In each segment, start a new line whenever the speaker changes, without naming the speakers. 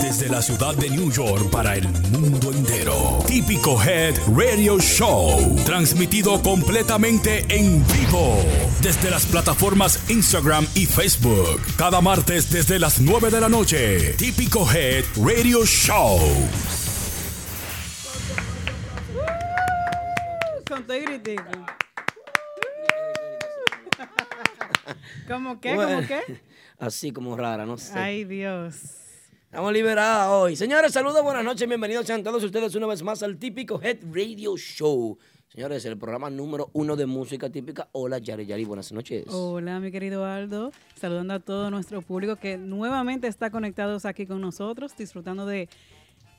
Desde la ciudad de New York para el mundo entero. Típico Head Radio Show. Transmitido completamente en vivo. Desde las plataformas Instagram y Facebook. Cada martes desde las 9 de la noche. Típico Head Radio Show.
Con todo y gritico. ¿Cómo qué?
Bueno,
¿Cómo qué?
Así como rara, no sé.
Ay, Dios.
Estamos liberadas hoy. Señores, saludos, buenas noches, bienvenidos sean todos ustedes una vez más al típico Head Radio Show. Señores, el programa número uno de música típica. Hola, Yari Yari, buenas noches.
Hola, mi querido Aldo. Saludando a todo nuestro público que nuevamente está conectados aquí con nosotros, disfrutando de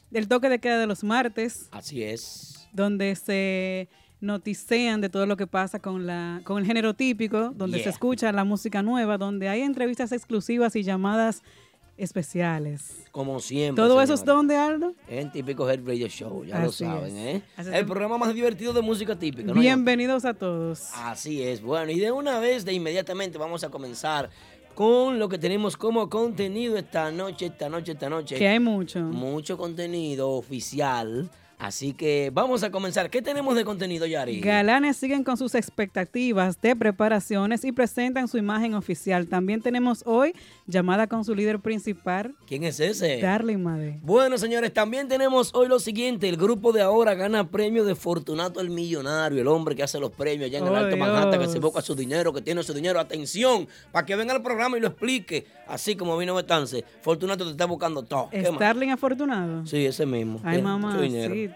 del toque de queda de los martes,
Así es.
donde se notician de todo lo que pasa con la con el género típico, donde se
Yeah.
escucha la música nueva, donde hay entrevistas exclusivas y llamadas especiales.
Como siempre.
¿Todo eso es
señores.
donde, Aldo?
En típico Head Radio Show, ya
Así
lo saben, ¿eh?
Así es.
El programa más divertido de música típica. ¿no?
Bienvenidos a todos.
Así es, bueno, y de una vez, de inmediatamente vamos a comenzar con lo que tenemos como contenido esta noche, esta noche, esta noche.
Que hay mucho.
Mucho contenido oficial. Así que vamos a comenzar. ¿Qué tenemos de contenido, Yari?
Galanes siguen con sus expectativas de preparaciones y presentan su imagen oficial. También tenemos hoy llamada con su líder principal,
¿Quién es ese?
Darling Made.
Bueno, señores, también tenemos hoy lo siguiente. El grupo de ahora gana premio de Fortunato el Millonario, el hombre que hace los premios allá en el
Oh,
Alto Manhattan, que
Dios.
se busca su dinero, que tiene su dinero. Atención, para que venga al programa y lo explique. Así como vino Betance, Fortunato te está buscando todo. ¿Qué más?
Starling afortunado.
Sí, ese mismo.
Ay,
Tiene mucho dinero.
mamacita.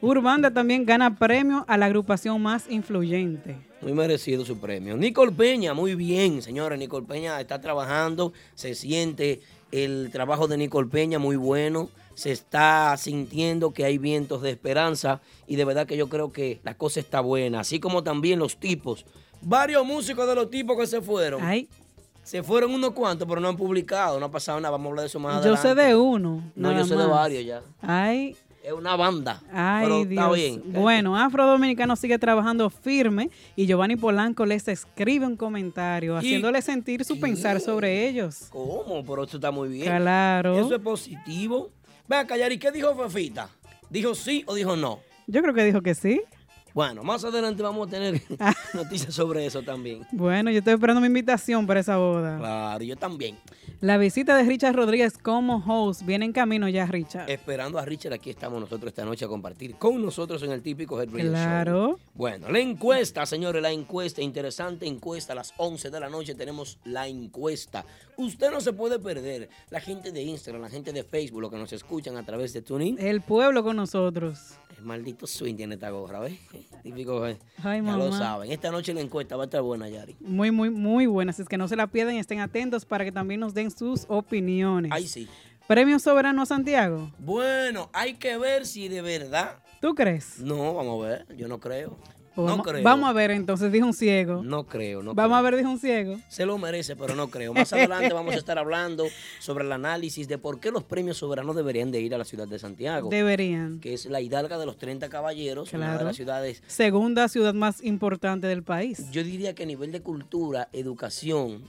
Urbanda también gana premio a la agrupación más influyente.
Muy merecido su premio. Nicole Peña, muy bien, señores. Nicole Peña está trabajando, se siente el trabajo de Nicole Peña muy bueno. Se está sintiendo que hay vientos de esperanza y de verdad que yo creo que la cosa está buena. Así como también los tipos. Varios músicos de los tipos que se fueron. Se fueron unos cuantos, pero no han publicado, no ha pasado nada. Vamos a hablar de eso más
yo
adelante.
sé de uno.
No,
nada
yo sé de
más.
varios ya.
Ay,
Es una banda.
Ay,
pero
Dios.
está bien.
Bueno, Afro Dominicano sigue trabajando firme y Giovanni Polanco les escribe un comentario haciéndole sentir su pensar sobre ellos.
¿Cómo? Pero eso está muy bien.
Claro.
Eso es positivo. Ve a callar, ¿y qué dijo Fefita? ¿Dijo sí o dijo no?
Yo creo que dijo que sí.
Bueno, más adelante vamos a tener
Ah.
noticias sobre eso también.
Bueno, yo estoy esperando mi invitación para esa boda.
Claro, yo también.
La visita de Richard Rodríguez como host viene en camino ya, Richard.
Esperando a Richard, aquí estamos nosotros esta noche a compartir con nosotros en el típico Head Radio Show.
Claro.
Bueno, la encuesta, señores, la encuesta, interesante encuesta. A las 11 de la noche tenemos la encuesta. Usted no se puede perder. La gente de Instagram, la gente de Facebook, los que nos escuchan a través de TuneIn.
El pueblo con nosotros.
El maldito swing tiene esta gorra, ¿ves? Típico, ¿ves?
Ay,
ya lo
mamá.
saben. Esta noche la encuesta va a estar buena, Yari.
Muy, muy, muy buena. Así es que no se la pierdan y estén atentos para que también nos den sus opiniones.
Ahí sí.
Premio Soberano Santiago.
Bueno, hay que ver si de verdad.
¿Tú crees?
No, vamos a ver. Yo no creo.
O
no
Pues vamos,
creo.
vamos a ver, entonces dijo un ciego.
No creo, no
vamos
creo.
a ver, dijo un ciego.
Se lo merece, pero no creo. Más adelante vamos a estar hablando sobre el análisis de por qué los premios soberanos deberían de ir a la ciudad de Santiago.
Deberían.
Que es la hidalga de los 30 caballeros, una de
Claro.
las ciudades
Segunda ciudad más importante del país.
Yo diría que a nivel de cultura, educación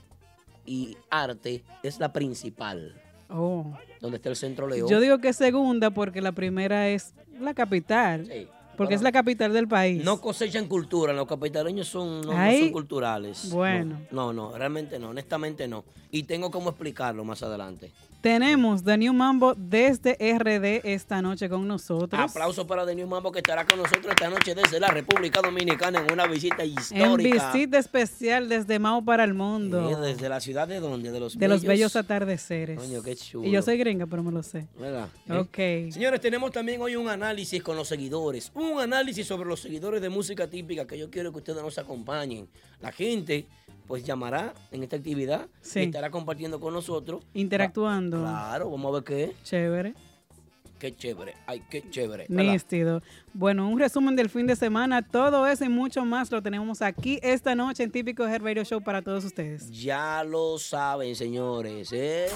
y arte es la principal,
Oh.
donde está el Centro León.
Yo digo que segunda porque la primera es la capital. Porque
Bueno.
es la capital del país.
no cosechan cultura, los capitaleños son, no, no
Ay.
son culturales. No,
Bueno.
No, no, realmente no, honestamente no. Y tengo cómo explicarlo más adelante.
Tenemos The New Mambo desde RD esta noche con nosotros.
Aplauso para Denis Mambo que estará con nosotros esta noche desde la República Dominicana en una visita
En
histórica.
visita especial desde Mao para el mundo.
Eh, desde la ciudad de dónde? De los
de los bellos
bellos
atardeceres.
Coño, qué chulo.
Y yo soy gringa, pero me lo sé.
¿Verdad? Eh,
Ok.
Señores, tenemos también hoy un análisis con los seguidores. Un análisis sobre los seguidores de música típica que yo quiero que ustedes nos acompañen. La gente pues llamará en esta actividad
Sí.
y estará compartiendo con nosotros. ah,
Interactuando.
Claro, vamos a ver qué es.
Chévere.
qué chévere, ay, qué chévere. ¿verdad?
Nístido. Bueno, un resumen del fin de semana. Todo eso y mucho más lo tenemos aquí esta noche en Típico Head Radio Show para todos ustedes.
Ya lo saben, señores. ¿eh?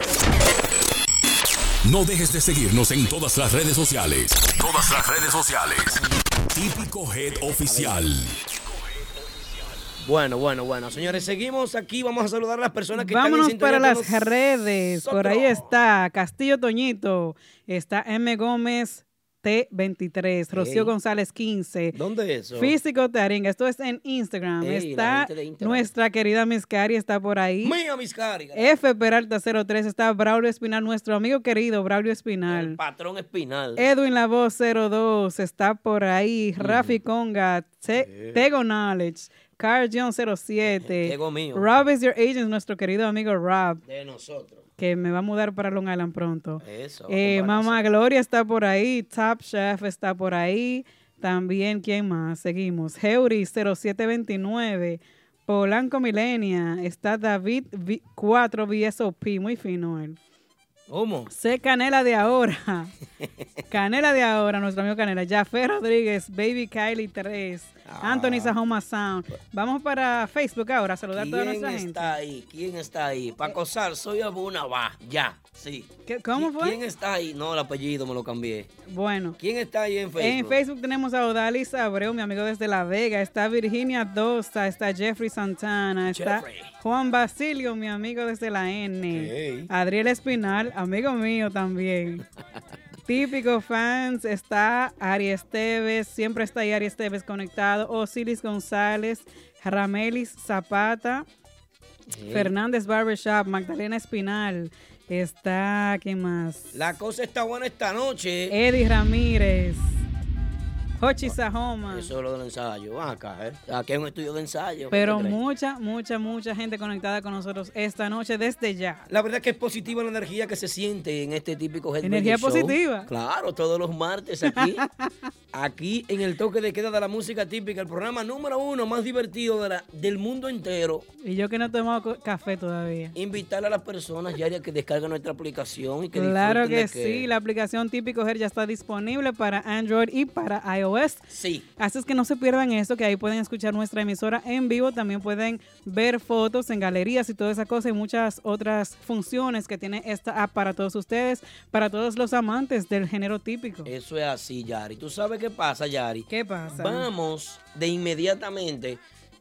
No dejes de seguirnos en todas las redes sociales. Todas las redes sociales. Típico Head Oficial.
Bueno, bueno, bueno. Señores, seguimos aquí. Vamos a saludar a las personas que
Vámonos
están en
para
sintonía
las
con nos-
redes. Por ahí está Castillo Toñito, está M. Gómez T23,
Ey.
Rocío González 15.
¿Dónde es eso?
Físico Taringa, esto es en Instagram.
Ey, la
está
gente de Instagram.
nuestra querida Miscari, está por ahí.
Mía, mis caras.
F Peralta 03, está Braulio Espinal, nuestro amigo querido Braulio Espinal.
Patrón espinal.
Edwin La Voz 02 está por ahí. Rafi Conga, Te-
Yeah.
Tego Knowledge, Carl John 07.
Tego mío.
Rob is your agent, nuestro querido amigo Rob,
De nosotros.
que me va a mudar para Long Island pronto.
Eso.
Eh, Mamá Gloria está por ahí. Top Chef está por ahí. También, ¿quién más? Seguimos. Heuri 0729. Polanco Milenia. Está David Vi- 4 VSOP. Muy fino él.
¿Cómo?
Sé Canela de ahora. Canela de ahora, nuestro amigo Canela. Jafé Rodríguez, Baby Kylie 3,
Ah.
Anthony Sahoma Sound. Vamos para Facebook ahora a saludar a toda
¿Quién
nuestra
está
gente.
ahí? ¿Quién está ahí? Para acosar, soy Abuna, va. Ya, sí.
¿Qué- ¿Cómo fue?
¿Quién está ahí? No, el apellido me lo cambié.
Bueno.
¿Quién está ahí en Facebook?
En Facebook tenemos a Odalis Abreu, mi amigo desde La Vega. Está Virginia Dosta, está Jeffrey Santana, está
Jeffrey.
Juan Basilio, mi amigo desde la N.
Ok.
Adriel Espinal, amigo mío también. Típico fans, está Ari Esteves, siempre está ahí Ari Esteves conectado. Osiris González, Ramelis Zapata,
Sí.
Fernández Barbershop, Magdalena Espinal. Está, ¿quién más?
La cosa está buena esta noche.
Eddie Ramírez, Hochi Sahoma,
Eso es lo del ensayo. Ah, acá, ¿eh? Aquí hay un estudio de ensayo. ¿qué
pero
te crees?
mucha, mucha, mucha gente conectada con nosotros esta noche desde ya.
La verdad que es positiva la energía que se siente en este típico Head
Energía
Radio Show.
positiva.
Claro, todos los martes aquí, aquí en el toque de queda de la música típica, el programa número uno más divertido de la- del mundo entero.
Y yo que no he tomado co- café todavía.
Invitar a las personas diarias que descarguen nuestra aplicación y que
Claro que
disfruten de
sí, la aplicación Típico Her ya está disponible para Android y para iOS.
Sí.
Así es que no se pierdan eso, que ahí pueden escuchar nuestra emisora en vivo, también pueden ver fotos en galerías y toda esa cosa y muchas otras funciones que tiene esta app para todos ustedes, para todos los amantes del género típico.
Eso es así, Yari. ¿Tú sabes qué pasa, Yari?
¿Qué pasa?
Vamos de inmediatamente,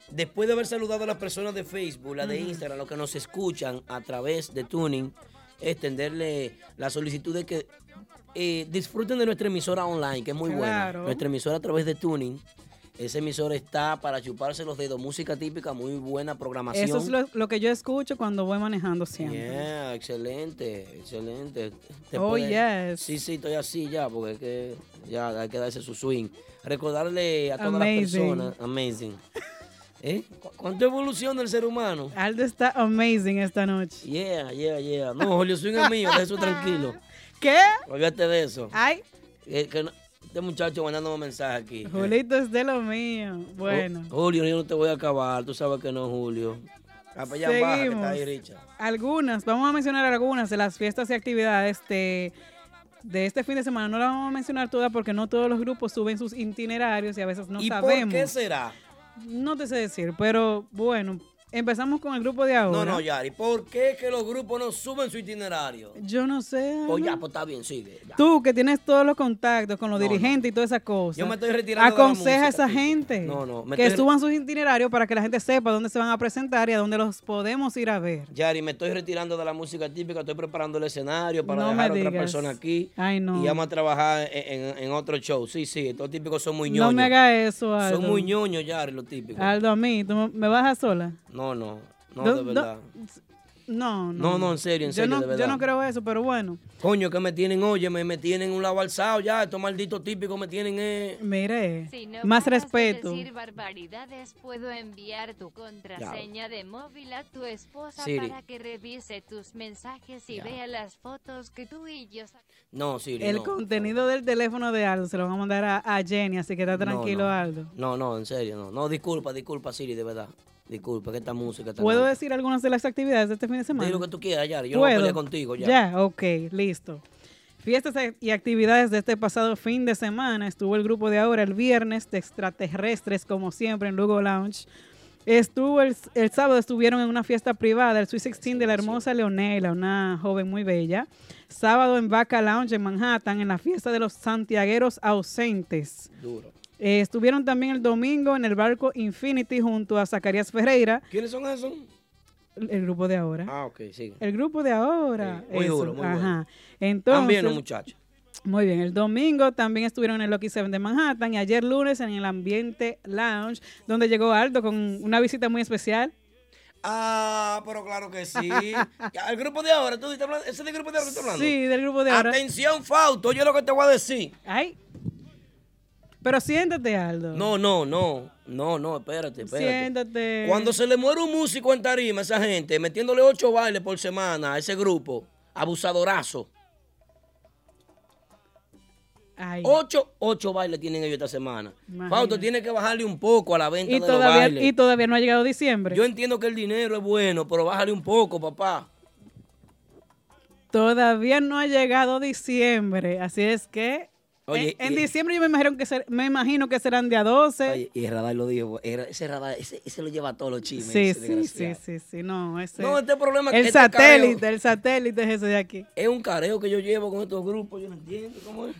después de haber saludado a las personas de Facebook, la de
Ujú.
Instagram, los que nos escuchan a través de Tuning, extenderle la solicitud de que eh, disfruten de nuestra emisora online, que es muy
Claro.
buena. Nuestra emisora a través de Tuning. Esa emisora está para chuparse los dedos. Música típica, muy buena programación.
Eso es lo, lo que yo escucho cuando voy manejando siempre.
Yeah, excelente, excelente. Te
Oh, yes.
Sí, sí, estoy así ya, porque es que ya hay que darse su swing. Recordarle a todas las
Amazing.
personas, amazing. ¿Eh? ¿Cu- ¿Cuánta evolución del ser humano?
Aldo está amazing esta noche.
Yeah, yeah, yeah. No, Julio Swing es mío, de eso tranquilo.
¿Qué?
Olvídate de eso.
Ay,
Eh, que no- este muchacho mandándome mensajes aquí. Eh,
Julito es de lo mío. Bueno,
Ju- Julio, yo no te voy a acabar, tú sabes que no, Julio. Ah, Capellán pues baja que está ahí,
Seguimos.
Richard.
algunas, vamos a mencionar algunas de las fiestas y actividades de, de este fin de semana. No las vamos a mencionar todas porque no todos los grupos suben sus itinerarios y a veces no
¿Y
sabemos.
por qué será?
No te sé decir, pero bueno, empezamos con el grupo de ahora.
No, no, Yari, ¿por qué es que los grupos no suben su itinerario?
Yo no sé.
Pues ya,
Aldo.
pues está bien, sigue. ya.
Tú que tienes todos los contactos con los
No, no.
dirigentes y todas esas cosas.
Yo me estoy retirando de la
Aconseja
música,
a esa
Tito.
gente
No, no, me
que
estoy-
suban sus itinerarios para que la gente sepa dónde se van a presentar y a dónde los podemos ir a ver.
Yari, me estoy retirando de la música típica, estoy preparando el escenario para
No
dejar a
me
otra
digas.
persona aquí.
Ay, no.
Y vamos a trabajar en, en- en otro show. Sí, sí, estos típicos son muy ñoños.
No me haga eso, Aldo.
Son muy ñoños, Yari, los típicos.
Aldo, a mí, ¿tú me- me bajas sola?
No, no, no,
Do-
de
do-
verdad.
No, no.
No, no, en serio, en
Yo
serio,
no-
de verdad.
Yo no creo eso, pero bueno.
Coño, que me tienen, oye, me, me tienen un lado alzado ya, estos malditos típicos me tienen, eh.
Mire,
Si no
más
paras de
respeto.
decir barbaridades, puedo enviar tu contraseña de móvil a tu esposa
Siri.
para que revise tus mensajes y
Ya.
vea las fotos que tú y yo sa-
No, Siri,
El
no.
contenido del teléfono de Aldo se lo van a mandar a, a Jenny, así que está
No,
tranquilo,
no.
Aldo.
No, no, en serio, no. No, disculpa, disculpa, Siri, de verdad. Disculpa, que esta música está.
¿Puedo decir algunas de las actividades de este fin de semana?
Di lo que tú quieras, Yari. Yo no voy a
¿Puedo?
pelear contigo, ya.
Ya, ok, listo. Fiestas y actividades de este pasado fin de semana. Estuvo el grupo de ahora el viernes de extraterrestres, como siempre, en Lugo Lounge. Estuvo el, el sábado estuvieron en una fiesta privada, el Sweet 16 de la hermosa Leonela, una joven muy bella. Sábado en Vaca Lounge en Manhattan, en la fiesta de los santiagueros ausentes.
Duro.
Eh, estuvieron también el domingo en el barco Infinity junto a Zacarías Ferreira,
¿Quiénes son esos?
el el grupo de ahora.
Ah, ok, sigue.
El grupo de ahora.
Sí, muy duro, muy bueno.
Ajá. Entonces,
También los muchachos.
Muy bien, el domingo también estuvieron en el Lucky Seven de Manhattan y ayer lunes en el Ambiente Lounge, donde llegó Aldo con una visita muy especial.
Ah, pero claro que sí. El grupo de ahora, ¿tú estás hablando? ¿Ese es del grupo de ahora que estás hablando?
Sí, del grupo de ahora.
Atención, Fausto, oye lo que te voy a decir.
Ay. Pero siéntate, Aldo.
No, no, no. No, no, espérate, espérate.
Siéntate.
Cuando se le muere un músico en tarima, esa gente, metiéndole ocho bailes por semana a ese grupo, abusadorazo.
Ay.
Ocho, ocho bailes tienen ellos esta semana.
Imagínate.
Fausto tiene que bajarle un poco a la venta
y
de los
todavía,
bailes.
y todavía no ha llegado diciembre.
Yo entiendo que el dinero es bueno, pero bájale un poco, papá.
Todavía no ha llegado diciembre, así es que
Oye,
en, en
y-
diciembre yo me imagino que ser- me imagino que serán día 12.
Y Radar lo dijo, era- ese Radar, ese, ese lo lleva a todos los chismes.
sí,
ese
sí, sí,
desgraciado.
sí, sí, no, ese
No, este problema
el
este
satélite,
careo-
el satélite es ese de aquí.
Es un careo que yo llevo con estos grupos, yo no entiendo cómo es.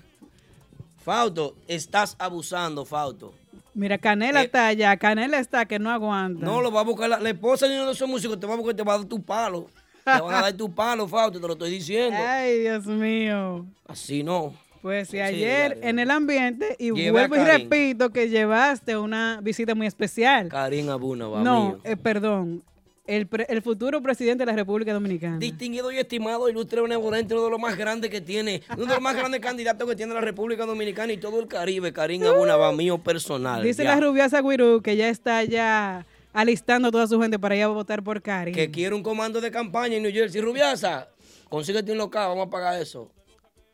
Fausto, estás abusando, Fausto.
Mira, Canela está allá, Canela está que no aguanta.
Eh, No, lo va a buscar la, la esposa de uno de esos músicos, te va a buscar y te va a dar tu palo. Te van a dar tu palo, Fausto, te lo estoy diciendo.
Ay, Dios mío.
Así no.
Pues si
Sí,
ayer
dale,
en el ambiente, y
Llevé a
vuelvo y
Karin.
repito que llevaste una visita muy especial.
Karim Abuna, va
no,
mío.
eh, perdón, el, pre- el futuro presidente de la República Dominicana.
Distinguido y estimado, ilustre benevolente, uno de los más grandes que tiene, uno de los más grandes candidatos que tiene la República Dominicana y todo el Caribe, Karim Abuna, va mío personal.
Dice
ah, ya.
la rubiasa Guirú que ya está ya alistando a toda su gente para ir a votar por Karin.
que quiere un comando de campaña en New Jersey. Rubiasa, consíguete un local, vamos a pagar eso.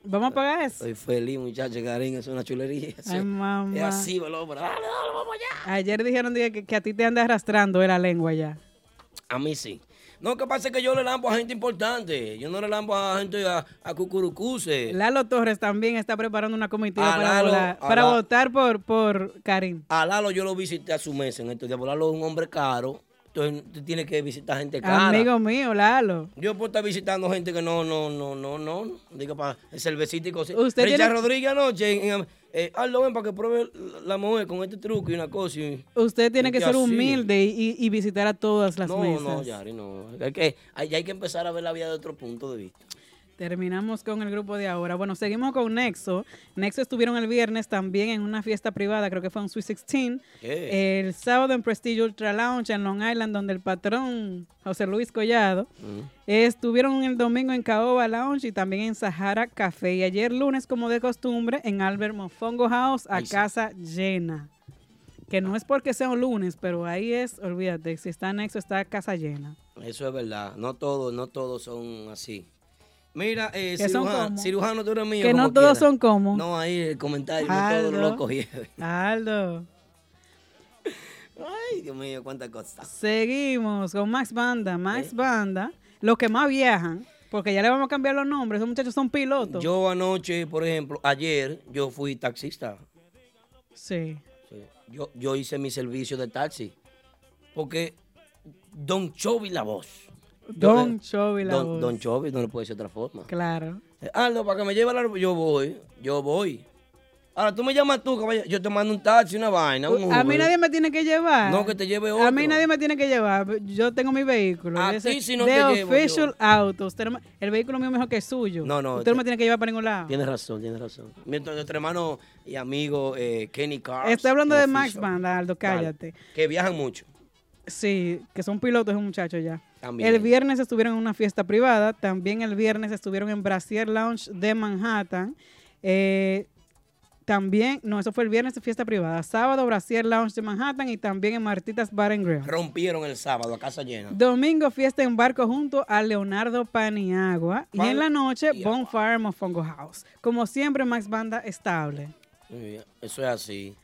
Vamos a pagar eso.
Estoy feliz, muchacho, Karim, es una chulería. eso.
Ay, mamá.
Es así, velo, pero dale, dale, vamos allá.
Ayer dijeron dije, que, que a ti te anda arrastrando de la lengua ya.
A mí sí. No, que pasa es que yo le lampo a gente importante. Yo no le lampo a gente a, a cucurucuse.
Lalo Torres también está preparando una comitiva
A
para,
Ah, Lalo,
volar-
a
para
la-
votar por, por Karim.
A Lalo yo lo visité a su mes en estos días. porque Lalo es un hombre caro. Entonces tú tienes que visitar gente cara.
Amigo mío, Lalo.
Yo puedo estar visitando gente que no, no, no, no, no. no. Digo, para cervecita y cosas.
Usted
Richard
tiene-
Rodríguez anoche, en, en- eh, Aldo, ven para que pruebe la mujer con este truco y una cosa. y-
Usted tiene
Es
que
que
ser
así.
humilde y, y- y visitar a todas las
no,
mesas.
no, Yari, no. Hay que, hay, hay que empezar a ver la vida de otro punto de vista.
Terminamos con el grupo de ahora. Bueno, seguimos con Nexo. Nexo estuvieron el viernes también en una fiesta privada, creo que fue en Sweet 16.
Eh,
¿Qué?
El sábado en Prestige Ultra Lounge en Long Island, donde el patrón José Luis Collado. Estuvieron el domingo en Caoba Lounge y también en Sahara Café. Y ayer lunes, como de costumbre, en Albert Mofongo House a
Ay, sí.
casa llena. Que no es porque sea un lunes, pero ahí es, olvídate, si está Nexo, está casa llena.
Eso es verdad. No todos, no todos son así. Mira, eh,
Que son
cirujano,
como-
cirujano, tú eres mío.
que
como
no todos
quiera.
son como.
No, ahí el comentario, no
Aldo.
todos lo cogieron.
Aldo.
Ay, Dios mío, cuántas cosas.
Seguimos con Max Banda. Max Banda, los que más viajan, porque ya le vamos a cambiar los nombres, esos muchachos son pilotos.
Yo anoche, por ejemplo, ayer, yo fui taxista.
Sí.
Sí. Yo, yo hice mi servicio de taxi. Porque Don Chovy la voz. Yo
Don
le-
Chovy la
Don-
voz.
Don Chovy no le puede decir de otra forma.
Claro.
Eh, Aldo, para que me lleve al aeropuerto. Yo voy, yo voy. Ahora tú me llamas tú, caballero. Yo te mando un taxi, una vaina. un
Pues, A mí
Uber.
nadie me tiene que llevar.
No, que te lleve
A
otro.
mí nadie me tiene que llevar. Yo tengo mi vehículo.
A
Ese-
ti si no
The
te llevo yo.
official auto. Usted no me- el vehículo mío es mejor que el suyo.
No, no,
Usted no
te-
me tiene que llevar para ningún lado.
Tienes razón, tienes razón. Mientras nuestro hermano y amigo eh, Kenny Carr.
Está hablando de Max Banda, Aldo, cállate.
Que viajan mucho.
Sí, que son pilotos, es un muchacho ya.
También.
El viernes estuvieron en una fiesta privada. También el viernes estuvieron en Brasier Lounge de Manhattan. Eh, también, no, eso fue el viernes de fiesta privada. Sábado, Brasier Lounge de Manhattan y también en Martitas Bar and Grill.
Rompieron el sábado a casa llena.
Domingo, fiesta en barco junto a Leonardo Paniagua. Y
Pan-
en la noche, Bonfire Mofongo House. Como siempre, Max Banda estable.
Sí, Eso es así.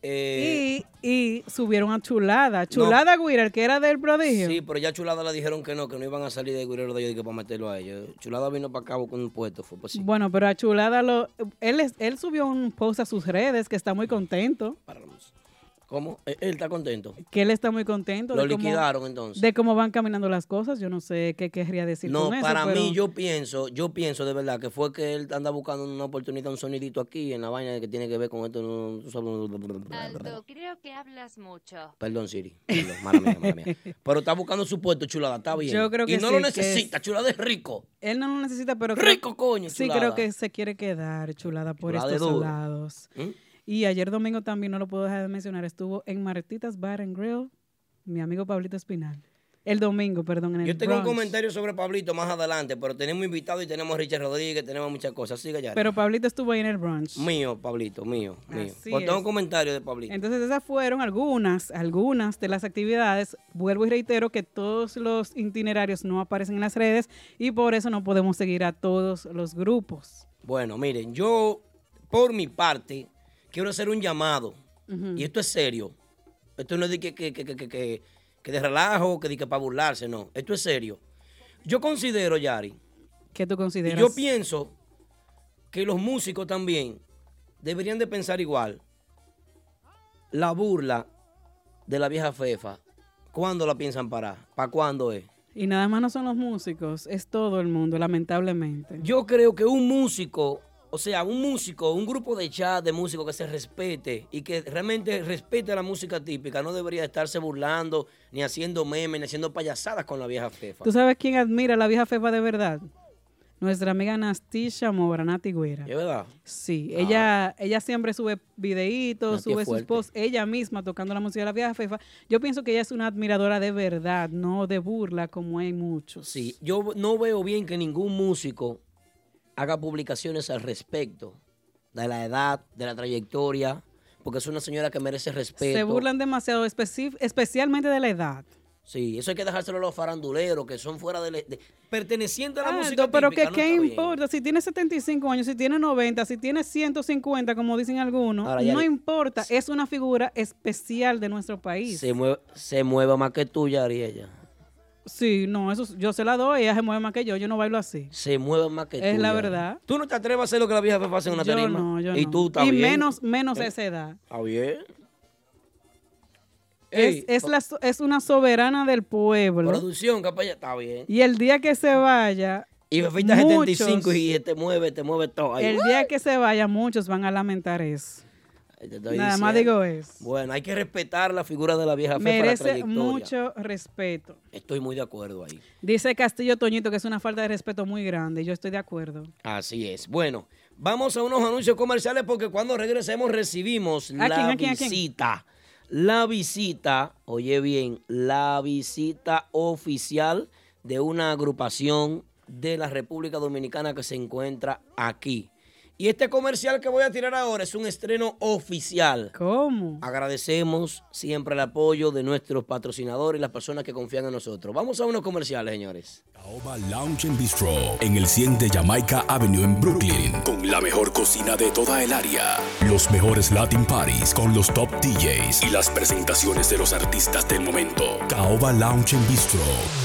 Eh,
Y, y subieron a Chulada. Chulada Guira, el que era del prodigio.
Sí, pero ya Chulada le dijeron que no, que no iban a salir de Guerrero de ellos y que para meterlo a ellos. Chulada vino para Cabo con un puesto, fue pues sí.
Bueno, pero a Chulada lo, él, es- él subió un post a sus redes que está muy contento.
¿Cómo? Eh, Él está contento.
Que él está muy contento.
Lo
de cómo-
liquidaron, entonces.
De cómo van caminando las cosas. Yo no sé qué querría decir.
No,
con eso,
para
pero-
mí yo pienso, yo pienso de verdad que fue que él anda buscando una oportunidad, un sonidito aquí en la vaina que tiene que ver con esto. no, tú sabes.
Aldo, creo que hablas mucho.
Perdón, Siri. Perdón, mala mía, mala mía. Pero está buscando su puesto, chulada, está bien.
Yo creo que
y no
sí,
lo
que es-
necesita, chulada es rico.
Él no lo necesita, pero.
Rico, coño,
Sí,
Chulada.
creo que se quiere quedar chulada por
Chulada de
estos
duro.
lados.
¿Mm?
Y ayer domingo también, no lo puedo dejar de mencionar, estuvo en Martitas Bar and Grill, mi amigo Pablito Espinal. El domingo, perdón, en el
Yo tengo un
Bronx.
comentario sobre Pablito más adelante, pero tenemos invitado y tenemos a Richard Rodríguez, tenemos muchas cosas. Siga ya.
Pero Pablito estuvo ahí en el brunch.
Mío, Pablito, mío, mío.
Así
Pues tengo
es.
un comentario de Pablito.
Entonces esas fueron algunas, algunas de las actividades. Vuelvo y reitero que todos los itinerarios no aparecen en las redes y por eso no podemos seguir a todos los grupos.
Bueno, miren, yo, por mi parte, quiero hacer un llamado. Y esto es serio. Esto no es de que, que, que, que, que- que- que de relajo, que de que para burlarse, no. Esto es serio. Yo considero, Yari,
¿Qué tú
y
consideras?
yo pienso que los músicos también deberían de pensar igual. La burla de la vieja Fefa, ¿cuándo la piensan parar? ¿Para cuándo es?
Y nada más no son los músicos, es todo el mundo, lamentablemente.
Yo creo que un músico, o sea, un músico, un grupo de chat de músicos que se respete y que realmente respete la música típica, no debería estarse burlando, ni haciendo memes, ni haciendo payasadas con la vieja Fefa.
¿Tú sabes quién admira a la vieja Fefa de verdad? Nuestra amiga Nastisha Mora, Nati Guira.
¿Es verdad? Ah,
Sí, ella, ella siempre sube videitos,
Nati es
sube sus
fuerte.
posts, ella misma tocando la música de la vieja Fefa. Yo pienso que ella es una admiradora de verdad, no de burla como hay muchos.
Sí, yo no veo bien que ningún músico haga publicaciones al respecto de la edad, de la trayectoria, porque es una señora que merece respeto.
Se burlan demasiado, especi- especialmente de la edad.
Sí, eso hay que dejárselo a los faranduleros que son fuera de, la- de- pertenecientes a la
Ah,
música
no, pero que,
típica. no
¿qué
está bien.
importa? Si tiene 75 años, si tiene 90, si tiene 150, como dicen algunos,
Ahora,
no
Yali-
importa. Es una figura especial de nuestro país.
Se mueve, se mueve más que tú, Yari, ella.
Sí, no, eso s- yo se la doy, ella se mueve más que yo, yo no bailo así.
Se mueve más que tú.
Es la
Yari.
verdad.
Tú no te atreves a hacer lo que la vieja Fefa hace en una
Yo
tarima.
no, yo
y
no.
tú Eh,
Y
también.
menos, menos a esa edad.
Está bien.
Es,
Ey,
es, la so- es una soberana del pueblo.
Producción, capaz, está bien.
Y el día que se vaya,
Y Fefita
muchos-
75 y te mueve, te mueve todo. Ahí,
el
¡guau!
día que se vaya, muchos van a lamentar eso.
Te estoy
nada más
diciendo.
digo eso.
Bueno, hay que respetar la figura de la vieja Fefa, la
Merece
trayectoria.
mucho respeto.
Estoy muy de acuerdo ahí.
Dice Castillo Toñito que es una falta de respeto muy grande. Yo estoy de acuerdo.
Así es. Bueno, vamos a unos anuncios comerciales porque cuando regresemos recibimos
¿A
la
quién, a quién, a quién?
visita. La visita, oye bien, la visita oficial de una agrupación de la República Dominicana que se encuentra aquí. Y este comercial que voy a tirar ahora es un estreno oficial.
¿Cómo?
Agradecemos siempre el apoyo de nuestros patrocinadores y las personas que confían en nosotros. Vamos a unos comerciales, señores.
Caoba Lounge and Bistro en el 100 de Jamaica Avenue en Brooklyn con la mejor cocina de toda el área, los mejores Latin parties con los top DJs y las presentaciones de los artistas del momento. Caoba Lounge and Bistro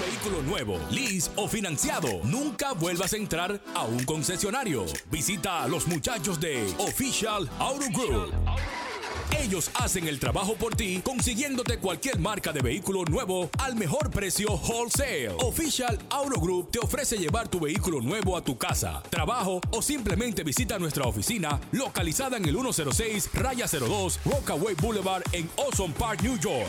vehículo nuevo, lease o financiado, nunca vuelvas a entrar a un concesionario. Visita a los muchachos de Official Auto Group. Ellos hacen el trabajo por ti, consiguiéndote cualquier marca de vehículo nuevo al mejor precio wholesale. Official Auto Group te ofrece llevar tu vehículo nuevo a tu casa, trabajo o simplemente visita nuestra oficina localizada en el 106 Raya 02 Rockaway Boulevard en Ozone Park, New York.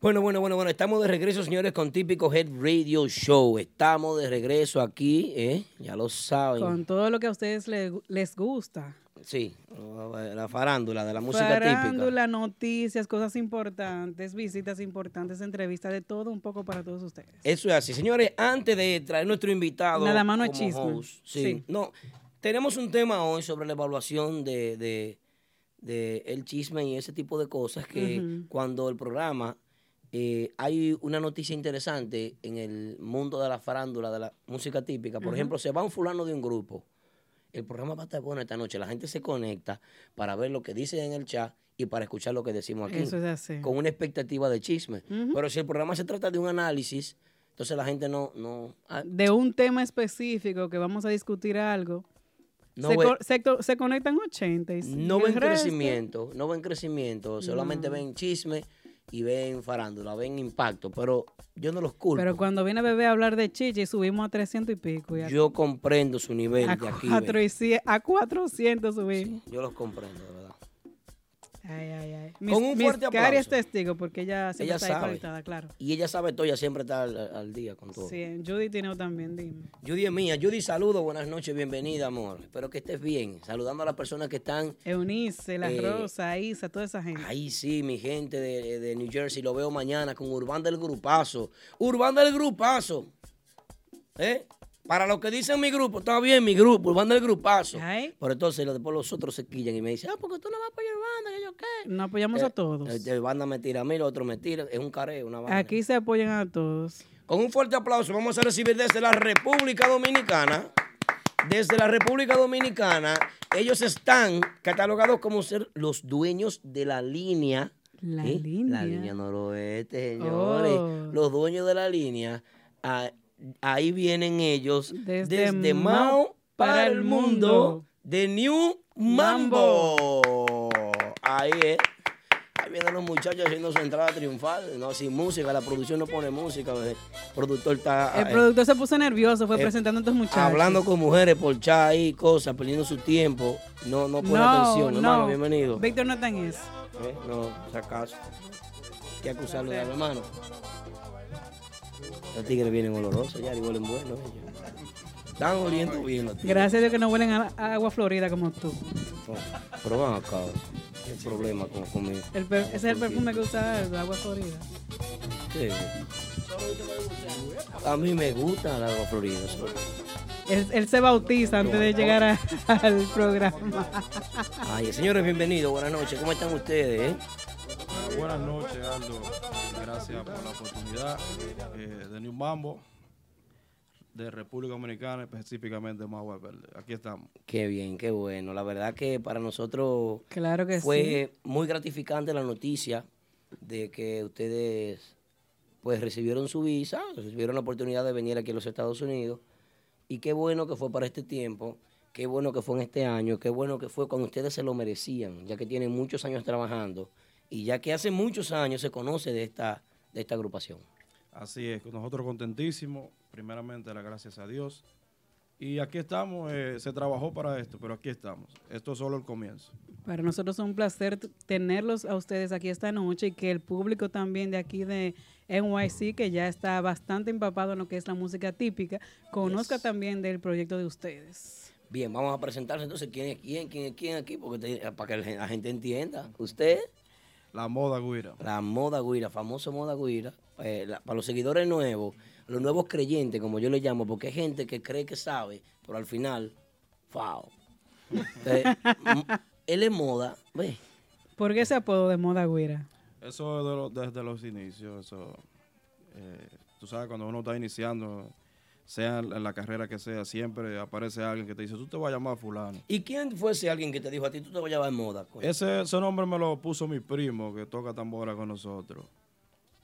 Bueno, bueno, bueno, bueno, estamos de regreso, señores, con Típico Head Radio Show. Estamos de regreso aquí, ¿eh? Ya lo saben.
Con todo lo que a ustedes le- les gusta.
Sí, la farándula de la música típica.
Farándula, noticias, cosas importantes, visitas importantes, entrevistas, de todo un poco para todos ustedes.
Eso es así. Señores, antes de traer nuestro invitado.
Nada más no es
como
chisme.
host, sí.
Sí.
No, tenemos un tema hoy sobre la evaluación de, de- de el chisme y ese tipo de cosas que
Ujú.
cuando el programa eh, hay una noticia interesante en el mundo de la farándula, de la música típica. Por
Ujú.
ejemplo, se va un fulano de un grupo. El programa va a estar bueno esta noche. La gente se conecta para ver lo que dicen en el chat y para escuchar lo que decimos aquí
Eso es así.
con una expectativa de chisme.
Ujú.
Pero si el programa se trata de un análisis, entonces la gente no... no ah,
De un tema específico que vamos a discutir algo.
No
se,
ve-
co- se co- se conectan 80 y
no
el
ven
resto-
crecimiento, no ven crecimiento, solamente
No.
ven chisme y ven farándula, ven impacto, pero yo no los culpo.
Pero cuando viene bebé a hablar de chicha y subimos a 300 y pico. Y a,
yo comprendo su nivel de aquí.
cuatro
ven.
y cien- a 400 subimos.
Yo los comprendo, de verdad.
Ay, ay, ay.
Con
Mis,
un
mis
fuerte
Cari es
aplauso.
testigo porque ella siempre
Ella
está ahí
sabe.
conectada, claro.
Y ella sabe todo, ella siempre está al, al día con todo.
Sí, Judy Tineo también, dime.
Judy es mía. Judy, saludo, buenas noches, bienvenida, amor. Espero que estés bien. Saludando a las personas que están
Eunice, La
Eh,
Rosa, Isa, toda esa gente.
Ahí sí, mi gente de, de New Jersey, lo veo mañana con Urbán del Grupazo. Urbán del Grupazo. ¿Eh? Para los que dicen mi grupo, está bien mi grupo, Urbán del Grupazo. Pero entonces los- después los otros se quillan y me dicen, ah, porque tú no vas a apoyar banda, que yo qué.
Nos apoyamos
Eh,
a todos.
El, el banda me tira a mí, el otro me tira. Es un careo, una banda.
Aquí se apoyan a todos.
Con un fuerte aplauso vamos a recibir desde la República Dominicana. Desde la República Dominicana, ellos están catalogados como ser los dueños de la línea.
La
¿eh?
línea.
La línea noroeste, señores.
Oh.
Los dueños de la línea. Ah, ahí vienen ellos. Desde,
Mao
Mao para el mundo. De New Mambo. Ahí es. Ahí vienen los muchachos haciendo su entrada triunfal. No, sin música. La producción no pone música. El productor está.
El
eh,
productor se puso nervioso, fue
eh,
presentando a estos muchachos.
Hablando con mujeres por chat ahí, cosas, perdiendo su tiempo. No, no pone
No,
atención,
no.
hermano, bienvenido.
Víctor no está en eso.
Eh, No, si acaso. Hay que acusarlo de algo, hermano. Los tigres vienen olorosos ya, y huelen buenos ellos. Están oliendo bien los tigres.
Gracias a Dios que no huelen a a agua florida como tú.
Oh. Pero van acá, ¿qué problema con, conmigo?
El per- ese es el perfume que usa el agua florida.
Sí. A mí me gusta la agua florida. solo.
Él, él se bautiza antes de llegar a- al programa.
Ay, señores, bienvenidos, buenas noches. ¿Cómo están ustedes? eh?
Buenas noches, Aldo. Gracias por la oportunidad eh, de New Mambo, de República Dominicana, específicamente más Verde. Aquí estamos.
Qué bien, qué bueno. La verdad que para nosotros
Claro que
fue muy gratificante la noticia de que ustedes pues recibieron su visa, recibieron la oportunidad de venir aquí a los Estados Unidos. Y qué bueno que fue para este tiempo, qué bueno que fue en este año, qué bueno que fue cuando ustedes se lo merecían, ya que tienen muchos años trabajando y ya que hace muchos años se conoce de esta, de esta agrupación.
Así es, nosotros contentísimos. Primeramente, las gracias a Dios. Y aquí estamos, eh, se trabajó para esto, pero aquí estamos. Esto es solo el comienzo.
Para nosotros es un placer t- tenerlos a ustedes aquí esta noche y que el público también de aquí de NYC, que ya está bastante empapado en lo que es la música típica, conozca también del proyecto de ustedes.
Bien, vamos a presentarse entonces quién es quién, quién es quién aquí, porque te- eh, para que la gente entienda. Usted.
La moda guira.
La moda guira, famoso moda guira. Eh, la- para los seguidores nuevos, los nuevos creyentes, como yo le llamo, porque hay gente que cree que sabe, pero al final, fao. Entonces, m- él es moda, ve.
¿Por qué ese apodo de moda güira?
Eso es de lo- desde los inicios. Eso, eh, tú sabes, cuando uno está iniciando, sea en la carrera que sea, siempre aparece alguien que te dice, tú te vas a llamar fulano.
¿Y quién fue ese alguien que te dijo a ti, tú te vas a llevar moda? coño"?
Ese, ese nombre me lo puso mi primo, que toca tambora con nosotros,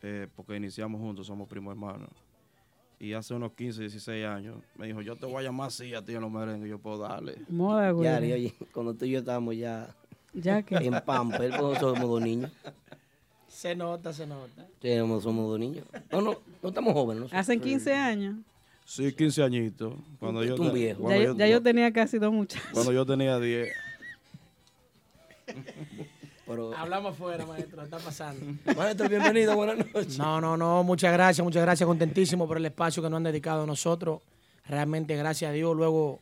eh, porque iniciamos juntos, somos primos hermanos. Y hace unos 15, 16 años me dijo, yo te voy a llamar así a ti en los merengues, yo "Pues puedo darle.
Moda, güey.
Ya, Ari, oye, cuando tú y yo estábamos ya,
Ya que-
en Pamper, cuando somos dos niños.
Se nota, se nota.
Tenemos- somos dos niños. No, no, no estamos jóvenes. nosotros.
Hacen 15 años.
Sí, 15 añitos. Cuando yo,
Tú un
te-
viejo.
Ya,
Cuando,
yo-
yo,
ya yo tenía casi dos muchachos.
cuando yo tenía 10.
Pero,
Hablamos fuera, maestro, está pasando.
maestro, bienvenido, buenas noches.
No, no, no, muchas gracias, muchas gracias, contentísimo por el espacio que nos han dedicado a nosotros. Realmente, gracias a Dios, luego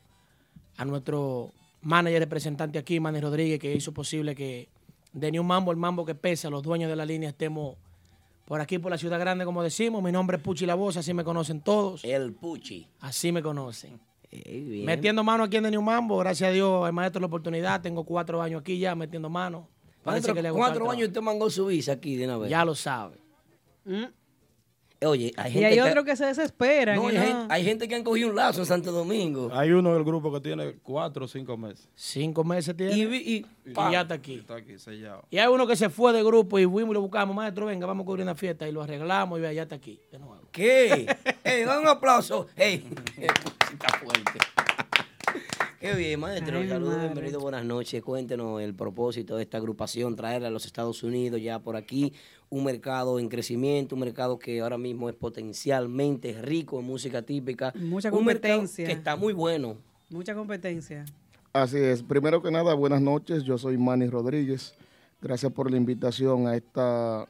a nuestro manager representante aquí, Manny Rodríguez, que hizo posible que de New Mambo, el mambo que pesa, los dueños de la línea, estemos por aquí, por la ciudad grande, como decimos. Mi nombre es Puchi La Voz, así me conocen todos,
El Puchi.
así me conocen.
Ey, bien.
Metiendo mano aquí en The New Mambo, gracias a Dios, el maestro la oportunidad, tengo cuatro años aquí ya metiendo mano. Parece
Maestro,
que le ha gustado el
cuatro años y
trabajo.
usted mangó su visa aquí de una vez. Eh,
Ya lo sabe.
Mm.
Oye, hay
Y
gente
hay
que-
otro que se desespera.
No, hay, Gente, hay gente que han cogido un lazo en Santo Domingo.
Hay uno del grupo que tiene 4 o 5 meses.
Cinco meses tiene.
Y, vi- y-
Y
pa.
ya está aquí.
Está aquí sellado.
Y hay uno que se fue de grupo y fuimos y lo buscamos. Maestro, venga, vamos a cubrir una fiesta. Y lo arreglamos y vea, ya está aquí. de nuevo.
¿Qué? Ey, dan un aplauso. Ey, el Puchi está fuerte. Qué bien, maestro.
Ay, mi
Saludos,
madre.
bienvenido, buenas noches. Cuéntenos el propósito de esta agrupación, traerla a los Estados Unidos, ya por aquí, un mercado en crecimiento, un mercado que ahora mismo es potencialmente rico en música típica.
Mucha
Un mercado
competencia.
Que está muy bueno.
Mucha competencia.
Así es. Primero que nada, buenas noches. Yo soy Manny Rodríguez. Gracias por la invitación a esta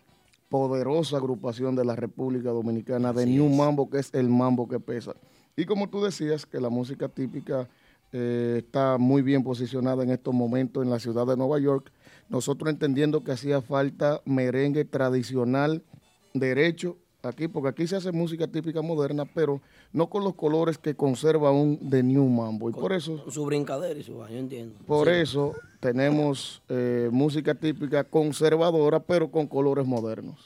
poderosa agrupación de la República Dominicana de New Mambo, que es el mambo que pesa. Y como tú decías, que la música típica eh, está muy bien posicionada en estos momentos en la ciudad de Nueva York. Nosotros entendiendo que hacía falta merengue tradicional derecho aquí, porque aquí se hace música típica moderna, pero no con los colores que conserva un de New Mambo. Y por eso
Su brincadera y su baño, entiendo.
por
Sí.
eso tenemos eh, música típica conservadora, pero con colores modernos.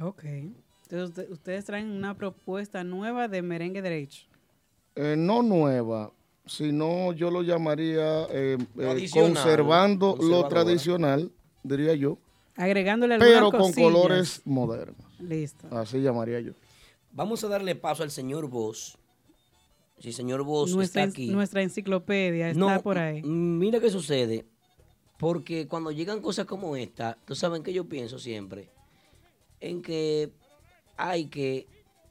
Ok. Entonces usted- ustedes traen una propuesta nueva de merengue derecho.
Eh, no nueva, sino yo lo llamaría eh, eh,
Tradicional,
conservando lo
conservadora.
tradicional, diría yo,
Agregándole algunas
pero con
cosillas.
colores modernos.
Listo.
Así llamaría yo.
Vamos a darle paso al señor Vos. Si señor Vos
Nuestra,
está
en-
aquí.
nuestra enciclopedia está por ahí.
m- Mira qué sucede. Porque cuando llegan cosas como esta, tú saben que yo pienso siempre en que hay que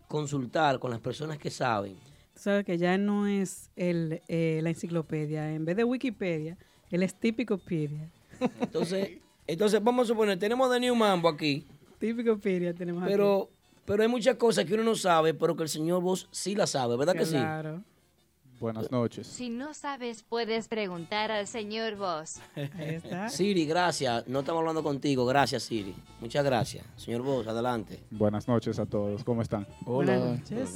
consultar con las personas que saben.
Tú sabes que ya no es el, eh, la enciclopedia. En vez de Wikipedia, él es típicopedia.
Entonces, entonces vamos a suponer, tenemos de New Mambo aquí,
Típicopedia tenemos aquí.
pero, pero hay muchas cosas que uno no sabe, pero que el señor Vos sí la sabe, ¿verdad que sí?
Claro.
Buenas noches.
Si no sabes, puedes preguntar al señor Vos.
Ahí está.
Siri, gracias. No estamos hablando contigo. Gracias, Siri. Muchas gracias. Señor Vos, adelante.
Buenas noches a todos. ¿Cómo están?
Buenas noches.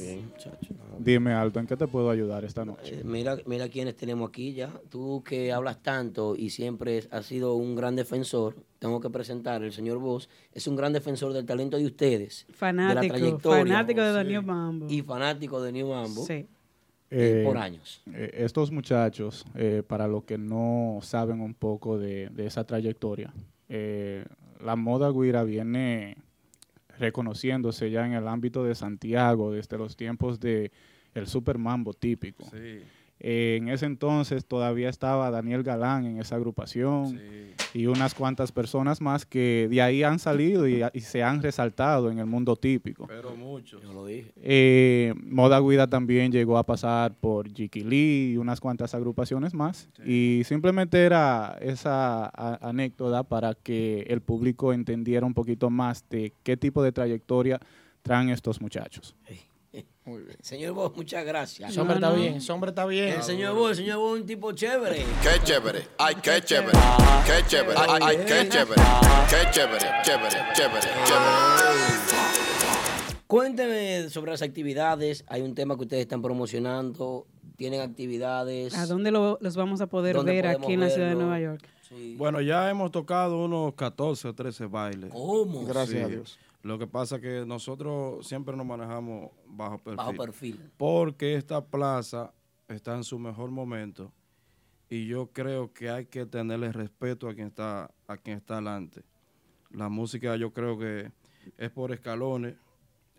Dime, Aldo, ¿en qué te puedo ayudar esta noche?
Eh, Mira, mira quiénes tenemos aquí ya. Tú que hablas tanto y siempre has sido un gran defensor, tengo que presentar, el señor Vos es un gran defensor del talento de ustedes. de la
Fanático.
trayectoria,
fanático de Daniel Mambo.
Y fanático de New Mambo
Sí.
eh,
Eh,
por años.
eh, estos muchachos, eh, para los que no saben un poco de, de esa trayectoria, eh, la moda guira viene reconociéndose ya en el ámbito de Santiago desde los tiempos de el super mambo típico.
Sí,
Eh, en ese entonces todavía estaba Daniel Galán en esa agrupación.
sí.
y unas cuantas personas más que de ahí han salido y, y se han resaltado en el mundo típico.
Pero muchos.
Yo lo dije.
Eh, Moda Guida también llegó a pasar por Jiquilí y unas cuantas agrupaciones más. Y simplemente era esa a- anécdota para que el público entendiera un poquito más de qué tipo de trayectoria traen estos muchachos.
Señor Vos, muchas gracias.
Ese hombre
No,
está
no.
bien, ese hombre está bien.
El señor Vos, el señor Vos es un tipo chévere.
Qué chévere, ay, qué chévere, qué chévere, ay, ay, qué chévere, qué chévere, chévere, chévere, chévere.
Cuénteme sobre las actividades. Hay un tema que ustedes están promocionando. Tienen actividades.
¿A dónde lo- los vamos a poder
¿Dónde
ver
podemos
aquí en la ciudad de
verlo?
Nueva York?
Sí.
Bueno, ya hemos tocado unos 14 o 13 bailes.
¿Cómo?
Gracias a
Sí.
Dios.
Lo que pasa es que nosotros siempre nos manejamos bajo perfil.
Bajo perfil.
Porque esta plaza está en su mejor momento y yo creo que hay que tenerle respeto a quien está a quien está adelante. La música yo creo que es por escalones.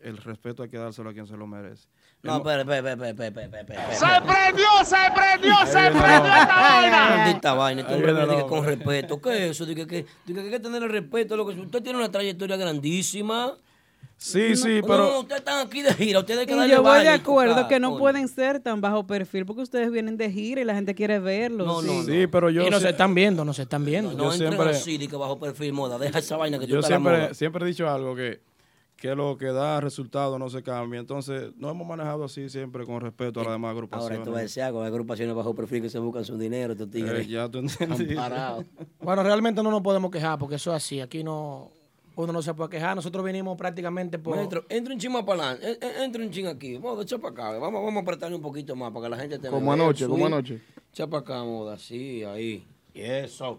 el respeto hay que dárselo a quien se lo merece.
No,
Hemos-
espera, espera, espera, espera, espera, espera,
¡Se
espera.
prendió, se prendió, se
Ahí viene
prendió esta
la-
vaina!
Maldita vaina, este
Ahí
hombre
viene
viene
la-
con respeto. ¿Qué es eso? Dice que, dice que hay que tener el respeto. Lo que, usted tiene una trayectoria grandísima.
Sí, sí,
No,
pero...
No, ustedes están aquí de gira, ustedes hay que
Y
darle
yo voy de
baile y
acuerdo
tocar,
que no
coño.
pueden ser tan bajo perfil porque ustedes vienen de gira y la gente quiere verlos.
No, no,
Sí, pero yo,
y nos
sie-
están viendo, nos están viendo.
No
Yo
entren
siempre-
así, de que bajo perfil moda. Deja esa vaina que tú
yo
estás a la moda.
siempre, siempre he dicho algo que, que lo que da resultado no se cambia. Entonces, nos hemos manejado así siempre con respeto a las demás agrupaciones.
Eh, Ahora tú vas a decir algo, hay agrupaciones bajo perfil que se buscan su dinero, estos
Eh,
tigres.
ya tú entendiste.
Amparados.
Bueno, realmente no nos podemos quejar porque eso es así. Aquí no, uno no se puede quejar. Nosotros vinimos prácticamente por...
Maestro, entra Pues un chingo para adelante, entra un chingo aquí, vamos, echa para acá, vamos, vamos a apretarle un poquito más para que la gente te
Como
vea.
anoche, como
Sí.
anoche.
Echa para acá, moda, sí, ahí. Y eso.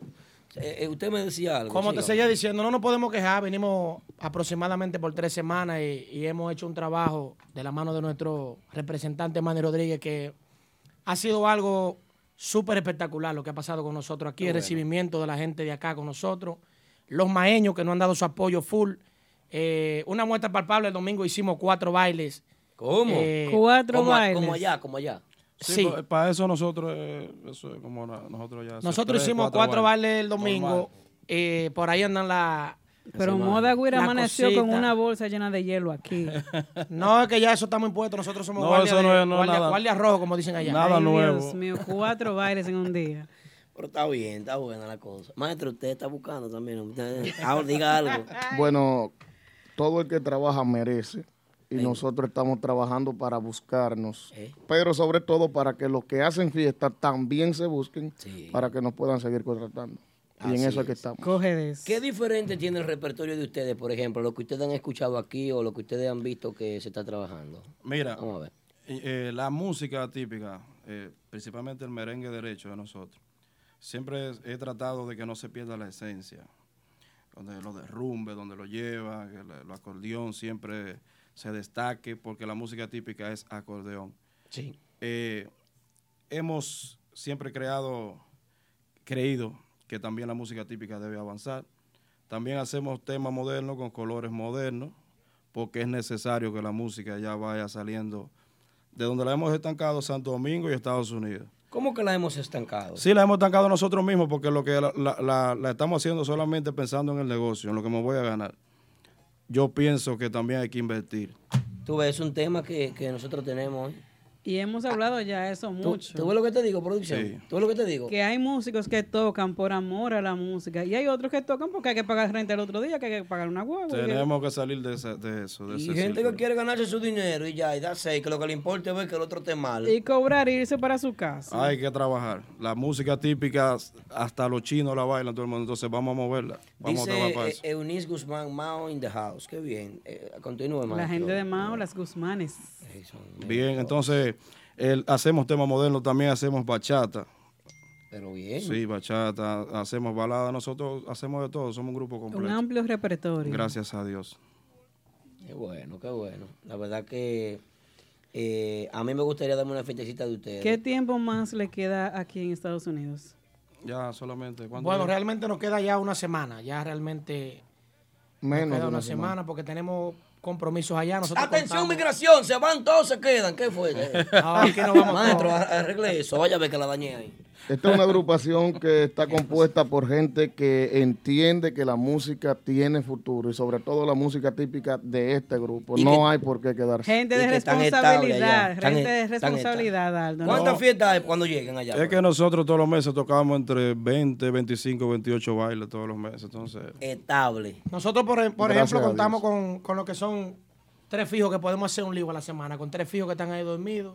Eh, eh, usted me decía algo.
Como te
siga.
seguía diciendo, no nos podemos quejar. Venimos aproximadamente por tres semanas y, y hemos hecho un trabajo de la mano de nuestro representante Manny Rodríguez que ha sido algo súper espectacular lo que ha pasado con nosotros aquí, el recibimiento de la gente de acá con nosotros, los maeños que nos han dado su apoyo full. Eh, una muestra palpable, el domingo hicimos cuatro bailes.
¿Cómo?
Eh,
Cuatro
como, a-
bailes.
como allá, como allá.
sí.
Sí, para eso nosotros, eh, eso es como na- nosotros ya.
Nosotros hicimos cuatro bailes el domingo. eh, por ahí andan la...
Pero Moda Guira
La
amaneció con
cosita.
una bolsa llena de hielo aquí.
No, es que ya eso estamos impuestos. Nosotros somos
No,
guardia,
eso
de-
no es- no,
guardia-
nada.
guardia rojo, como dicen allá.
Nada
Ay,
nuevo.
Dios mío, cuatro bailes en un día.
Pero está bien, está buena la cosa. Maestro, usted está buscando también. Usted- ahora diga algo.
Bueno, todo el que trabaja merece. Y nosotros estamos trabajando para buscarnos.
Eh.
Pero sobre todo para que los que hacen fiesta también se busquen
Sí.
para que nos puedan seguir contratando. Y en
Así
eso es que
es.
estamos.
Coge de eso.
¿Qué diferente tiene el repertorio de ustedes, por ejemplo, lo que ustedes han escuchado aquí o lo que ustedes han visto que se está trabajando?
Mira,
Vamos a ver.
eh, eh, la música típica, eh, principalmente el merengue derecho de nosotros, siempre es- he tratado de que no se pierda la esencia. Donde lo derrumbe, donde lo lleva, que la- el, acordeón siempre se destaque, porque la música típica es acordeón.
Sí.
Eh, hemos siempre creado, creído que también la música típica debe avanzar. También hacemos temas modernos con colores modernos, porque es necesario que la música ya vaya saliendo de donde la hemos estancado, Santo Domingo y Estados Unidos.
¿Cómo que la hemos estancado?
Sí, la hemos estancado nosotros mismos porque lo que la, la- la- la estamos haciendo solamente pensando en el negocio, en lo que me voy a ganar. Yo pienso que también hay que invertir.
Tú ves, es un tema que, que nosotros tenemos. ¿eh?
Y hemos hablado ya eso
¿Tú,
mucho.
tú ves lo que te digo, producción?
Sí.
¿Tú ves lo que te digo?
que hay músicos que tocan por amor a la música y hay otros que tocan porque hay que pagar renta el otro día, que hay que pagar una guagua. y que-
Tenemos que salir de, esa- de eso. De
Y
ese
gente que
círculo.
quiere ganarse su dinero y ya, y da seis, que lo que le importa es ver que el otro esté mal.
Y cobrar e irse para su casa.
Hay que trabajar. La música típica, hasta los chinos la bailan todo el mundo. Entonces vamos a moverla. Vamos a
Dice
trabajar para
eh,
eso.
Eunice Guzmán, Mao in the house. Qué bien. Eh, continúe,
la
maestro.
gente de Mao, las Guzmanes.
Bien, entonces el- hacemos temas modernos, también hacemos bachata.
Pero bien.
Sí, bachata, hacemos balada. Nosotros hacemos de todo, somos un grupo
Un
completo.
amplio repertorio.
Gracias a Dios.
Qué bueno, qué bueno. La verdad que eh, a mí me gustaría darme una fiestecita de ustedes.
¿Qué tiempo más le queda aquí en Estados Unidos?
Ya solamente. ¿cuánto
Bueno,
es?
realmente nos queda ya una semana. Ya realmente nos
Menos de
queda
una
una
semana.
semana porque tenemos compromisos allá. Nosotros
Atención,
contamos-
migración, se van todos, se quedan. ¿Qué fue? Eh,
No, aquí no vamos
Maestro, ar- arregle eso. Vaya a ver que la dañé ahí.
Esta es una agrupación que está compuesta por gente que entiende que la música tiene futuro y sobre todo la música típica de este grupo.
Y
No
que-
hay por qué quedarse.
Gente de
Y que están estables allá.
responsabilidad.
Están
Gente de
est- están
responsabilidad,
estables.
Aldo. ¿no?
¿Cuántas fiestas hay cuando lleguen allá?
Es que nosotros todos los meses tocamos entre 20, 25, 28 bailes todos los meses. Entonces,
Estable.
Nosotros, por, em, por
Gracias
ejemplo,
a
contamos
Dios.
con, con lo que son tres fijos que podemos hacer un lío a la semana, con tres fijos que están ahí dormidos.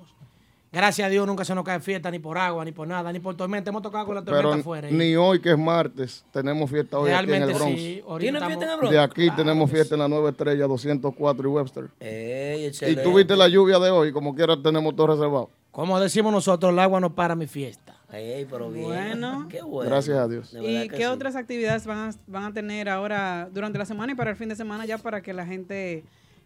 Gracias a Dios nunca se nos cae fiesta, ni por agua, ni por nada, ni por tormenta. Hemos tocado con la tormenta
Pero
afuera. y
ni hoy que es martes tenemos fiesta hoy aquí
realmente
en el Bronx.
sí. ahorita
¿Tienen
estamos-
fiesta en el
De
Bronx?
aquí tenemos fiesta en la nueva estrella 204 y Webster.
Eh, Ey,
Y
excelente.
tú viste la lluvia de hoy, como quiera tenemos todo reservado.
Como decimos nosotros, el agua no para mi fiesta.
Ey, pero bien.
Bueno.
Qué bueno.
Gracias a Dios.
De verdad
¿Y
que
qué
sí.
otras actividades van a, van a tener ahora durante la semana y para el fin de semana ya para que la gente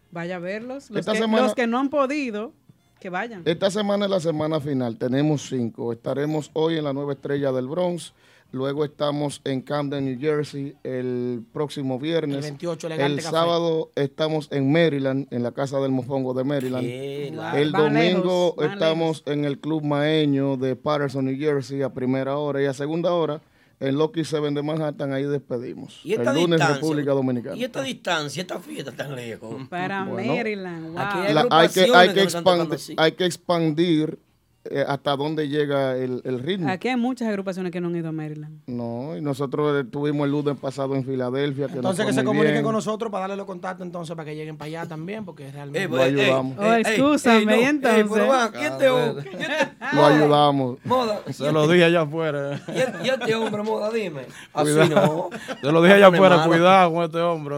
vaya a verlos? Los,
Esta
que,
semana-
los que no han podido, que vayan.
Esta semana es la semana final, tenemos cinco. Estaremos hoy en la nueva estrella del Bronx. Luego estamos en Camden, New Jersey, el próximo viernes.
El 28, Elegante
El
Café.
sábado estamos en Maryland, en la Casa del Mofongo de Maryland.
Qué la-
El
Van lejos,
domingo
van
estamos en el Club Maeño de Patterson, New Jersey, a primera hora. Y a segunda hora, en Lucky Seven de Manhattan, ahí despedimos.
¿Y esta
el lunes,
distancia?
República Dominicana.
Y esta distancia, esta fiesta tan lejos.
Mm. Para
Bueno.
Maryland, wow.
Aquí hay
La- hay, que,
agrupaciones
hay,
que
que
no están tocando
expandi-
así.
hay que expandir eh, hasta dónde llega el, el ritmo.
Aquí hay muchas agrupaciones que no han ido a Maryland.
No, y nosotros eh, tuvimos el lunes pasado en Filadelfia. Que
Entonces que
nos fue
se
muy
comuniquen
bien.
con nosotros para darle los contactos entonces para que lleguen para allá también, porque realmente...
Lo
pues,
ayudamos.
Oh, excúsame, ¿y entonces?
Lo ayudamos.
Moda.
Se lo dije allá afuera.
Y este- y este hombre, moda, dime. Así
Cuidado.
no.
Se lo dije allá
Háblame
afuera.
malo.
Cuidado con este hombre.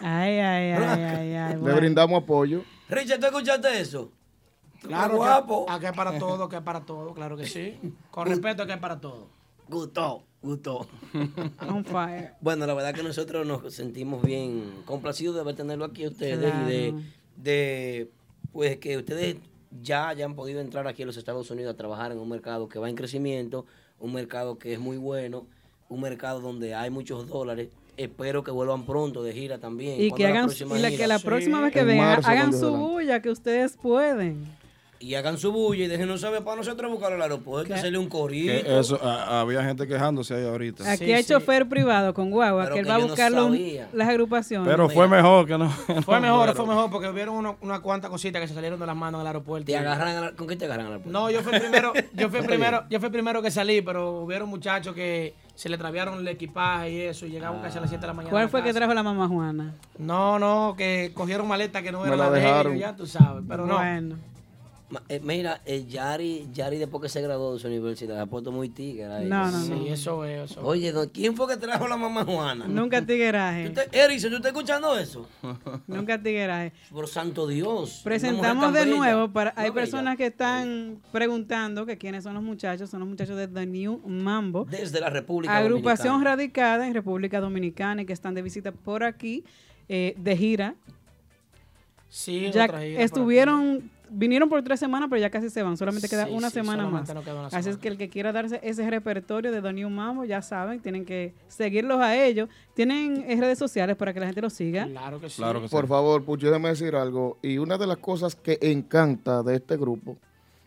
Ay, ay, ay, ay, ay.
Le brindamos apoyo.
Richard, ¿tú escuchaste eso?
Claro,
Qué guapo.
Que, ah, que es para todo, que es para todo, claro que sí. Con respeto, que es para todo.
Gustó, gustó.
On fire.
Bueno, la verdad que nosotros nos sentimos bien complacidos de haber tenerlo aquí a ustedes
Claro.
y de, de, pues que ustedes ya hayan podido entrar aquí a los Estados Unidos a trabajar en un mercado que va en crecimiento, un mercado que es muy bueno, un mercado donde hay muchos dólares. Espero que vuelvan pronto de gira también.
Y
¿Cuándo
que
es
hagan,
próxima
y la,
gira?
que la próxima vez que vengan, hagan su bulla que ustedes pueden.
Y hagan su bulla y déjenos saber para nosotros buscar al aeropuerto, hacerle un corito.
Que eso, a- había gente quejándose ahí ahorita.
Aquí hay chofer privado con guagua
Pero
que él
que
va a
yo no
buscar los-
sabía.
las agrupaciones.
Pero fue mejor que no.
Fue
no
mejor,
fuera.
fue mejor, porque hubieron uno- unas cuantas cositas que se salieron de las manos del aeropuerto.
Te agarran al- ¿Con qué te agarran al aeropuerto?
No, yo fui el primero, yo fui el primero, yo fui el primero que salí, pero hubieron muchachos que se le traviaron el equipaje y eso, y llegaban casi a las 7 de la mañana. a
¿Cuál
la
fue que
casa.
trajo la mamá Juana?
No, no, que cogieron maletas que no
Me
eran
la
las de ellos,
dejaron.
ya tú sabes, pero no.
Bueno.
Ma- eh, mira, eh, Yari, Yari después que se graduó de su universidad, se ha puesto muy tigre. ahí.
No, no, no. Sí,
eso es. Eso.
Oye, don- ¿quién fue que trajo la mamá Juana?
Nunca tigueraje.
¿Usted- Erickson, ¿tú estás escuchando eso?
Nunca tigueraje.
Por santo Dios. una mujer
Presentamos
tan
de
bella.
nuevo. Para, hay
Una bella.
personas que están preguntando que quiénes son los muchachos. Son los muchachos de The New Mambo.
Desde la República
Agrupación
Dominicana.
radicada en República Dominicana y que están de visita por aquí, eh, de gira.
Sí,
ya
otra gira por
estuvieron, vinieron por tres semanas, pero ya casi se van. Solamente queda
Sí,
una
sí,
semana más.
solamente nos queda una
Así es que el que quiera darse ese repertorio de Don New Mambo, ya saben, tienen que seguirlos a ellos. Tienen eh, redes sociales para que la gente los siga.
Claro que
Por favor, Pucho, déjame decir algo. Y una de las cosas que encanta de este grupo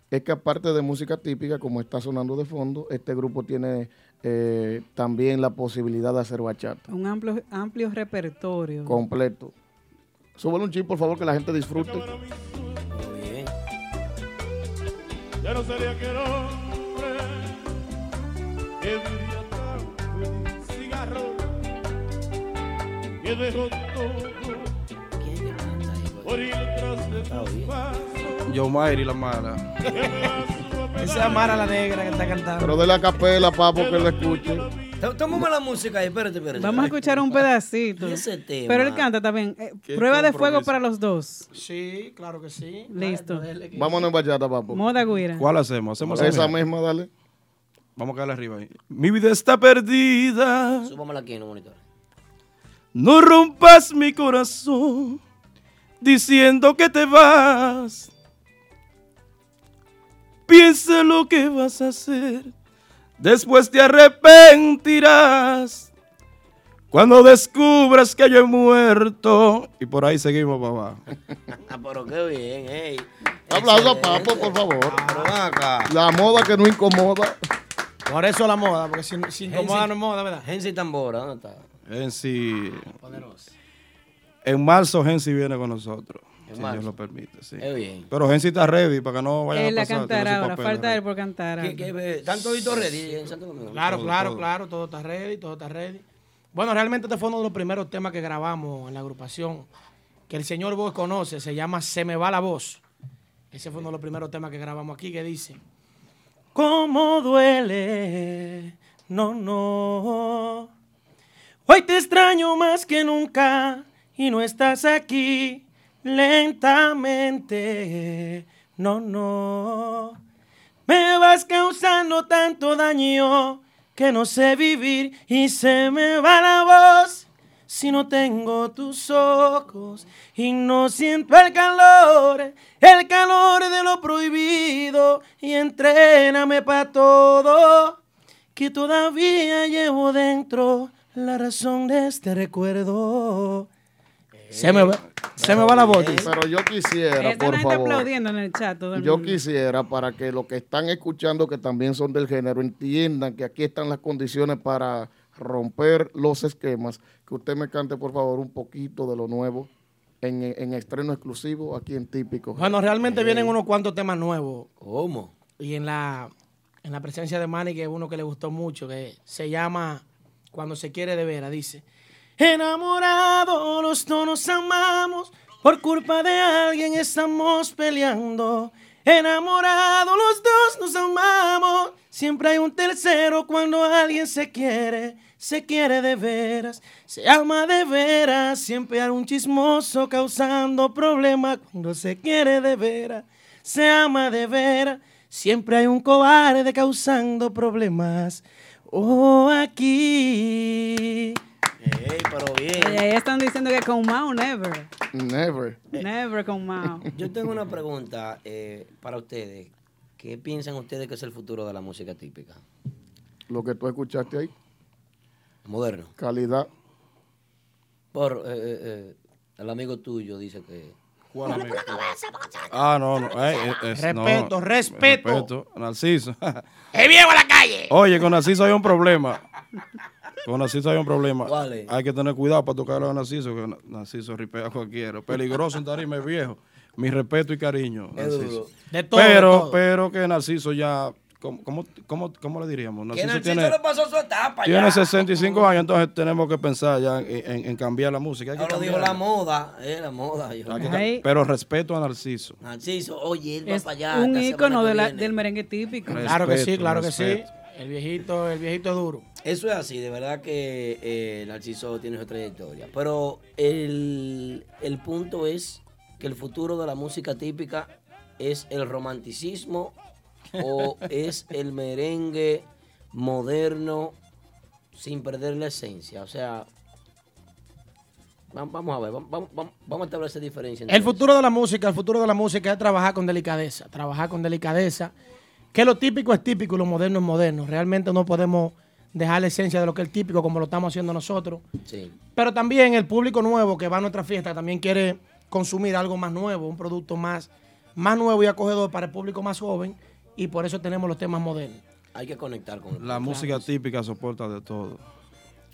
es que aparte de música típica, como está sonando de fondo, este grupo tiene eh, también la posibilidad de hacer bachata
Un amplio, amplio repertorio.
completo. Súbale un chip, por favor, que la gente disfrute.
Ya no sería aquel hombre que vivía tan feliz. cigarro que dejó todo por ir tras de tus pasos.
Yo, Mayri, la mala.
Esa es Mara la negra que está
Ah.
cantando.
Pero de la capela, papo, que lo escuche.
Tó- Tómame la música ahí, espérate, espérate.
Vamos a escuchar un pedacito.
Y ese tema.
Pero él canta también. eh,
Qué
prueba de fuego
compromiso.
para los dos.
Sí, claro que sí.
Listo.
Vámonos en bachata, papo.
Moda Guira.
¿Cuál hacemos? ¿Hacemos
Esa misma, dale.
Vamos a caerle arriba ahí. Mi vida está perdida.
Súbamela aquí en un monitor.
No rompas mi corazón diciendo que te vas. Piensa lo que vas a hacer, después te arrepentirás. Cuando descubras que yo he muerto. Y por ahí seguimos, papá.
Ah, pero qué bien, ey.
Aplauso a
Excelente.
papo, por favor.
acá.
La moda que no incomoda.
Por eso la moda, porque sin, sin
Hensi-
incomoda no es moda, ¿verdad?
Hensi Tambora, ¿dónde está?
En sí.
Poderoso.
En marzo, Gensi viene con nosotros. si
marzo.
Dios lo permite, sí.
Qué bien.
Pero Gensi está ready para que Pues no vayan
Él la
a pasar. tiene
cantará
su
ahora.
papel
Falta
ready.
él por cantar.
¿Qué,
algo.
qué, eh, ¿Están toditos ready en Santo Domingo?
Claro,
Todo,
claro,
todo.
claro, todo está ready, todo está ready. Bueno, realmente este fue uno de los primeros temas que grabamos en la agrupación, que el señor Voz conoce, se llama Se me va la voz. Ese fue uno de los primeros temas que grabamos aquí, que dice, ¿cómo duele? No, no. Hoy te extraño más que nunca y no estás aquí lentamente. No, no. Me vas causando tanto daño que no sé vivir y se me va la voz si no tengo tus ojos y no siento el calor, el calor de lo prohibido y entréname para todo que todavía llevo dentro la razón de este recuerdo. Se me va, se me va la botis.
Pero yo quisiera,
Esta
por
gente está
favor.
aplaudiendo en el chat. todo el
Yo
mundo.
quisiera para que los que están escuchando, que también son del género, entiendan que aquí están las condiciones para romper los esquemas. Que usted me cante, por favor, un poquito de lo nuevo en, en estreno exclusivo aquí en Típico. Eh,
Bueno, realmente vienen unos cuantos temas nuevos.
¿Cómo?
Y en la, en la presencia de Manny, que es uno que le gustó mucho, que se llama Cuando se quiere de veras, dice. Enamorado, los dos nos amamos, por culpa de alguien estamos peleando. Enamorado, los dos nos amamos, siempre hay un tercero cuando alguien se quiere, se quiere de veras, se ama de veras, siempre hay un chismoso causando problemas cuando se quiere de veras, se ama de veras, siempre hay un cobarde causando problemas. Oh, aquí.
pero
Oye, Eh, ahí están diciendo que con Mao never.
Never.
Never con Mao.
Yo tengo una pregunta eh, para ustedes. ¿Qué piensan ustedes que es el futuro de la música típica?
Lo que tú escuchaste ahí.
Moderno.
Calidad.
Por eh, eh, eh, el amigo tuyo dice que.
¿Cuál amigo? Ah, no, no. eh, eh, es- no.
Respeto, respeto.
Respeto, Narciso.
¡Eh, viejo a la calle!
Oye, con Narciso hay un problema. Con Narciso hay un problema.
¿Cuál es?
Hay que tener cuidado para tocar a Narciso, que Na- Narciso ripea a cualquiera. Peligroso en tarima, es viejo. Mi respeto y cariño,
Es duro.
Narciso.
De todo, de
pero,
todo.
pero que Narciso ya, ¿cómo, cómo, cómo- cómo le diríamos?
Que Narciso
tiene-
le pasó su etapa
Tiene
ya.
65 años, entonces tenemos que pensar ya en, en- en cambiar la música. Hay que
Ya lo dijo
cambiarla.
la moda. Eh, la moda. yo-
Hay que cam- Pero respeto a Narciso.
Narciso, oye, él va
Es
para allá.
un
esta
ícono
semana
de
que
la-
viene.
del merengue típico.
Claro que sí,
Respeto,
claro
respeto.
que sí. El viejito, el viejito es duro.
Eso es así, de verdad que eh, Narciso tiene su trayectoria. Pero el, el punto es que el futuro de la música típica es el romanticismo o es el merengue moderno sin perder la esencia. O sea, va- vamos a ver, va- va- va- vamos a establecer diferencia. entre
El futuro de la música, el futuro de la música es trabajar con delicadeza, trabajar con delicadeza. Que lo típico es típico y lo moderno es moderno. Realmente no podemos dejar la esencia de lo que es típico como lo estamos haciendo nosotros.
Sí.
Pero también el público nuevo que va a nuestra fiesta también quiere consumir algo más nuevo, un producto más, más nuevo y acogedor para el público más joven. Y por eso tenemos los temas modernos.
Hay que conectar con
La música típica soporta de todo.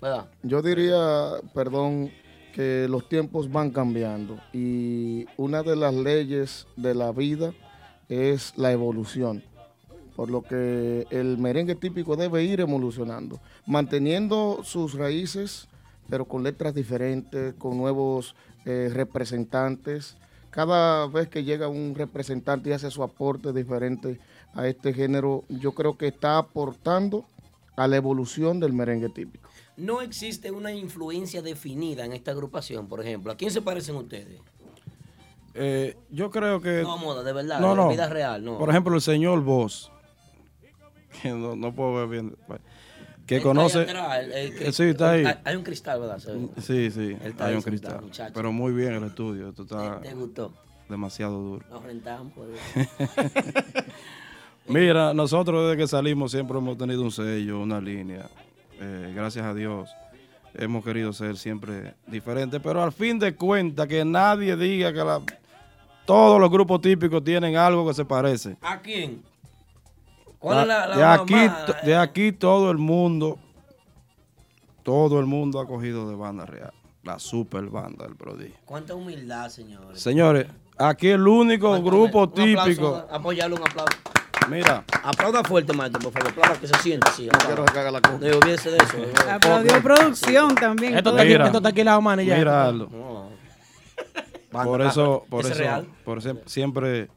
¿Verdad?
Yo diría, perdón, que los tiempos van cambiando y una de las leyes de la vida es la evolución. Por lo que el merengue típico debe ir evolucionando, manteniendo sus raíces, pero con letras diferentes, con nuevos eh, representantes. Cada vez que llega un representante y hace su aporte diferente a este género, yo creo que está aportando a la evolución del merengue típico.
No existe una influencia definida en esta agrupación, por ejemplo. ¿A quién se parecen ustedes?
Eh, yo creo que.
No, moda, de verdad, de vida real, no.
Por ejemplo, el señor Voss, que no, no puedo ver bien, que
Él está
conoce.
ahí atrás, el- el que-
sí, está ahí.
hay- hay un cristal, ¿verdad? Se ve.
Sí, sí,
Él está
hay
ahí
un
sentado,
cristal.
muchacho.
Pero muy bien el estudio, esto está
¿Te- te gustó?
demasiado duro.
Nos rentamos. pues.
Mira, nosotros desde que salimos siempre hemos tenido un sello, una línea. Eh, gracias a Dios hemos querido ser siempre diferentes, pero al fin de cuentas que nadie diga que la- todos los grupos típicos tienen algo que se parece. Ah,
¿A quién? ¿Cuál
Ah,
es la, la
de, aquí,
mamá?
to- de aquí todo el mundo, todo el mundo ha cogido de banda real, la super banda del prodigio.
Cuánta humildad, señores.
Señores, aquí el único grupo
Un aplauso,
típico.
Apoyarlo, un aplauso.
Mira.
Aplauda fuerte, maestro, por favor. Aplauda que se siente, sí. No
quiero que haga la cosa.
No olvídese de eso. no.
Aplaudió producción también.
Esto está aquí,
Mira.
esto está aquí lado, mano, y ya.
Mira, Aldo.
Banda,
Por
banda.
eso, por
ah, Ese es
eso,
real.
por siem- siempre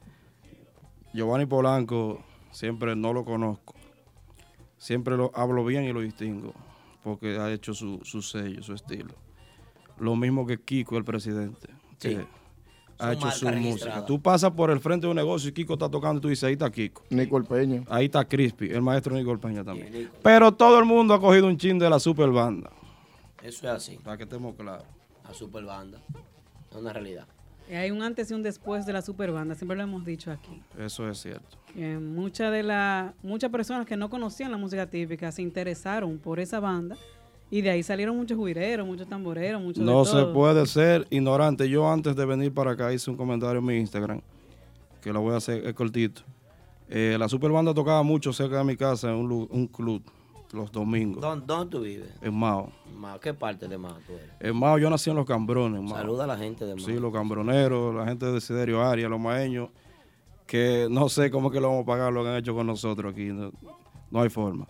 Giovanni Polanco, siempre no lo conozco. Siempre lo hablo bien y lo distingo, porque ha hecho su, su sello, su estilo. Lo mismo que Kiko, el presidente,
Sí.
que ha
Su
hecho
marca
su música.
registrada.
Tú pasas por el frente de un negocio y Kiko está tocando y tú dices, ahí está Kiko.
Nicol Peña.
Ahí está Crispy, el maestro Nicol Peña también. Pero todo el mundo ha cogido un chin de la super banda.
Eso es así.
Para que estemos claros.
La super banda. Es una realidad.
Eh, Hay un antes y un después de la superbanda, siempre lo hemos dicho aquí.
Eso es cierto.
Eh, muchas de la, muchas personas que no conocían la música típica se interesaron por esa banda y de ahí salieron muchos juireros, muchos tamboreros, muchos de
No se
todo.
puede ser ignorante. Yo antes de venir para acá hice un comentario en mi Instagram, que lo voy a hacer es cortito. Eh, la superbanda tocaba mucho cerca de mi casa en un, lu- un club los domingos,
¿Dónde, dónde tú vives?
en Mao.
Ma, ¿Qué parte de Mao tú eres?
En Mao yo nací en Los Cambrones. en Mao.
Saluda a la gente de Mao.
Sí, los cambroneros, la gente de Siderio Arias, los maeños, que no sé cómo es que lo vamos a pagar lo que han hecho con nosotros aquí. No, no hay forma.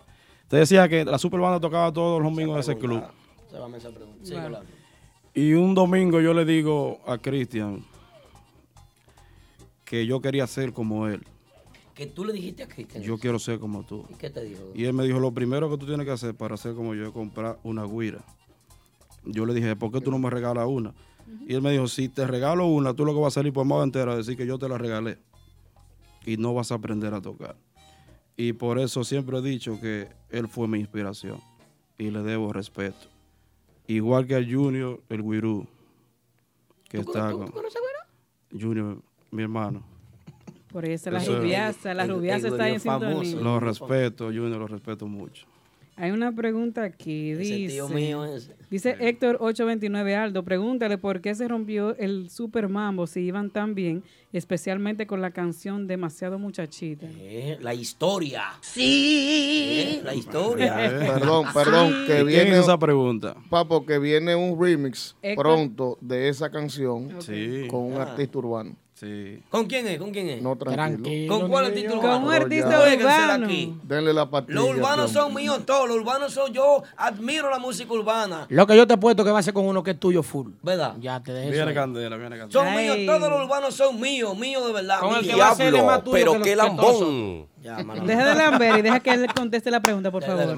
Te decía que la superbanda tocaba todos los domingos en ese club.
Se va a esa pregunta. Sí,
Bueno.
claro.
Y un domingo yo le digo a Cristian que yo quería ser como él.
Que tú le dijiste a Cristian.
Yo quiero ser como tú.
¿Y qué te dijo?
Y él me dijo, lo primero que tú tienes que hacer para ser como yo es comprar una guira. Yo le dije, ¿por qué tú no me regalas una? Y él me dijo, si te regalo una, tú lo que vas a salir por más entera a decir que yo te la regalé. Y no vas a aprender a tocar. Y por eso siempre he dicho que él fue mi inspiración. Y le debo respeto. Igual que a Junior, el Guirú. Que está con... Junior, mi hermano.
Por eso la
Eso es-
rubiaza, la
el- el
rubiaza está
Godoy
en
es famoso.
sintonía.
Lo respeto, Junior, lo respeto mucho.
Hay una pregunta aquí, dice.
tío mío es-
Dice Héctor 829 Aldo, pregúntale por qué se rompió el Super Mambo si iban tan bien, especialmente con la canción Demasiado Muchachita.
Eh, la historia.
Sí.
Eh, la historia.
Perdón, perdón, que
¿Y quién
viene
hizo esa pregunta?
Papo, que viene un remix
Héctor.
pronto de esa canción
Sí.
con un
Ah.
artista urbano.
Sí.
¿Con quién es? ¿Con quién es?
No, tranquilo.
¿Con cuál artista
Con
urbano?
un artista
Óigansela
urbano.
aquí.
Denle la patilla.
Los urbanos
este
son
hombre.
míos todos. Los urbanos son yo. Admiro la música urbana.
Lo que yo te he puesto que va a ser con uno que es tuyo full.
¿Verdad?
Ya te dejo.
Viene Candela, viene Candela.
Son míos. Todos los urbanos son míos. Míos de verdad.
Con el que
míos.
va a ser más tuyo que
pero
los
qué
que todos
lambón.
Ya, mala
Deja de lamber y deja que él conteste la pregunta, por favor.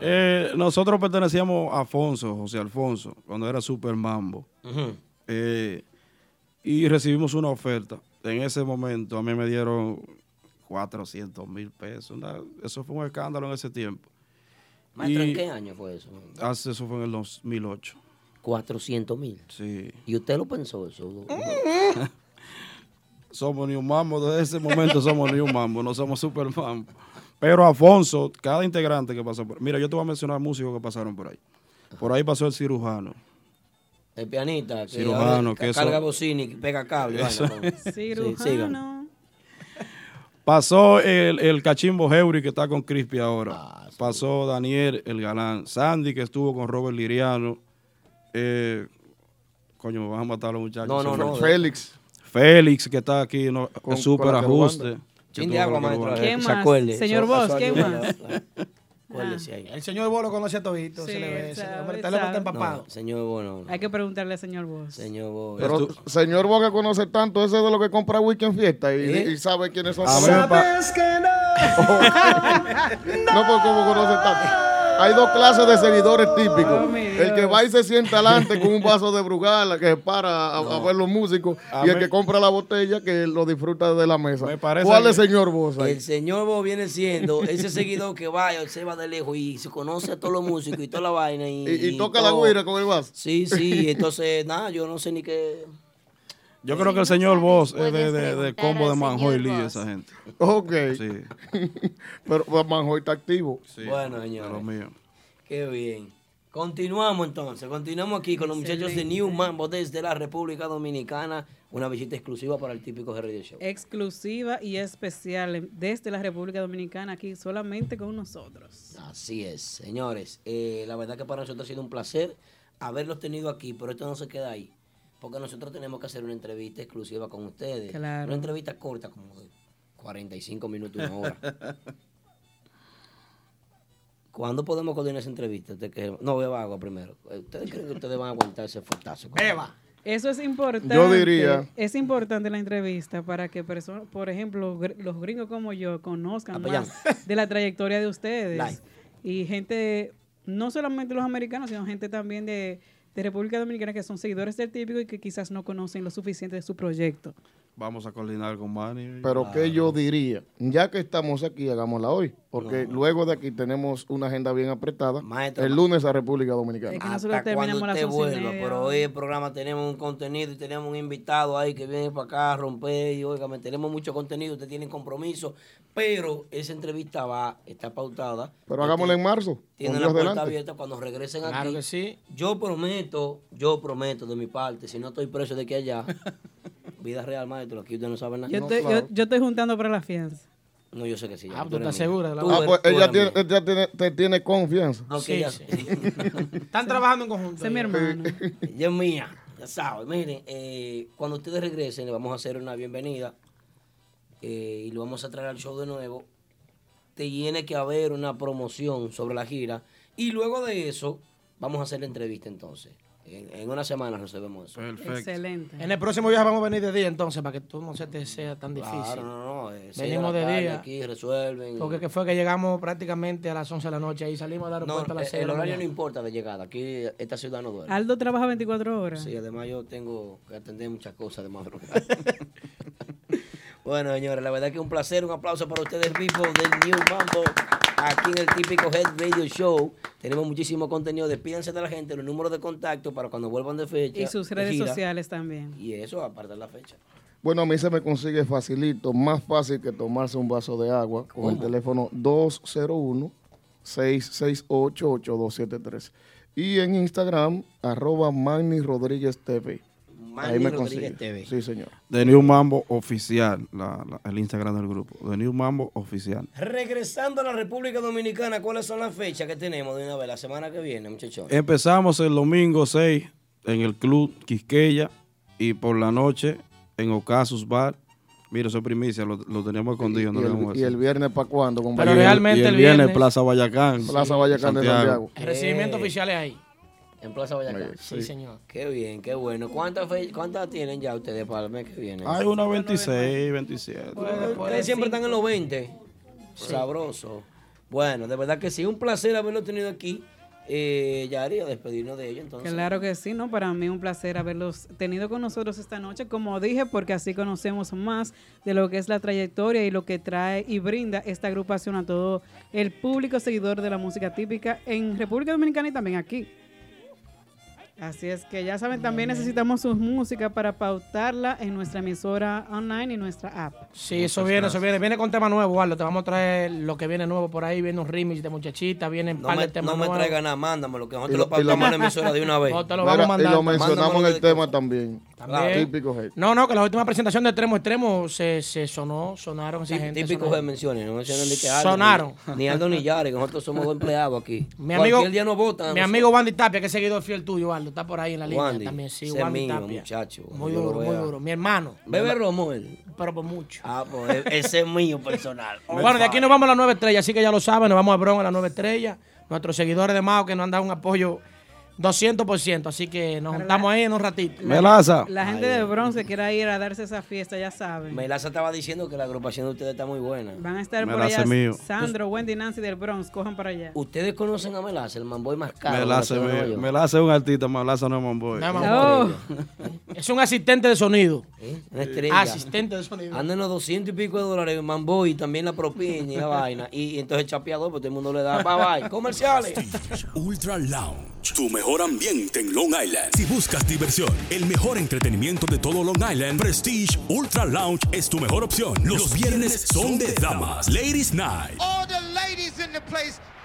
Eh, nosotros pertenecíamos a Afonso, José Alfonso, cuando era Super Mambo.
Ujú.
Eh, y recibimos una oferta. En ese momento a mí me dieron 400 mil pesos. una- eso fue un escándalo en ese tiempo.
Maestro,
Y-
¿en qué año fue eso?
Hace- eso fue en el 2008.
400 mil.
Sí.
¿Y usted lo pensó eso?
Somos New Mambo, desde ese momento somos New Mambo, no somos Super Mambo. Pero Afonso, cada integrante que pasó por... Mira, yo te voy a mencionar músicos que pasaron por ahí. Por ahí pasó el cirujano.
El pianista. Que
Cirujano,
que
que eso-
carga bocina y pega cable.
Eso-
vaina, con- Sí, sígame.
Cirujano.
Pasó el, el cachimbo Heuri que está con Crispy ahora.
Ah,
Pasó Daniel el galán. Sandy que estuvo con Robert Liriano. Eh, coño, me van a matar los muchachos.
No, no,
Se me-
no.
Félix.
Félix que está aquí, no,
Con-
super
con la
ajuste.
Querubanda.
que
Chin de
estuvo
agua,
con la
maestro.
Querubanda.
¿Quién
se
más?
acuerde.
Señor
Eso- eso
Bosch, ¿quién
ayuda.
más?
Acuérdese ahí.
El señor Bo lo conoce todito.
Ah. Sí,
se le ve.
él
se le-
sabe,
hombre,
él
está, loco,
sabe.
está empapado.
No, señor Bono.
Hay que preguntarle al señor Bosch.
Señor Bono.
Pero, señor Boca conoce tanto, ese es de lo que compra Weekend Fiesta y,
¿Eh?
y sabe quiénes son.
A mí me pa-
No, pues cómo conoce tanto. Hay dos clases de seguidores típicos.
Oh, mi
el que va y se sienta adelante con un vaso de brugal que para a, a ver los músicos
A
y el
mí-
que compra la botella que lo disfruta de la mesa.
Me parece
¿Cuál
que-
es señor Bosa?
El señor Bo viene siendo ese seguidor que va y observa de lejos y se conoce a todos los músicos y toda la vaina. Y,
Y, y toca la
todo.
guira con el vaso.
Sí, sí, entonces nada, yo no sé ni qué.
Yo creo que el señor Boss es de,
puedes
de- de
preguntar
combo de
al
Manjo y
señor
Lee,
Boss.
esa gente.
Ok.
Sí,
Pero pues, Manjoy está activo.
sí.
Bueno,
de lo
señores.
mío.
Qué bien. Continuamos entonces, continuamos aquí con los muchachos de New Mambo desde la República Dominicana. Una visita exclusiva para el típico de Radio Show.
Exclusiva y especial em, desde la República Dominicana, aquí solamente con nosotros.
Así es, señores. Eh, la verdad que para nosotros ha sido un placer haberlos tenido aquí, pero esto no se queda ahí. Porque nosotros tenemos que hacer una entrevista exclusiva con ustedes.
Claro.
Una entrevista corta, como de 45 minutos, una hora. ¿Cuándo podemos coordinar esa entrevista? Usted que- No, beba agua primero. Eh, ¿Ustedes creen que ustedes van a aguantar ese fortazo? ¡Beba!
Eso es importante.
Yo diría-
Es importante la entrevista para que personas, por ejemplo, gr- los gringos como yo conozcan
Apoyamos.
más de la trayectoria de ustedes.
Like.
Y gente, no solamente los americanos, sino gente también de, de República Dominicana que son seguidores del típico y que quizás no conocen lo suficiente de su proyecto.
Vamos a coordinar con Manny. Ah.
Pero
que
que yo diría, ya que estamos aquí, hagámosla hoy, porque luego de aquí tenemos una agenda bien apretada. el lunes a República Dominicana.
Hasta cuando usted vuelva, pero hoy el programa tenemos un contenido y tenemos un invitado ahí que viene para acá a romper y óigame, tenemos mucho contenido, usted tiene compromiso, pero esa entrevista va, está pautada.
Pero hagámosla en marzo. con
Tienen la
Dios
puerta
delante.
abierta cuando regresen aquí.
Claro que
sí.
Yo prometo, yo prometo de mi parte, si no estoy preso de que allá, vida real, maestro, aquí usted no sabe nada.
Yo,
no,
estoy, yo- yo estoy juntando para la fianza.
No, yo sé que sí. ya,
Ah, ¿tú
eres
estás
mía.
segura de la-
Tú
Ah,
eres-
Pues
tú
ella
eres
tiene,
mía.
ella tiene- te tiene confianza.
Ok, ya-
Están trabajando en conjunto.
Es mi
hermano.
Ella es mía, ya saben. Miren, eh, cuando ustedes regresen, le vamos a hacer una bienvenida eh, y lo vamos a traer al show de nuevo. Tiene que haber una promoción sobre la gira y luego de eso vamos a hacer la entrevista entonces. En, en una semana resolvemos eso.
Excelente.
En el próximo viaje vamos a venir de día entonces para que tú no se te sea tan difícil.
Claro, no, no, eh, seis de
Venimos
la
de,
tarde
día.
aquí, resuelven.
Porque que fue que llegamos prácticamente a las 11 de la noche y salimos al
No,
aeropuerto a las
eh,
6 de
el
la
horario no
mañana.
importa de llegada. Aquí esta ciudad no duerme.
Aldo trabaja 24 horas.
Sí, además yo tengo que atender muchas cosas de madrugada. bueno, señores, la verdad que un placer, un aplauso para ustedes mismos del New Mambo aquí en el típico Head Radio Show. Tenemos muchísimo contenido. Despídanse de la gente, los números de contacto para cuando vuelvan de fecha.
Y sus
de
redes
gira.
sociales también.
Y eso, aparte de la fecha.
Bueno, a mí se me consigue facilito, más fácil que tomarse un vaso de agua con el teléfono 201-668-8273. Y en Instagram, arroba Magni Rodríguez TV. Ahí
Magni
me
Rodríguez
consigue. Sí, señor.
The New Mambo Oficial, la- la- el Instagram del grupo. The New Mambo Oficial.
Regresando a la República Dominicana, ¿cuáles son las fechas que tenemos de una vez la semana que viene, muchachos?
Empezamos el domingo 6 en el Club Quisqueya y por la noche en Ocasus Bar. Mira, eso es primicia, lo, lo teníamos escondido. no
y,
le vamos a
el, y
decir.
el viernes para cuándo,
Y
compañero?
el- y el viernes, Plaza Bayacán.
Plaza Bayacán de Santiago.
El recibimiento oficial es ahí.
Eh, En Plaza Bayacán.
Sí, Sí. señor.
Qué bien, qué bueno. ¿Cuántas fe- cuántas tienen ya ustedes para el mes que viene?
Hay una 26, 27.
Ustedes siempre están en los 20. Sabroso. Bueno, de verdad que sí, un placer haberlo tenido aquí. Eh, ya haría despedirnos de ellos entonces.
Claro que sí, ¿no? Para mí un placer haberlos tenido con nosotros esta noche, como dije, porque así conocemos más de lo que es la trayectoria y lo que trae y brinda esta agrupación a todo el público seguidor de la música típica en República Dominicana y también aquí. Así es que ya saben, también necesitamos sus músicas para pautarla en nuestra emisora online y nuestra app.
Sí, eso
pues,
viene, eso viene. Viene con tema nuevo, Aldo. Te vamos a traer lo que viene nuevo por ahí. Viene un remix de muchachita, vienen un
No
par
me,
de temas
no me
nuevos.
traiga nada, mándamelo, que
Y
nosotros
lo-
lo
y
pasamos en la emisora de una vez.
No, te lo
Mira,
vamos a mandar.
y lo mencionamos
Mándamelo
en el
de-
tema también.
También.
Típico hate.
No, no, que la última presentación de Extremo a Extremo se, se sonó, sonaron esa gente.
Típico de
sonaron.
menciones, no mencionen ni que Aldo,
Sonaron.
Ni, ni Aldo ni Yare, que nosotros somos dos empleados aquí.
Mi amigo,
Cualquier día nos votan.
mi amigo Wandy Tapia, que es seguidor fiel tuyo, Aldo, está por ahí en la línea
Wandy,
también. Sí,
ese es
Wandy
mío,
Tapia.
muchacho.
Muy
Yo lo
duro, muy
veo.
duro. Mi hermano.
Bebe romo él.
Pero por mucho.
Ah, pues ese es mío personal.
Bueno, de aquí nos vamos a las nueve estrellas, así que ya lo saben, nos vamos a Bron a las nueve estrellas. Nuestros seguidores de Mao que nos han dado un apoyo 200%, así que nos juntamos ahí en un ratito.
Melaza.
La gente
Ahí.
de Bronce quiera ir a darse esa fiesta, ya saben.
Melaza estaba diciendo que la agrupación de ustedes está muy buena.
Van a estar por allá.
Melaza es mío.
Sandro, Wendy, Nancy del Bronx, cojan para allá.
Ustedes conocen a Melaza, el mamboy más caro. de la
Melaza,
ciudad de
me,
Nueva York.
Melaza es un artista, Melaza no es mamboy.
No, Es un asistente de sonido.
Una estrella.
Asistente de sonido.
Andan los 200 y pico de dólares, mamboy, y también la propina y la vaina. Y, y entonces el chapeador, pues todo el mundo le da bye bye. Comerciales.
Ultra Lounge, tu mejor ambiente en Long Island. Si buscas diversión, el mejor entretenimiento de todo Long Island, Prestige Ultra Lounge es tu mejor opción. Los viernes son de damas, Ladies Night,
All the ladies in the place,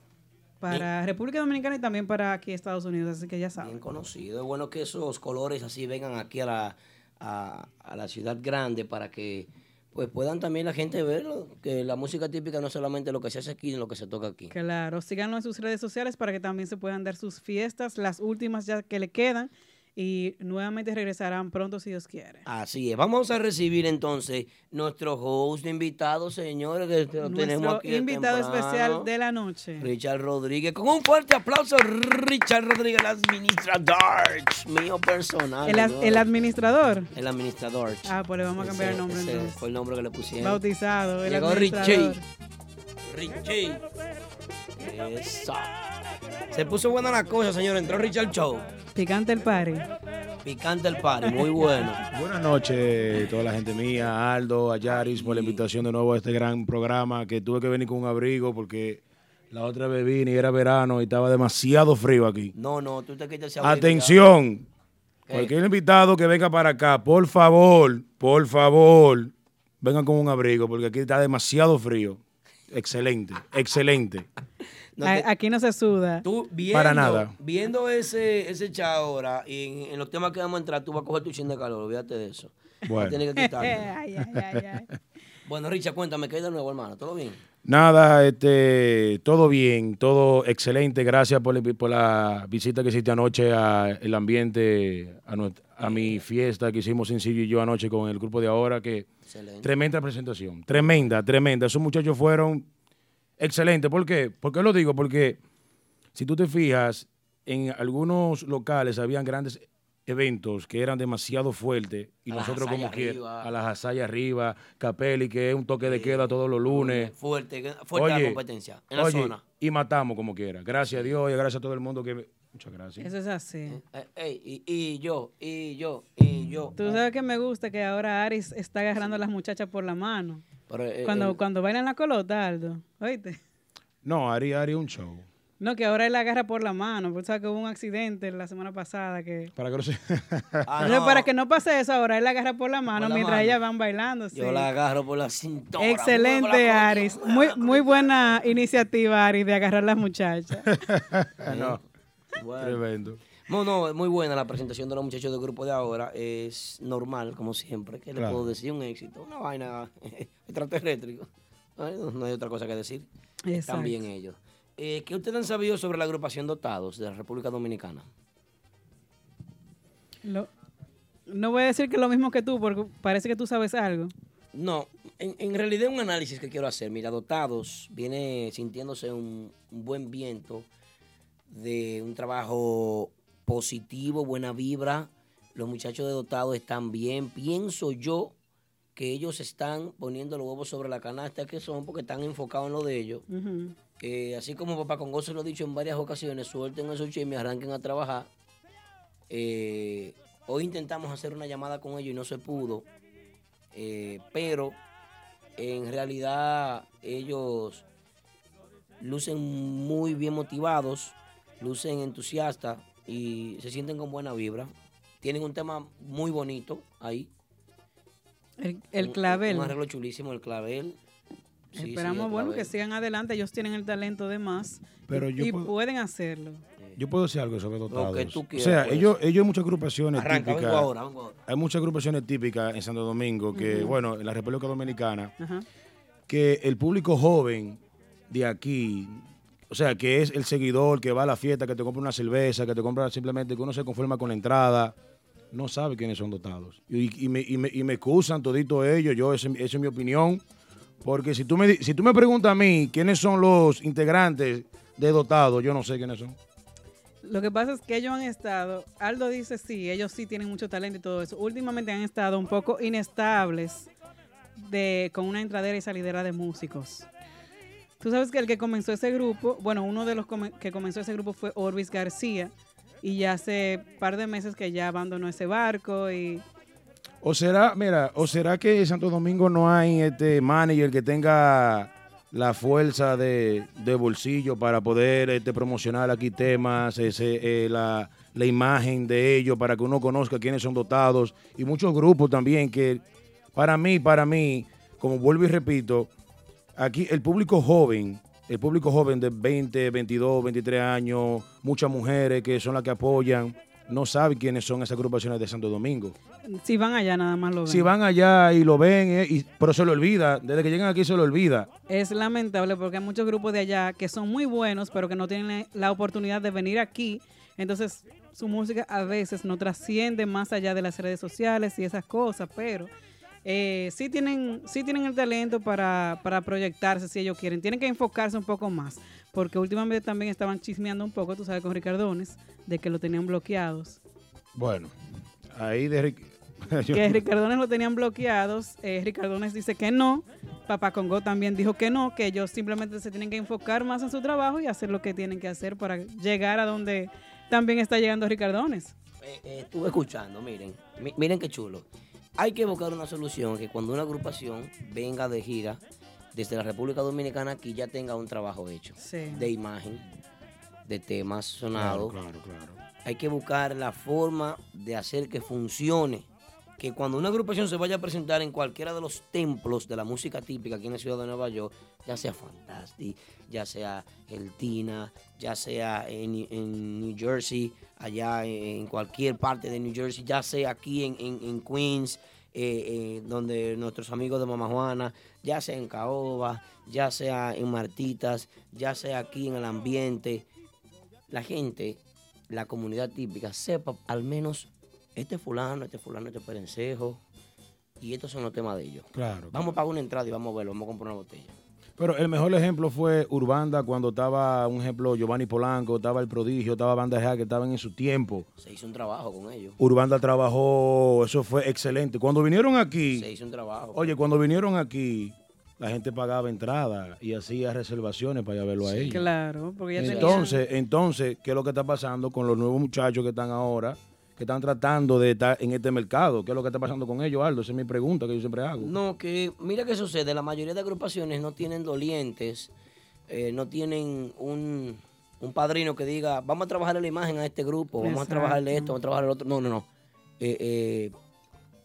para República Dominicana y también para aquí Estados Unidos, así que ya saben.
conocido. Es bueno que esos colores así vengan aquí a la, a, a la ciudad grande para que pues puedan también la gente verlo, que la música típica no es solamente lo que se hace aquí, sino lo que se toca aquí.
Claro, síganlo en sus redes sociales para que también se puedan dar sus fiestas, las últimas ya que le quedan y nuevamente regresarán pronto si Dios quiere.
Así es. Vamos a recibir entonces nuestro host invitado, señores, que te- lo tenemos
Nuestro
aquí. de
invitado
temprano,
especial de la noche.
Richard Rodríguez, con un fuerte aplauso, Richard Rodríguez, la administra Darch, mío personal.
El, as-
Ah, ¿no?
el administrador.
El administrador.
Ah, pues le vamos a cambiar el nombre
Ese
entonces.
Fue el nombre que le pusieron.
Bautizado. El
Llegó
administrador.
Richie. Richie. Esa. Se puso buena la cosa, señor. Entró Richard Show.
Picante el party.
Picante el party. Muy bueno.
Buenas noches, toda la gente mía, a Aldo, a Yaris, por la invitación de nuevo a este gran programa que tuve que venir con un abrigo porque la otra vez vine y era verano y estaba demasiado frío aquí.
No, no, tú te quitas ese abrigo,
Atención, cualquier invitado que venga para acá, por favor, por favor, vengan con un abrigo porque aquí está demasiado frío. Excelente, excelente.
A- Aquí no se suda.
Tú
Para nada.
Viendo ese, ese chat ahora, y en, en los temas que vamos a entrar, tú vas a coger tu chin de calor. Olvídate de eso.
Bueno.
Tienes que quitarlo.
Ay, ay, ay,
Bueno, Richard, cuéntame, ¿qué hay de nuevo, hermano? ¿Todo bien?
Nada, este, todo bien, todo excelente. Gracias por, la- por la visita que hiciste anoche al ambiente, a, nuestra- a mi fiesta que hicimos Sencillo y yo anoche con el grupo de ahora, que tremenda presentación, tremenda, tremenda. Esos muchachos fueron excelentes. ¿Por qué? ¿Por qué lo digo? Porque si tú te fijas, en algunos locales habían grandes eventos que eran demasiado fuertes y
A las
nosotros como
Hazaya
quiera,
arriba.
a las Hazaya arriba, Capelli, que es un toque de queda todos los lunes.
Fuerte, fuerte la competencia. En la
oye,
zona.
Y matamos como quiera. Gracias a Dios y gracias a todo el mundo que. me- Muchas gracias.
Eso es así.
Eh, ey, y, y yo, y yo, y yo.
Tú sabes que me gusta que ahora Aris está agarrando a las muchachas por la mano.
Pero, eh,
Cuando,
el-
cuando bailan la colota, Aldo. Oíste.
No, Ari, Ari, un show.
No, que ahora él la agarra por la mano. Porque tú sabes que hubo un accidente la semana pasada que...
Para que no se-
Entonces, para que no pase eso, ahora él la agarra por la mano
Ah, la
mientras
mano.
ellas van bailando. sí.
Yo la agarro por la cintura.
Excelente, Aris. Muy, muy buena iniciativa, Aris, de agarrar a las muchachas.
Ah, no.
Bueno.
Tremendo.
No, no, es muy buena la presentación de los muchachos del grupo de ahora. Es normal, como siempre. ¿Qué le
Claro.
puedo decir? Un éxito. Una vaina extraterrestre. Ay, No, no hay otra cosa que decir.
Exacto.
También ellos. Eh, ¿Qué ustedes han sabido sobre la agrupación Dotados de la República Dominicana?
Lo- no voy a decir que lo mismo que tú, porque parece que tú sabes algo.
No, en, en realidad un análisis que quiero hacer. Mira, Dotados viene sintiéndose un, un buen viento de un trabajo positivo, buena vibra. Los muchachos de Dotados están bien. Pienso yo que ellos están poniendo los huevos sobre la canasta que son porque están enfocados en lo de ellos.
Ujú.
Eh, así como Papá Congoso lo ha dicho en varias ocasiones, suelten esos chismes, arranquen a trabajar. Eh, hoy intentamos hacer una llamada con ellos y no se pudo. Eh, pero en realidad ellos lucen muy bien motivados, lucen entusiastas y se sienten con buena vibra. Tienen un tema muy bonito ahí.
El, el
Un-
clavel.
Un, arreglo chulísimo, el clavel. Sí, sí,
Esperamos,
el
bueno,
clavel.
que sigan adelante. Ellos tienen el talento de más
Pero
y,
yo
y
puedo-
pueden hacerlo.
Yo puedo decir algo sobre dotados.
Lo que tú quieras,
o sea,
pues.
ellos, ellos hay muchas agrupaciones
Arranca, vengo
típicas.
ahora, vengo ahora.
Hay muchas agrupaciones típicas en Santo Domingo que,
Ujú.
bueno, en la República Dominicana, que el público joven de aquí, o sea, que es el seguidor que va a la fiesta, que te compra una cerveza, que te compra simplemente que uno se conforma con la entrada, no sabe quiénes son dotados. Y, y me, y me- y me excusan todito ellos, yo, esa es mi- esa es mi opinión. Porque si tú, me, di- si tú me preguntas a mí quiénes son los integrantes de dotados, yo no sé quiénes son.
Lo que pasa es que ellos han estado, Aldo dice sí, ellos sí tienen mucho talento y todo eso. Últimamente han estado un poco inestables de, con una entradera y salidera de músicos. Tú sabes que el que comenzó ese grupo, bueno, uno de los come- que comenzó ese grupo fue Orvis García y ya hace par de meses que ya abandonó ese barco y
O será, mira, o será que en Santo Domingo no hay este manager que tenga la fuerza de, de bolsillo para poder este, promocionar aquí temas, ese, eh, la, la imagen de ellos, para que uno conozca quiénes son dotados y muchos grupos también que para mí, para mí, como vuelvo y repito, aquí el público joven, el público joven de 20, 22, 23 años, muchas mujeres que son las que apoyan, no saben quiénes son esas agrupaciones de Santo Domingo.
si van allá nada más lo ven.
Si van allá y lo ven, eh, y- pero se lo olvida. Desde que llegan aquí se lo olvida.
Es lamentable porque hay muchos grupos de allá que son muy buenos, pero que no tienen la oportunidad de venir aquí. Entonces, su música a veces no trasciende más allá de las redes sociales y esas cosas, pero eh, sí, tienen, sí tienen el talento para, para proyectarse si ellos quieren. Tienen que enfocarse un poco más, porque últimamente también estaban chismeando un poco, tú sabes, con Ricardones, de que lo tenían bloqueados.
Bueno, ahí de Rick-
que Ricardones lo tenían bloqueados. eh, Ricardones dice que no. Papá Congo también dijo que no, que ellos simplemente se tienen que enfocar más en su trabajo y hacer lo que tienen que hacer para llegar a donde también está llegando Ricardones.
Eh, eh, estuve escuchando, miren, mi- miren qué chulo. Hay que buscar una solución que cuando una agrupación venga de gira desde la República Dominicana aquí ya tenga un trabajo hecho
Sí.
de imagen, de temas sonados.
Claro, claro,
Hay que buscar la forma de hacer que funcione. Que cuando una agrupación se vaya a presentar en cualquiera de los templos de la música típica aquí en la ciudad de Nueva York, ya sea Fantastic, ya sea el Tina, ya sea en, en New Jersey, allá en cualquier parte de New Jersey, ya sea aquí en, en- en Queens, eh, eh, donde nuestros amigos de Mamá Juana, ya sea en Caoba, ya sea en Martitas, ya sea aquí en el ambiente, la gente, la comunidad típica, sepa al menos este fulano, este fulano, este perencejo, y estos son los temas de ellos.
claro.
Vamos a pagar una entrada y vamos a verlo, vamos a comprar una botella.
Pero el mejor ejemplo fue Urbanda cuando estaba, un ejemplo, Giovanni Polanco, estaba El Prodigio, estaba Banda G, que estaban en su tiempo.
Se hizo un trabajo con ellos.
Urbanda trabajó, eso fue excelente. Cuando vinieron aquí,
Se hizo un trabajo.
oye, cuando vinieron aquí, la gente pagaba entrada y hacía reservaciones para ir a verlo a ellos.
Claro, porque ya tenían-
Entonces, entonces, ¿qué es lo que está pasando con los nuevos muchachos que están ahora, que están tratando de estar en este mercado? ¿Qué es lo que está pasando con ellos, Aldo? Esa es mi pregunta que yo siempre hago.
No, que mira qué sucede. La mayoría de agrupaciones no tienen dolientes, eh, no tienen un, un padrino que diga, vamos a trabajarle la imagen a este grupo, vamos a trabajarle
Exacto.
esto, vamos a trabajarle el otro. No, no, no. Eh, eh,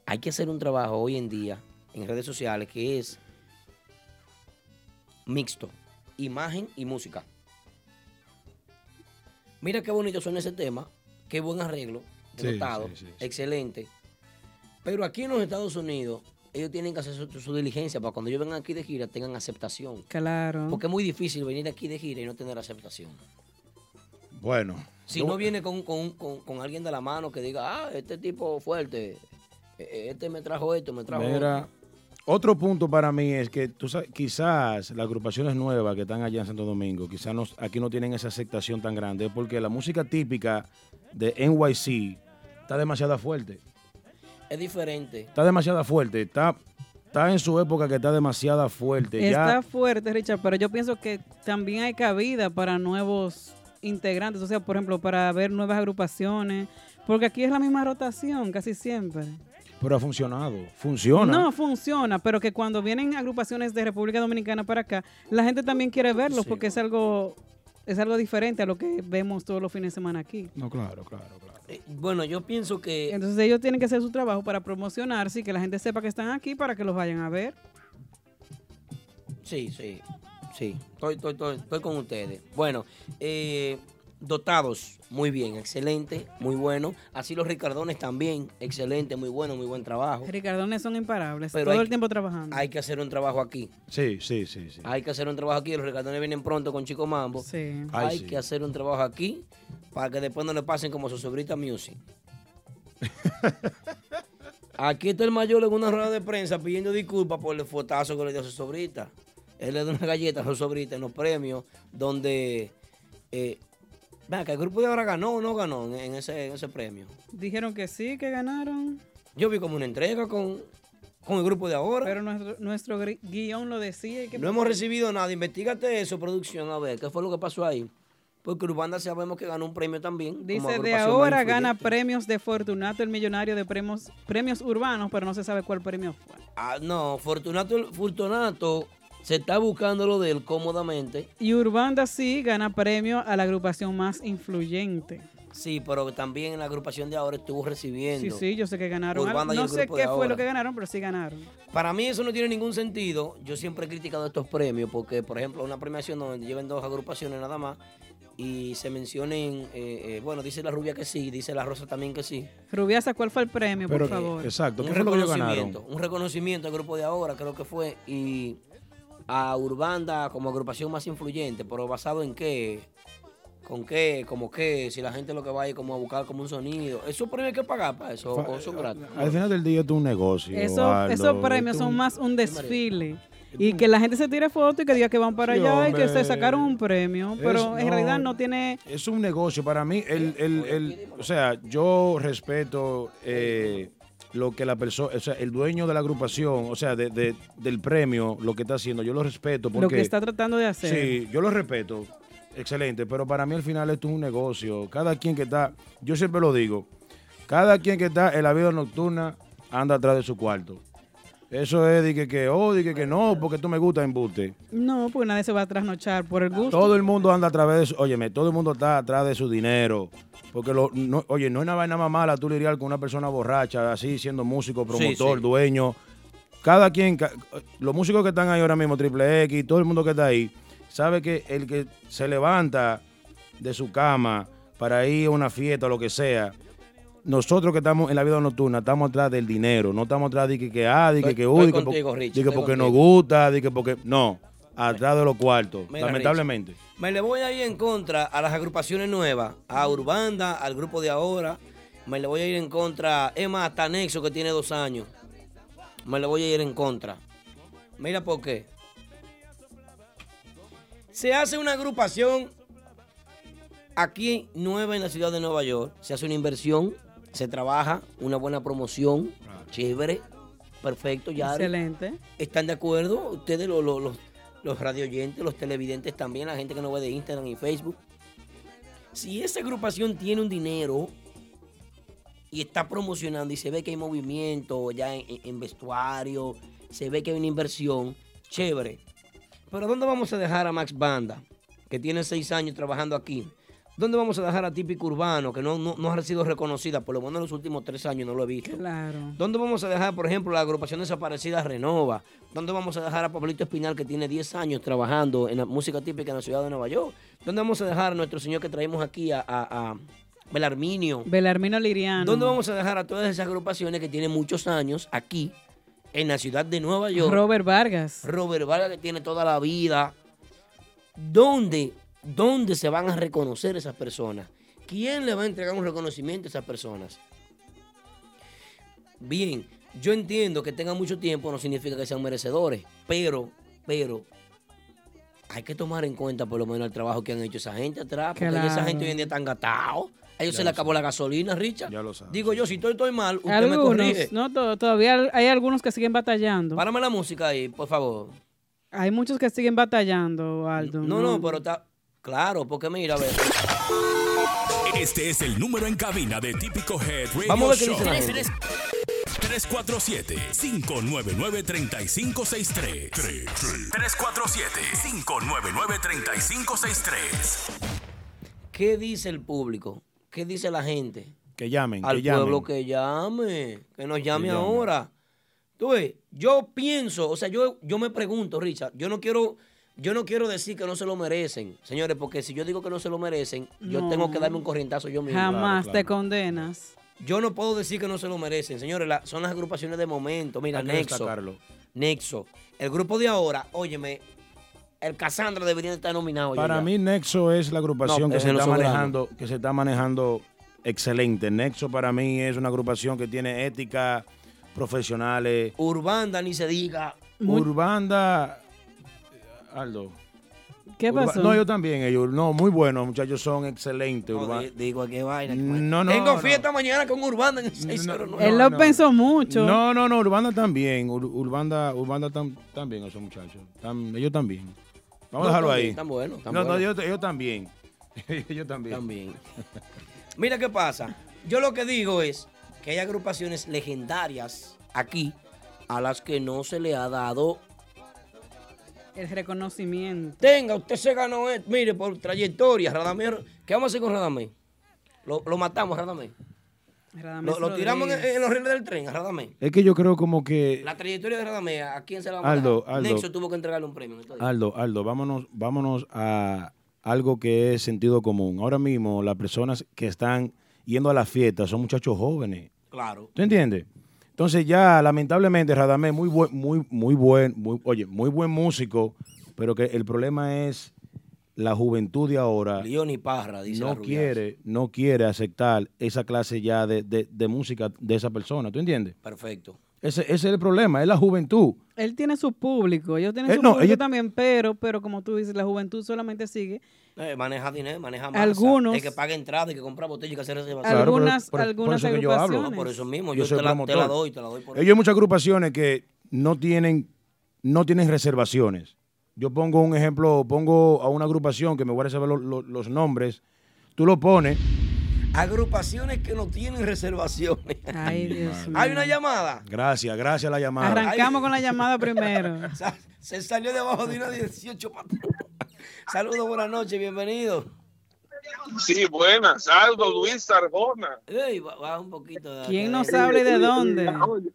hay que hacer un trabajo hoy en día en redes sociales que es mixto, imagen y música. Mira qué bonito suena ese tema, qué buen arreglo,
Sí,
dotado,
sí, sí, sí.
excelente. Pero aquí en los Estados Unidos, ellos tienen que hacer su, su diligencia para cuando ellos vengan aquí de gira tengan aceptación.
Claro.
Porque es muy difícil venir aquí de gira y no tener aceptación.
Bueno.
Si
yo-
no viene con, con- con- con alguien de la mano que diga, ah, este tipo fuerte, eh, este me trajo esto, me trajo
Mira,
otro".
otro punto para mí es que tú sabes, quizás las agrupaciones nuevas que están allá en Santo Domingo, quizás no- aquí no tienen esa aceptación tan grande, es porque la música típica de NYC está demasiado fuerte.
Es diferente.
Está demasiado fuerte. Está, está en su época que está demasiado fuerte.
Está
Ya,
fuerte, Richard, pero yo pienso que también hay cabida para nuevos integrantes, o sea, por ejemplo, para ver nuevas agrupaciones, porque aquí es la misma rotación casi siempre.
pero ha funcionado. Funciona.
No, funciona, pero que cuando vienen agrupaciones de República Dominicana para acá, la gente también quiere verlos porque es algo es algo diferente a lo que vemos todos los fines de semana aquí.
No, claro, claro, claro.
Bueno, Eh, yo pienso que...
Entonces ellos tienen que hacer su trabajo para promocionarse y que la gente sepa que están aquí para que los vayan a ver.
Sí, sí, sí. Estoy, estoy, estoy, estoy con ustedes. Bueno, eh, dotados, muy bien, excelente, muy bueno. Así los Ricardones también, excelente, muy bueno, muy buen trabajo.
Ricardones son imparables,
Pero
todo
hay-
el tiempo trabajando.
Hay que hacer un trabajo aquí.
Sí, sí, sí, sí.
Hay que hacer un trabajo aquí. Los Ricardones vienen pronto con Chico Mambo.
Sí.
Hay
Ay, sí.
que hacer un trabajo aquí para que después no le pasen como su sobrita Music. Aquí está el mayor en una rueda de prensa pidiendo disculpas por el fotazo que le dio a su sobrita. Él le dio una galleta a su sobrita en los premios donde... Eh, vea, que el grupo de ahora ganó o no ganó en, en ese, en ese premio.
Dijeron que sí, que ganaron.
Yo vi como una entrega con, con el grupo de ahora.
Pero nuestro, nuestro gri- guión lo decía. y que-
No hemos recibido nada. Investígate eso, producción, a ver, ¿qué fue lo que pasó ahí? Porque Urbanda sabemos que ganó un premio también. como
Dice, de
agrupación
ahora
más
gana
influyente".
premios de Fortunato, el millonario de premios, premios urbanos, pero no se sabe cuál premio fue.
Ah, no, Fortunato, Fortunato se está buscando lo de él cómodamente.
Y Urbanda sí gana premio a la agrupación más influyente.
Sí, pero también la agrupación de ahora estuvo
Sí,
recibiendo.
sí, yo sé que ganaron.
Urbanda
algo.
y
No
el
sé
grupo de
qué fue
ahora.
lo que ganaron, pero sí ganaron.
Para mí eso no tiene ningún sentido. Yo siempre he criticado estos premios porque, por ejemplo, una premiación donde lleven dos agrupaciones nada más y se mencionen, eh, eh, bueno, dice la rubia que sí, dice la rosa también que sí.
Rubiasa, ¿cuál fue el premio,
Pero,
por favor?
exacto, ¿qué
un
fue lo que ellos
reconocimiento,
ganaron?
un reconocimiento al grupo de ahora, creo que fue, y a Urbanda como agrupación más influyente, pero basado en qué, con qué, como qué, si la gente lo que va a ir como a buscar como un sonido. ¿Esos premios hay que pagar para eso
Fa-
o son gratis?
Al final del día esto es un negocio.
Eso-
Aldo.
esos premios
Esto es
son
un-
más un desfile. Y que la gente se tire fotos y que diga que van para
Sí,
allá y que
hombre.
se sacaron un premio. Pero
Es-
en
no.
realidad no tiene...
Es un negocio para mí. El, el- el- o sea, yo respeto eh, lo que la persona, o sea, el dueño de la agrupación, o sea, de- de- del premio, lo que está haciendo, yo lo respeto. Porque,
Lo que está tratando de hacer.
Sí, yo lo respeto. Excelente, pero para mí al final esto es un negocio. Cada quien que está, yo siempre lo digo, cada quien que está en la vida nocturna anda atrás de su cuarto. Eso es, dije que, oh, dije que no, porque tú me gusta embuste.
No, porque nadie se va a trasnochar por el gusto.
Todo el mundo anda a través de su, óyeme, todo el mundo está atrás de su dinero. Porque, lo, no- oye, no es una vaina más mala tú lidiar con una persona borracha, así, siendo músico, promotor,
sí.
dueño. Cada quien, ca- los músicos que están ahí ahora mismo, Triple X, todo el mundo que está ahí, sabe que el que se levanta de su cama para ir a una fiesta o lo que sea, nosotros que estamos en la vida nocturna, estamos atrás del dinero, no estamos atrás de que, que ah, de que, que
Estoy
uy, de que,
contigo,
por-
Rich,
de que
estoy
porque nos
contigo.
gusta, de que porque. No, atrás de los cuartos,
Mira,
lamentablemente.
Me le voy a ir en contra a las agrupaciones nuevas, a Urbanda, al grupo de ahora. Me le voy a ir en contra, es más, hasta Nexo que tiene dos años. Me le voy a ir en contra. Mira por qué. Se hace una agrupación aquí nueva en la ciudad de Nueva York. Se hace una inversión, se trabaja, una buena promoción, chévere, perfecto, ya.
Excelente.
¿Están de acuerdo? Ustedes, lo- lo- los, los radioyentes, los televidentes también, la gente que no ve de Instagram y Facebook. Si esa agrupación tiene un dinero y está promocionando y se ve que hay movimiento ya en, en- en vestuario, se ve que hay una inversión, chévere. Pero ¿dónde vamos a dejar a Max Banda, que tiene seis años trabajando aquí? ¿Dónde vamos a dejar a Típico Urbano, que no, no, no ha sido reconocida, por lo menos en los últimos tres años no lo he visto?
Claro.
¿Dónde vamos a dejar, por ejemplo, la agrupación desaparecida Renova? ¿Dónde vamos a dejar a Pablito Espinal, que tiene 10 años trabajando en la música típica en la ciudad de Nueva York? ¿Dónde vamos a dejar a nuestro señor que traemos aquí, a, a, a Belarminio?
Belarmino Liriano.
¿Dónde vamos a dejar a todas esas agrupaciones que tienen muchos años aquí, en la ciudad de Nueva York?
Robert Vargas.
Robert Vargas, que tiene toda la vida. ¿Dónde, ¿Dónde se van a reconocer esas personas? ¿Quién le va a entregar un reconocimiento a esas personas? Bien, yo entiendo que tengan mucho tiempo, no significa que sean merecedores, pero, pero, hay que tomar en cuenta por lo menos el trabajo que han hecho esa gente atrás, porque ya esa
Claro.
gente hoy en día está engatada. A ellos
Ya
se
lo
le acabó la gasolina, Richard.
Ya lo sabes.
Digo yo, si estoy, estoy mal, usted me corrige.
Algunos, no to- todavía hay algunos que siguen batallando.
Párame la música ahí, por favor.
Hay muchos que siguen batallando, Aldo.
No, no, pero está. Claro, porque mira, a ver.
Este es el número en cabina de Típico Head Radio
Vamos a ver qué
Show.
dice la gente.
347-599-3563. 347-599-3563.
¿Qué dice el público? ¿Qué dice la gente?
Que llamen,
Al
que llamen.
pueblo que llame, que nos llame
llame.
ahora. Tú ves, yo pienso, o sea, yo, yo me pregunto, Richard, yo no quiero Yo no quiero decir que no se lo merecen, señores, porque si yo digo que no se lo merecen, yo
No.
tengo que darme un corrientazo yo mismo.
Jamás
Claro,
te
claro.
condenas.
Yo no puedo decir que no se lo merecen, señores. la- son las agrupaciones de momento. Mira,
Hay que
Nexo.
destacarlo.
Nexo. El grupo de ahora, óyeme, el Cassandra debería estar nominado. ya,
Para
ya.
mí Nexo es la agrupación
No,
que, se
ese no
está
sobrando.
manejando, que se está manejando excelente. Nexo para mí es una agrupación que tiene ética, profesionales.
Urbanda ni se diga.
Urbanda, Aldo.
¿Qué
Urba-
pasó?
No, yo también, ellos. No, muy buenos, muchachos, son excelentes. Urba-
digo, qué vaina.
No, no.
Tengo
no.
fiesta mañana con Urbanda en el 609.
Él lo pensó mucho.
No, no, no, Urbanda también. Ur- Urbanda, Urbanda tam- también, esos muchachos. Tam- ellos también. Vamos
No,
a dejarlo
también,
ahí.
están buenos, están
no, no,
buenos.
ellos, ellos también. ellos también.
También. Mira qué pasa. Yo lo que digo es que hay agrupaciones legendarias aquí a las que no se le ha dado.
El reconocimiento.
Tenga, usted se ganó esto. Mire, por trayectoria, Radamés. ¿Qué vamos a hacer con Radamés? Lo, lo matamos, Radamés.
Radamés
Lo, lo tiramos en,
Rodríguez.
en los rieles del tren, a Radamés.
Es que yo creo como que.
La trayectoria de Radamés, ¿a quién se la vamos
Aldo,
a dar?
Aldo.
Nexo tuvo que entregarle un premio. entonces.
Aldo, Aldo, vámonos, vámonos a algo que es sentido común. Ahora mismo, las personas que están yendo a las fiestas son muchachos jóvenes.
Claro.
¿Tú entiendes? Entonces ya, lamentablemente, Radamés, muy buen, muy, muy buen, muy- oye, muy buen músico, pero que el problema es la juventud de ahora
León y Parra, dice la
no
Rubias.
quiere, no quiere aceptar esa clase ya de, de- de música de esa persona, ¿tú entiendes?
Perfecto.
Ese, ese es el problema, es la juventud.
Él tiene su público, ellos tienen
Eh,
su
no,
público
ellos-
también, pero, pero como tú dices, la juventud solamente sigue
Eh, maneja dinero, maneja masa.
Algunos-
El que paga entrada, el que compra botella y que hace reservación.
Claro,
Algunas-
por- por- por
algunas
eso que yo hablo.
agrupaciones.
No, por eso mismo, yo
soy
te la- te la
promotor.
doy, te la doy por
Ellos hay muchas agrupaciones que no tienen, no tienen reservaciones. Yo pongo un ejemplo, pongo a una agrupación que me voy a saber los nombres. Tú lo pones.
Agrupaciones que no tienen reservaciones.
Ay, Dios mío.
Hay una llamada.
Gracias, gracias a la llamada.
Arrancamos con la llamada primero.
Sa- Se salió debajo de una 18 patas. Saludos, buenas noches, bienvenido.
Sí, buenas. Aldo Luis Sarjona.
Ey, ba- baja un poquito. de- ¿eh?
¿Quién
de-
nos habla y de dónde?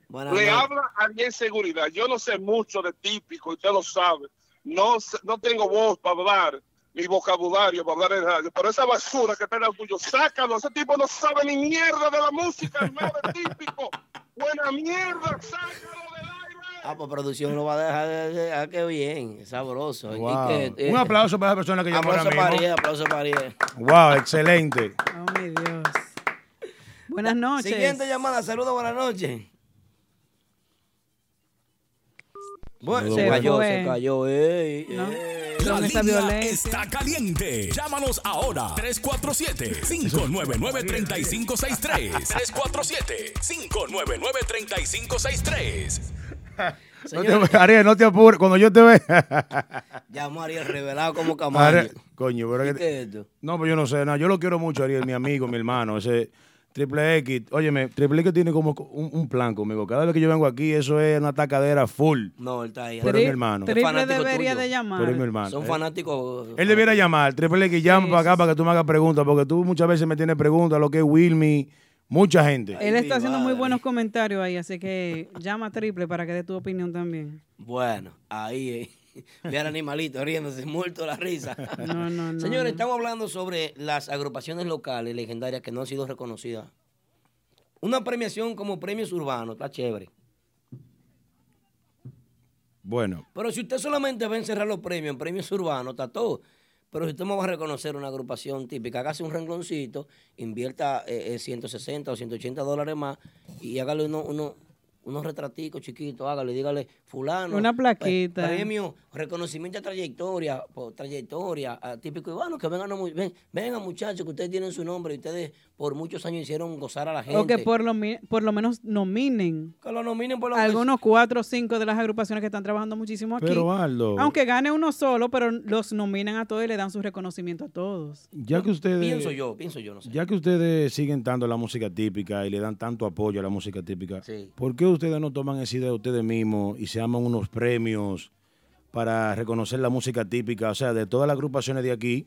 Buenas
Le
noches.
habla a mi seguridad. Yo no sé mucho de típico, usted lo sabe. No, sé- no tengo voz para hablar, ni vocabulario para hablar en radio. Pero esa basura que está en el tuyo, sácalo. Ese tipo no sabe ni mierda de la música, hermano, de típico. Buena mierda, sácalo.
Ah, pues producción lo va a dejar. de- de- Ah, qué bien, es sabroso. Y
Wow.
que, eh,
Un aplauso para esa persona que llamó ahora
Aplauso para
mismo.
Ariel, aplauso para Ariel.
Wow, excelente.
Oh, mi Dios. Buenas noches.
Siguiente llamada, saludos, buenas noches. Bueno, se
Se
cayó,
fue.
se cayó, ey, ey.
La
Con esa
línea
violencia.
está caliente. Llámanos ahora. 347-599-3563. 347-599-3563.
No te- Ariel, no te apures. Cuando yo te vea.
Llamó a Ariel revelado como Camaño.
Ariel, coño, pero que-
¿Qué es esto?
No, pues yo no sé, nada. yo lo quiero mucho, Ariel, mi amigo, mi hermano. Ese Triple X, óyeme, Triple X tiene como un, un plan conmigo. Cada vez que yo vengo aquí, eso es una atacadera full.
No, él está ahí.
Pero es mi hermano.
Triple debería de llamar.
Pero es mi hermano.
Son
Eh.
fanáticos.
Él debiera llamar, Triple X, llama para acá para que tú me hagas preguntas, porque tú muchas veces me tienes preguntas, lo que es Wilmy, mucha gente.
Él está haciendo muy buenos comentarios ahí, así que llama a triple para que dé tu opinión también.
Bueno, ahí, eh. Ve al animalito riéndose, muerto de la risa.
No, no, no,
Señores,
no.
estamos hablando sobre las agrupaciones locales legendarias que no han sido reconocidas. Una premiación como premios urbanos, está chévere.
Bueno,
Pero si usted solamente va a encerrar los premios en premios urbanos, está todo. Pero si usted no va a reconocer una agrupación típica, hágase un rengloncito, invierta eh, eh, 160 o 180 dólares más y hágale uno- uno- unos retraticos chiquitos, hágale, dígale, fulano.
Una
eh,
plaquita.
premio, reconocimiento a trayectoria, por trayectoria, a típico urbano, que vengan, a mu- ven- vengan muchachos, que ustedes tienen su nombre y ustedes por muchos años hicieron gozar a la gente.
O que por lo, mi- por lo menos nominen
Que lo nominen por lo menos.
algunos cuatro o cinco de las agrupaciones que están trabajando muchísimo aquí.
Pero, Aldo.
Aunque gane uno solo, pero los nominan a todos y le dan su reconocimiento a todos.
ya que ustedes...
Pienso yo, pienso yo, no sé.
Ya que ustedes siguen tanto la música típica y le dan tanto apoyo a la música típica, ¿por qué ustedes no toman esa idea de ustedes mismos y se aman unos premios para reconocer la música típica? O sea, de todas las agrupaciones de aquí,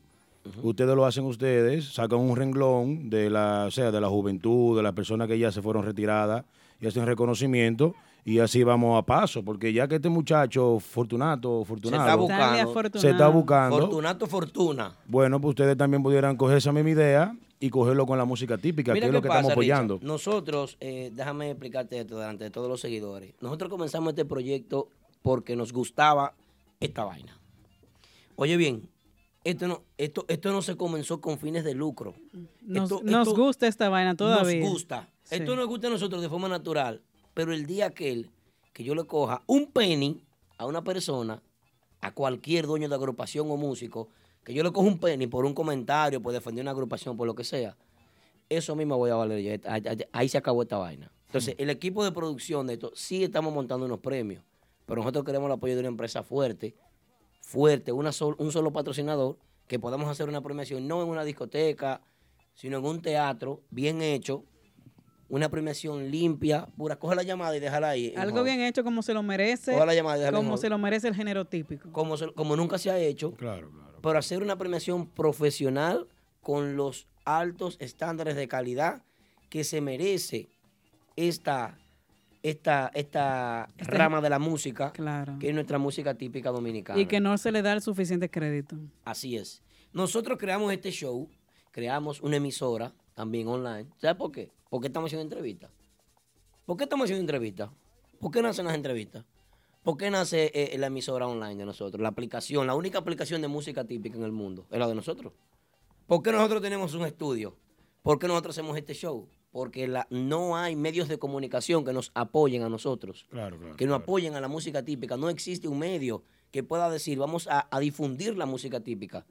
ustedes lo hacen ustedes, sacan un renglón de la, o sea, de la juventud, de las personas que ya se fueron retiradas y hacen reconocimiento Y así vamos a paso, porque ya que este muchacho, Fortunato,
Se
Fortunado,
está buscando.
se está buscando,
Fortunato Fortuna.
bueno, pues ustedes también pudieran coger esa misma idea y cogerlo con la música típica, que
Mira
es
qué
lo que
pasa,
estamos apoyando.
Richard. Nosotros, eh, déjame explicarte esto delante de todos los seguidores. Nosotros comenzamos este proyecto porque nos gustaba esta vaina. Oye bien, esto no, esto, esto no se comenzó con fines de lucro.
Nos,
Esto-
nos
esto-
gusta esta vaina todavía.
Nos gusta.
Sí.
Esto nos gusta a nosotros de forma natural, pero el día aquel que yo le coja un penny a una persona, a cualquier dueño de agrupación o músico, que yo le coja un penny por un comentario, por defender una agrupación, por lo que sea, eso mismo voy a valer. yo. Ahí- ahí- Ahí se acabó esta vaina. Entonces,
Mm.
el equipo de producción de esto, sí estamos montando unos premios, pero nosotros queremos el apoyo de una empresa fuerte, fuerte, una sol- un solo patrocinador, que podamos hacer una premiación no en una discoteca, sino en un teatro bien hecho, una premiación limpia, pura. Coge la llamada y déjala ahí.
Algo bien hecho como se lo merece.
Ojalá llamada, déjala en
como
hold.
se lo merece el género típico.
Como, se- como nunca se ha hecho.
Claro,
Pero hacer una premiación profesional con los altos estándares de calidad que se merece esta, esta, esta
Este
rama de la música, que es nuestra música típica dominicana.
Y que no se le da el suficiente crédito.
Así es. Nosotros creamos este show, creamos una emisora también online. ¿Sabes por qué? ¿Por qué estamos haciendo entrevistas? ¿Por qué estamos haciendo entrevistas? ¿Por qué nacen las entrevistas? ¿Por qué nace eh, la emisora online de nosotros? La aplicación, la única aplicación de música típica en el mundo, es la de nosotros. ¿Por qué nosotros tenemos un estudio? ¿Por qué nosotros hacemos este show? Porque la- no hay medios de comunicación que nos apoyen a nosotros
Claro, claro.
que no apoyen a la música típica. No existe un medio que pueda decir, vamos a, a difundir la música típica.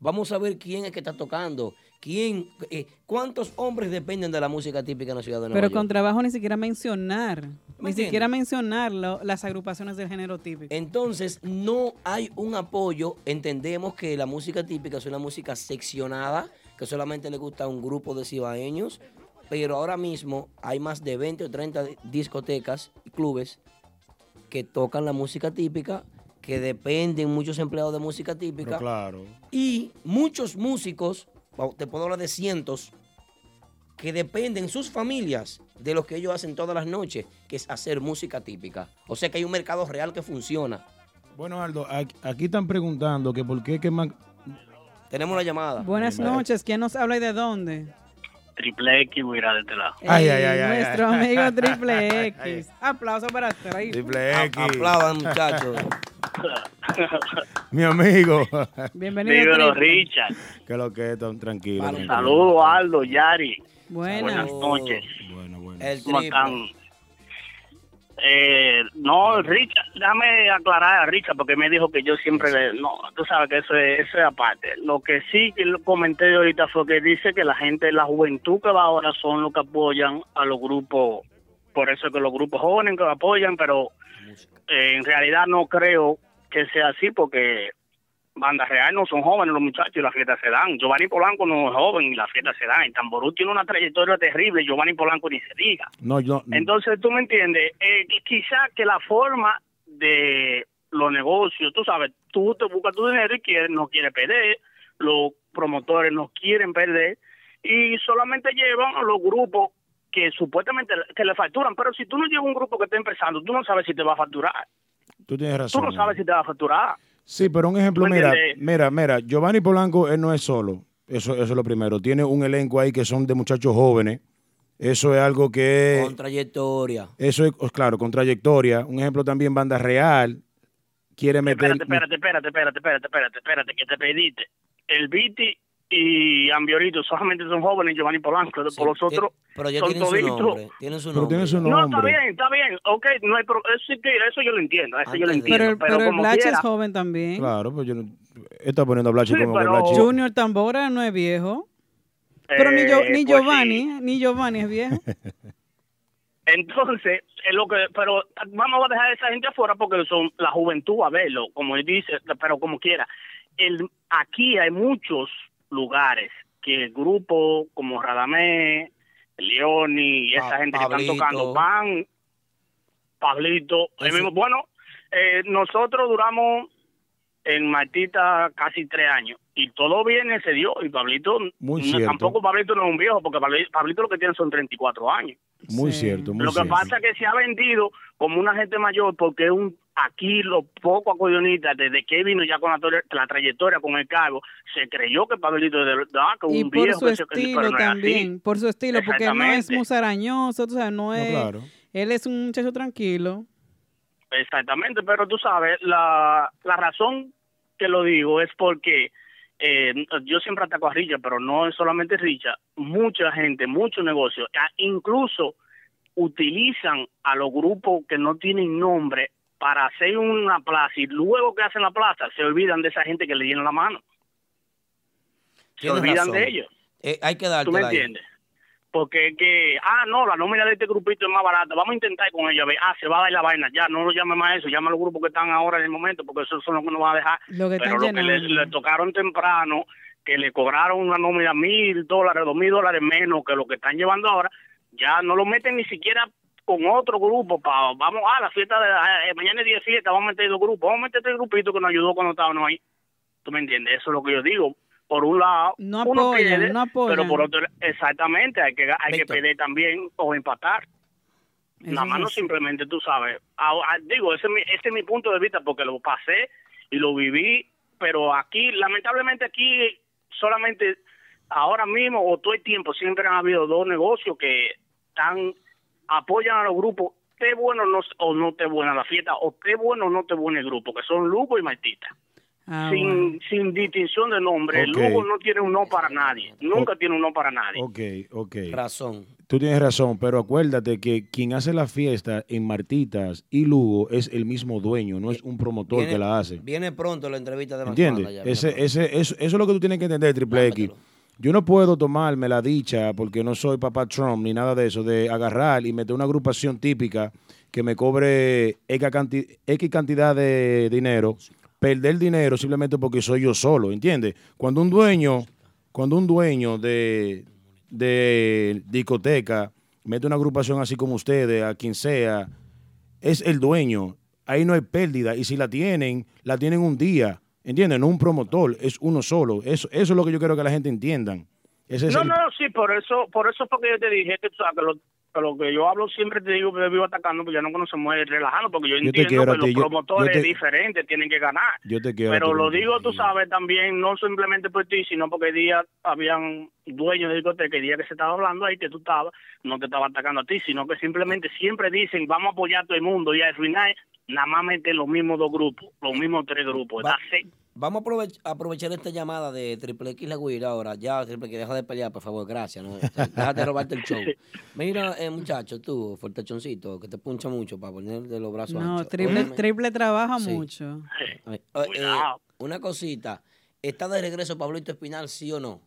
Vamos a ver quién es que está tocando, quién, eh, cuántos hombres dependen de la música típica en la ciudad de Nueva
Pero
York.
con trabajo ni siquiera mencionar. Ni
entiendes?
siquiera mencionar lo- las agrupaciones del género típico.
Entonces, no hay un apoyo. Entendemos que la música típica es una música seccionada, que solamente le gusta a un grupo de cibaeños. Pero ahora mismo hay más de 20 o 30 di- discotecas y clubes que tocan la música típica, que dependen muchos empleados de música típica.
Pero claro.
Y muchos músicos, wow, te puedo hablar de cientos, que dependen sus familias de lo que ellos hacen todas las noches, que es hacer música típica. O sea que hay un mercado real que funciona.
Bueno, Aldo, aquí, aquí están preguntando que por qué que man-
Tenemos la llamada.
Buenas noches. ¿Quién nos habla y de dónde?
Triple X voy a ir a de este lado.
Ay, ay, ay, ay,
Eh, Nuestro
ay.
amigo Triple X. Aplauso para Triple
Triple X.
aplaudan, muchachos.
mi amigo.
Bienvenido.
Dímelo,
Triple.
Richard.
que lo que es, tan tranquilo. tranquilo.
Saludos, Aldo, Yari.
Buenas.
noches.
El
¿Cómo están? Eh, no, Richard, déjame aclarar a Richard porque me dijo que yo siempre le- No, tú sabes que eso es, eso es aparte. Lo que sí que lo comenté de ahorita fue que dice que la gente, la juventud que va ahora son los que apoyan a los grupos. Por eso es que los grupos jóvenes que apoyan, pero eh, en realidad no creo que sea así porque bandas real no son jóvenes los muchachos y las fiestas se dan. Giovanni Polanco no es joven y las fiestas se dan. El Tamború tiene una trayectoria terrible, Giovanni Polanco ni se diga.
No, yo no-
Entonces, tú me entiendes, eh, que quizá que la forma de los negocios, tú sabes, tú te buscas tu dinero y quieres, no quieres perder, los promotores no quieren perder y solamente llevan a los grupos que supuestamente le- que le facturan, pero si tú no llevas un grupo que está empezando, tú no sabes si te va a facturar,
tú tienes
tú
razón.
no sabes si te va a facturar.
Sí, pero un ejemplo,
¿Tú me
mira,
entiendes?
mira, mira, Giovanni Polanco, él no es solo. Eso, eso es lo primero. Tiene un elenco ahí que son de muchachos jóvenes. Eso es algo que...
Con trayectoria.
Eso es, oh, claro, con trayectoria. Un ejemplo también, Banda Real. Quiere meter...
Espérate, espérate, espérate, espérate, espérate, espérate, espérate, que te pediste. El Viti y Ambiorito solamente son jóvenes, Giovanni Polanco, por los otros
Pero ya
son
tienen su
toditos.
nombre. Tienen su
Pero
nombre.
tiene su
No, está
nombre.
bien, está bien. Ok, no hay pro- eso, sí que- eso yo lo entiendo, eso yo lo entiendo.
Pero, el-
pero,
pero el
como
Blache
quiera,
es joven también.
Claro, pues yo no... Está poniendo a Blachi
Sí,
como que
pero-
Blachi-
Junior Tambora no es viejo. Pero ni, Gio-
eh,
ni
pues
Giovanni,
sí.
ni Giovanni es viejo.
Entonces, es lo que, pero vamos a dejar a esa gente afuera porque son la juventud a verlo, como él dice, pero como quiera. El, aquí hay muchos lugares que el grupo como Radamés, Leoni y esa
Pa-
gente que
Pablito.
están tocando van, Pablito, el
Eso-
mismo. Bueno, eh, nosotros duramos en Martita casi tres años y todo bien se dio y Pablito
Muy
no,
cierto.
tampoco Pablito no es un viejo porque Pabli- Pablito, lo que tiene son 34 años
Muy cierto, muy
Lo que
cierto.
pasa es que se ha vendido como una gente mayor porque es un aquí los pocos acordeonistas desde que vino ya con la, tore- la trayectoria con el cargo se creyó que Pablito de verdad que
Y
un
por
viejo pues,
su
que se- que- pero
estilo
no es así.
también, por su estilo, porque él no es
Exactamente.
musarañoso, tú sabes, no es...
claro.
Él es un muchacho tranquilo.
Exactamente, pero tú sabes, la, la razón que lo digo es porque eh, yo siempre ataco a Richa, pero no es solamente Richa, mucha gente, muchos negocios, a- incluso utilizan a los grupos que no tienen nombre para hacer una plaza y luego que hacen la plaza se olvidan de esa gente que le dieron la mano. Se
Tienes
olvidan
razón.
de ellos.
Eh, hay que darte
¿Tú me entiendes? Porque es que, ah, no, la nómina de este grupito es más barata, vamos a intentar con ella, a ver, ah, se va a dar la vaina, ya, no lo llame más a eso, llama a los grupos que están ahora en el momento, porque esos son los que nos va a dejar.
Lo que
Pero
están
lo que le,
llenando.
le tocaron temprano, que le cobraron una nómina mil dólares, dos mil dólares menos que lo que están llevando ahora, ya no lo meten ni siquiera con otro grupo, pa, vamos a la fiesta de la- eh, mañana es 10 fiesta, vamos a meter dos grupos, vamos a meter este grupito que nos ayudó cuando estábamos ahí. ¿Tú me entiendes? Eso es lo que yo digo. Por un lado,
No
uno
apoyan,
pierde,
no apoyan.
pero por otro, exactamente, hay que, hay que perder también o empatar. Nada más no simplemente, tú sabes. Ah, ah, digo, ese es, mi, ese es mi punto de vista porque lo pasé y lo viví, pero aquí, lamentablemente aquí, solamente ahora mismo o todo el tiempo siempre han habido dos negocios que están apoyan a los grupos, te bueno no, o no te buena la fiesta, o te bueno o no te buena el grupo, que son Lugo y Martita.
Ah,
sin,
bueno.
sin distinción de nombre,
Ok.
Lugo no tiene un no para nadie, nunca tiene un no para nadie.
Ok, ok.
Razón.
Tú tienes razón, pero acuérdate que quien hace la fiesta en Martitas y Lugo es el mismo dueño, no es un promotor
Viene-
que la hace.
Viene pronto la entrevista de
¿Entiendes?
Masmala ya, viene
Ese, ese, eso, eso es lo que tú tienes que entender, Triple X. Yo no puedo tomarme la dicha, porque no soy papá Trump ni nada de eso, de agarrar y meter una agrupación típica que me cobre X canti- X cantidad de dinero, perder dinero simplemente porque soy yo solo, ¿entiendes? Cuando un dueño, cuando un dueño de, de discoteca mete una agrupación así como ustedes, a quien sea, es el dueño. Ahí no hay pérdida. Y si la tienen, la tienen un día. ¿Entienden? No un promotor, es uno solo. Eso, eso es lo que yo quiero que la gente entiendan. Ese es
no,
el-
no, sí, por eso, por eso es porque yo te dije que, tú sabes, que lo, que lo que yo hablo siempre te digo que vivo atacando, porque ya no conocemos el relajando, porque yo,
Yo te
entiendo
quiero a
que los
ti, yo- yo
promotores
te-
diferentes tienen que ganar.
Yo te quiero.
Pero
Arturo.
lo digo, tú sabes, también, no simplemente por ti, sino porque día habían dueños de discoteca, el día que se estaba hablando ahí, que tú estabas, no te estaba atacando a ti, sino que simplemente siempre dicen, vamos a apoyar a todo el mundo, y al final, nada más meten los mismos dos grupos, los mismos tres grupos.
Va-
That's it.
Vamos a aprove- a aprovechar esta llamada de Triple X La Guira ahora. Ya, Triple X, deja de pelear, por favor, gracias. ¿no? Déjate de robarte el show. Mira, eh, muchacho, tú, fortachoncito, que te puncha mucho para ponerte los brazos
No,
anchos.
triple,
Óyeme.
triple trabaja
Sí.
mucho.
Eh, eh, una cosita, ¿está de regreso Pablito Espinal, sí o no?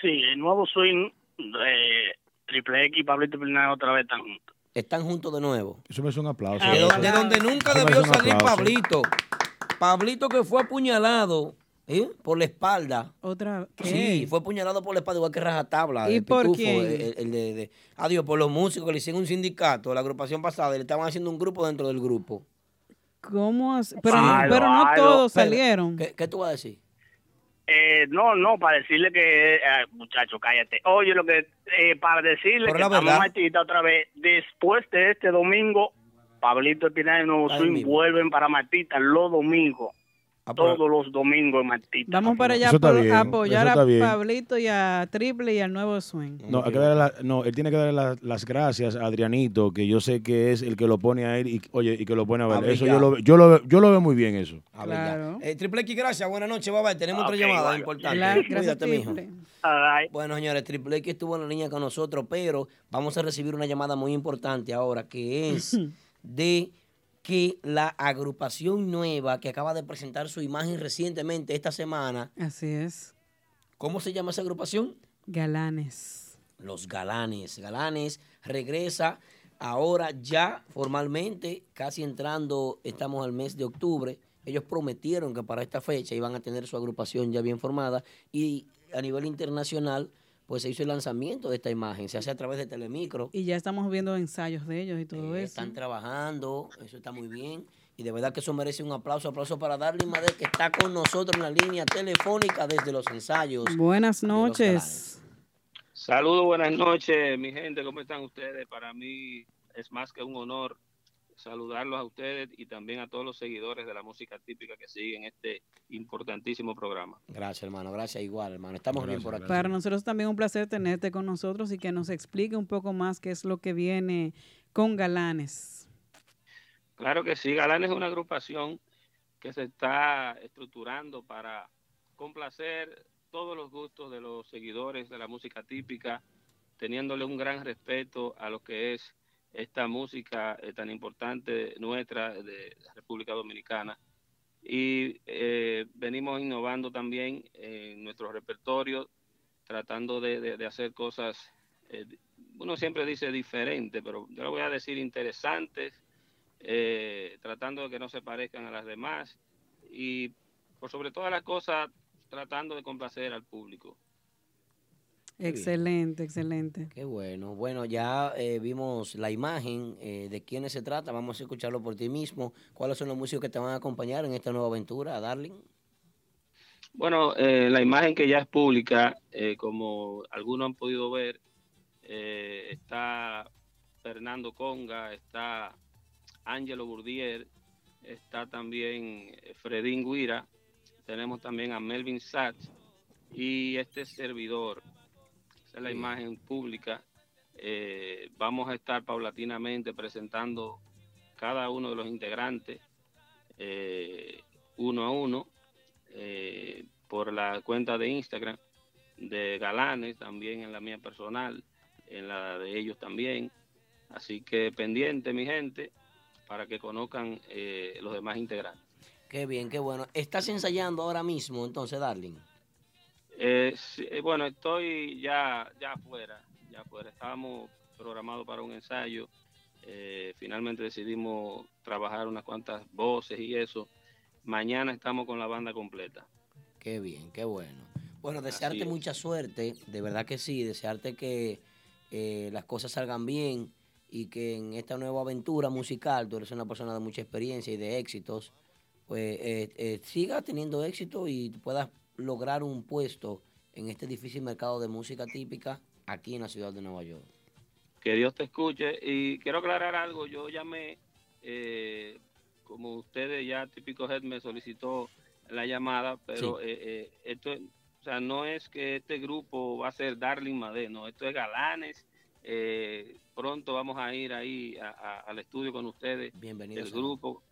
Sí, el nuevo swing de Triple X y Pablo Espinal otra vez están juntos.
Están juntos de nuevo.
Eso me hace un aplauso.
De, do- de donde nunca
Eso me
debió
hace un
salir
aplauso.
Pablito. Pablito que fue apuñalado ¿eh? por la espalda.
Otra ¿qué?
Sí, fue apuñalado por la espalda, igual que Rajatabla.
¿Y
el
por
Pitufo,
quién?
el- el de- de- adiós, por los músicos que le hicieron un sindicato, la agrupación pasada, y le estaban haciendo un grupo dentro del grupo.
¿Cómo así? Pero, no,
Ay,
pero no
ay,
todos
Pedro,
salieron.
¿Qué, qué tú vas a decir?
Eh, no, no, para decirle que, eh, muchacho, cállate. Oye, lo que, eh, para decirle
Pero
que
la
estamos
verdad-
Martita otra vez, después de este domingo, Pablito Espinal y Nuevo
Ahí
Swing
mismo.
vuelven para Martita los domingos. todos los domingos en Martita.
Vamos para allá
Eso está
por-
bien,
a apoyar
eso está
a
bien.
Pablito y a Triple y al nuevo swing.
No, hay que darle la- no, él tiene que darle la- las gracias a Adrianito, que yo sé que es el que lo pone a él y, oye, y que lo pone a ver.
Abriga.
Eso yo lo, ve- yo, lo, ve- yo lo veo muy bien eso.
A ver, ya. Eh, Triple X, gracias. Buenas noches, bye bye. Tenemos
Ok,
otra llamada
bueno.
importante.
Gracias,
Cuídate, mijo.
Triple. All right.
Bueno, señores, Triple X estuvo en la línea con nosotros, pero vamos a recibir una llamada muy importante ahora, que es de que la agrupación nueva que acaba de presentar su imagen recientemente esta semana,
Así es.
¿cómo se llama esa agrupación?
Galanes.
Los Galanes. Galanes regresa ahora ya formalmente, casi entrando, estamos al mes de octubre. Ellos prometieron que para esta fecha iban a tener su agrupación ya bien formada y a nivel internacional, pues se hizo el lanzamiento de esta imagen. Se hace a través de Telemicro.
Y ya estamos viendo ensayos de ellos y
Eh,
todo eso.
Están trabajando, eso está muy bien. Y de verdad que eso merece un aplauso. Aplauso para Darly Madel, que está con nosotros en la línea telefónica desde los ensayos.
Buenas noches.
Saludos, buenas noches, mi gente, ¿cómo están ustedes? Para mí es más que un honor saludarlos a ustedes y también a todos los seguidores de la música típica que siguen este importantísimo programa.
Gracias, hermano. Gracias, igual, hermano. Estamos bien por aquí.
Para nosotros también un placer tenerte con nosotros y que nos explique un poco más qué es lo que viene con Galanes.
Claro que sí, Galán es una agrupación que se está estructurando para complacer todos los gustos de los seguidores de la música típica, teniéndole un gran respeto a lo que es esta música eh, tan importante nuestra de la República Dominicana. Y eh, venimos innovando también en nuestro repertorio, tratando de, de- de hacer cosas, eh, uno siempre dice diferente, pero yo lo voy a decir interesantes, eh, tratando de que no se parezcan a las demás y por sobre todas las cosas tratando de complacer al público.
bien.
Excelente, excelente.
Qué bueno. Bueno, ya eh, vimos la imagen eh, de quiénes se trata. Vamos a escucharlo por ti mismo. ¿Cuáles son los músicos que te van a acompañar en esta nueva aventura, Darling?
Bueno, eh, la imagen que ya es pública, eh, como algunos han podido ver, eh, está Fernando Conga, está Ángelo Burdier, está también eh, Fredín Guira, tenemos también a Melvin Sachs y este servidor. Esa es la imagen pública. Eh, vamos a estar paulatinamente presentando cada uno de los integrantes eh, uno a uno eh, por la cuenta de Instagram de Galanes, también en la mía personal, en la de ellos también. Así que pendiente, mi gente, para que conozcan eh, los demás integrantes.
Qué bien, qué bueno. ¿Estás ensayando ahora mismo, entonces, Darling?
Eh, sí, eh, bueno, estoy ya, ya afuera, ya afuera. Estábamos programados para un ensayo. Eh, finalmente decidimos trabajar unas cuantas voces y eso. Mañana estamos con la banda completa.
Qué bien, qué bueno. Bueno,
Así
desearte
es.
mucha suerte, de verdad que sí, desearte que eh, las cosas salgan bien y que en esta nueva aventura musical, tú eres una persona de mucha experiencia y de éxitos, pues eh, eh, sigas teniendo éxito y puedas lograr un puesto en este difícil mercado de música típica aquí en la ciudad de Nueva York.
Que Dios te escuche. Y quiero aclarar algo. Yo llamé, eh, como ustedes ya, típico Head me solicitó la llamada, pero eh, eh, esto, o sea, no es que este grupo va a ser Darling Madé, no, esto es Galanes. Eh, pronto vamos a ir ahí a- a- al estudio con ustedes.
Bienvenidos
El
a-
grupo,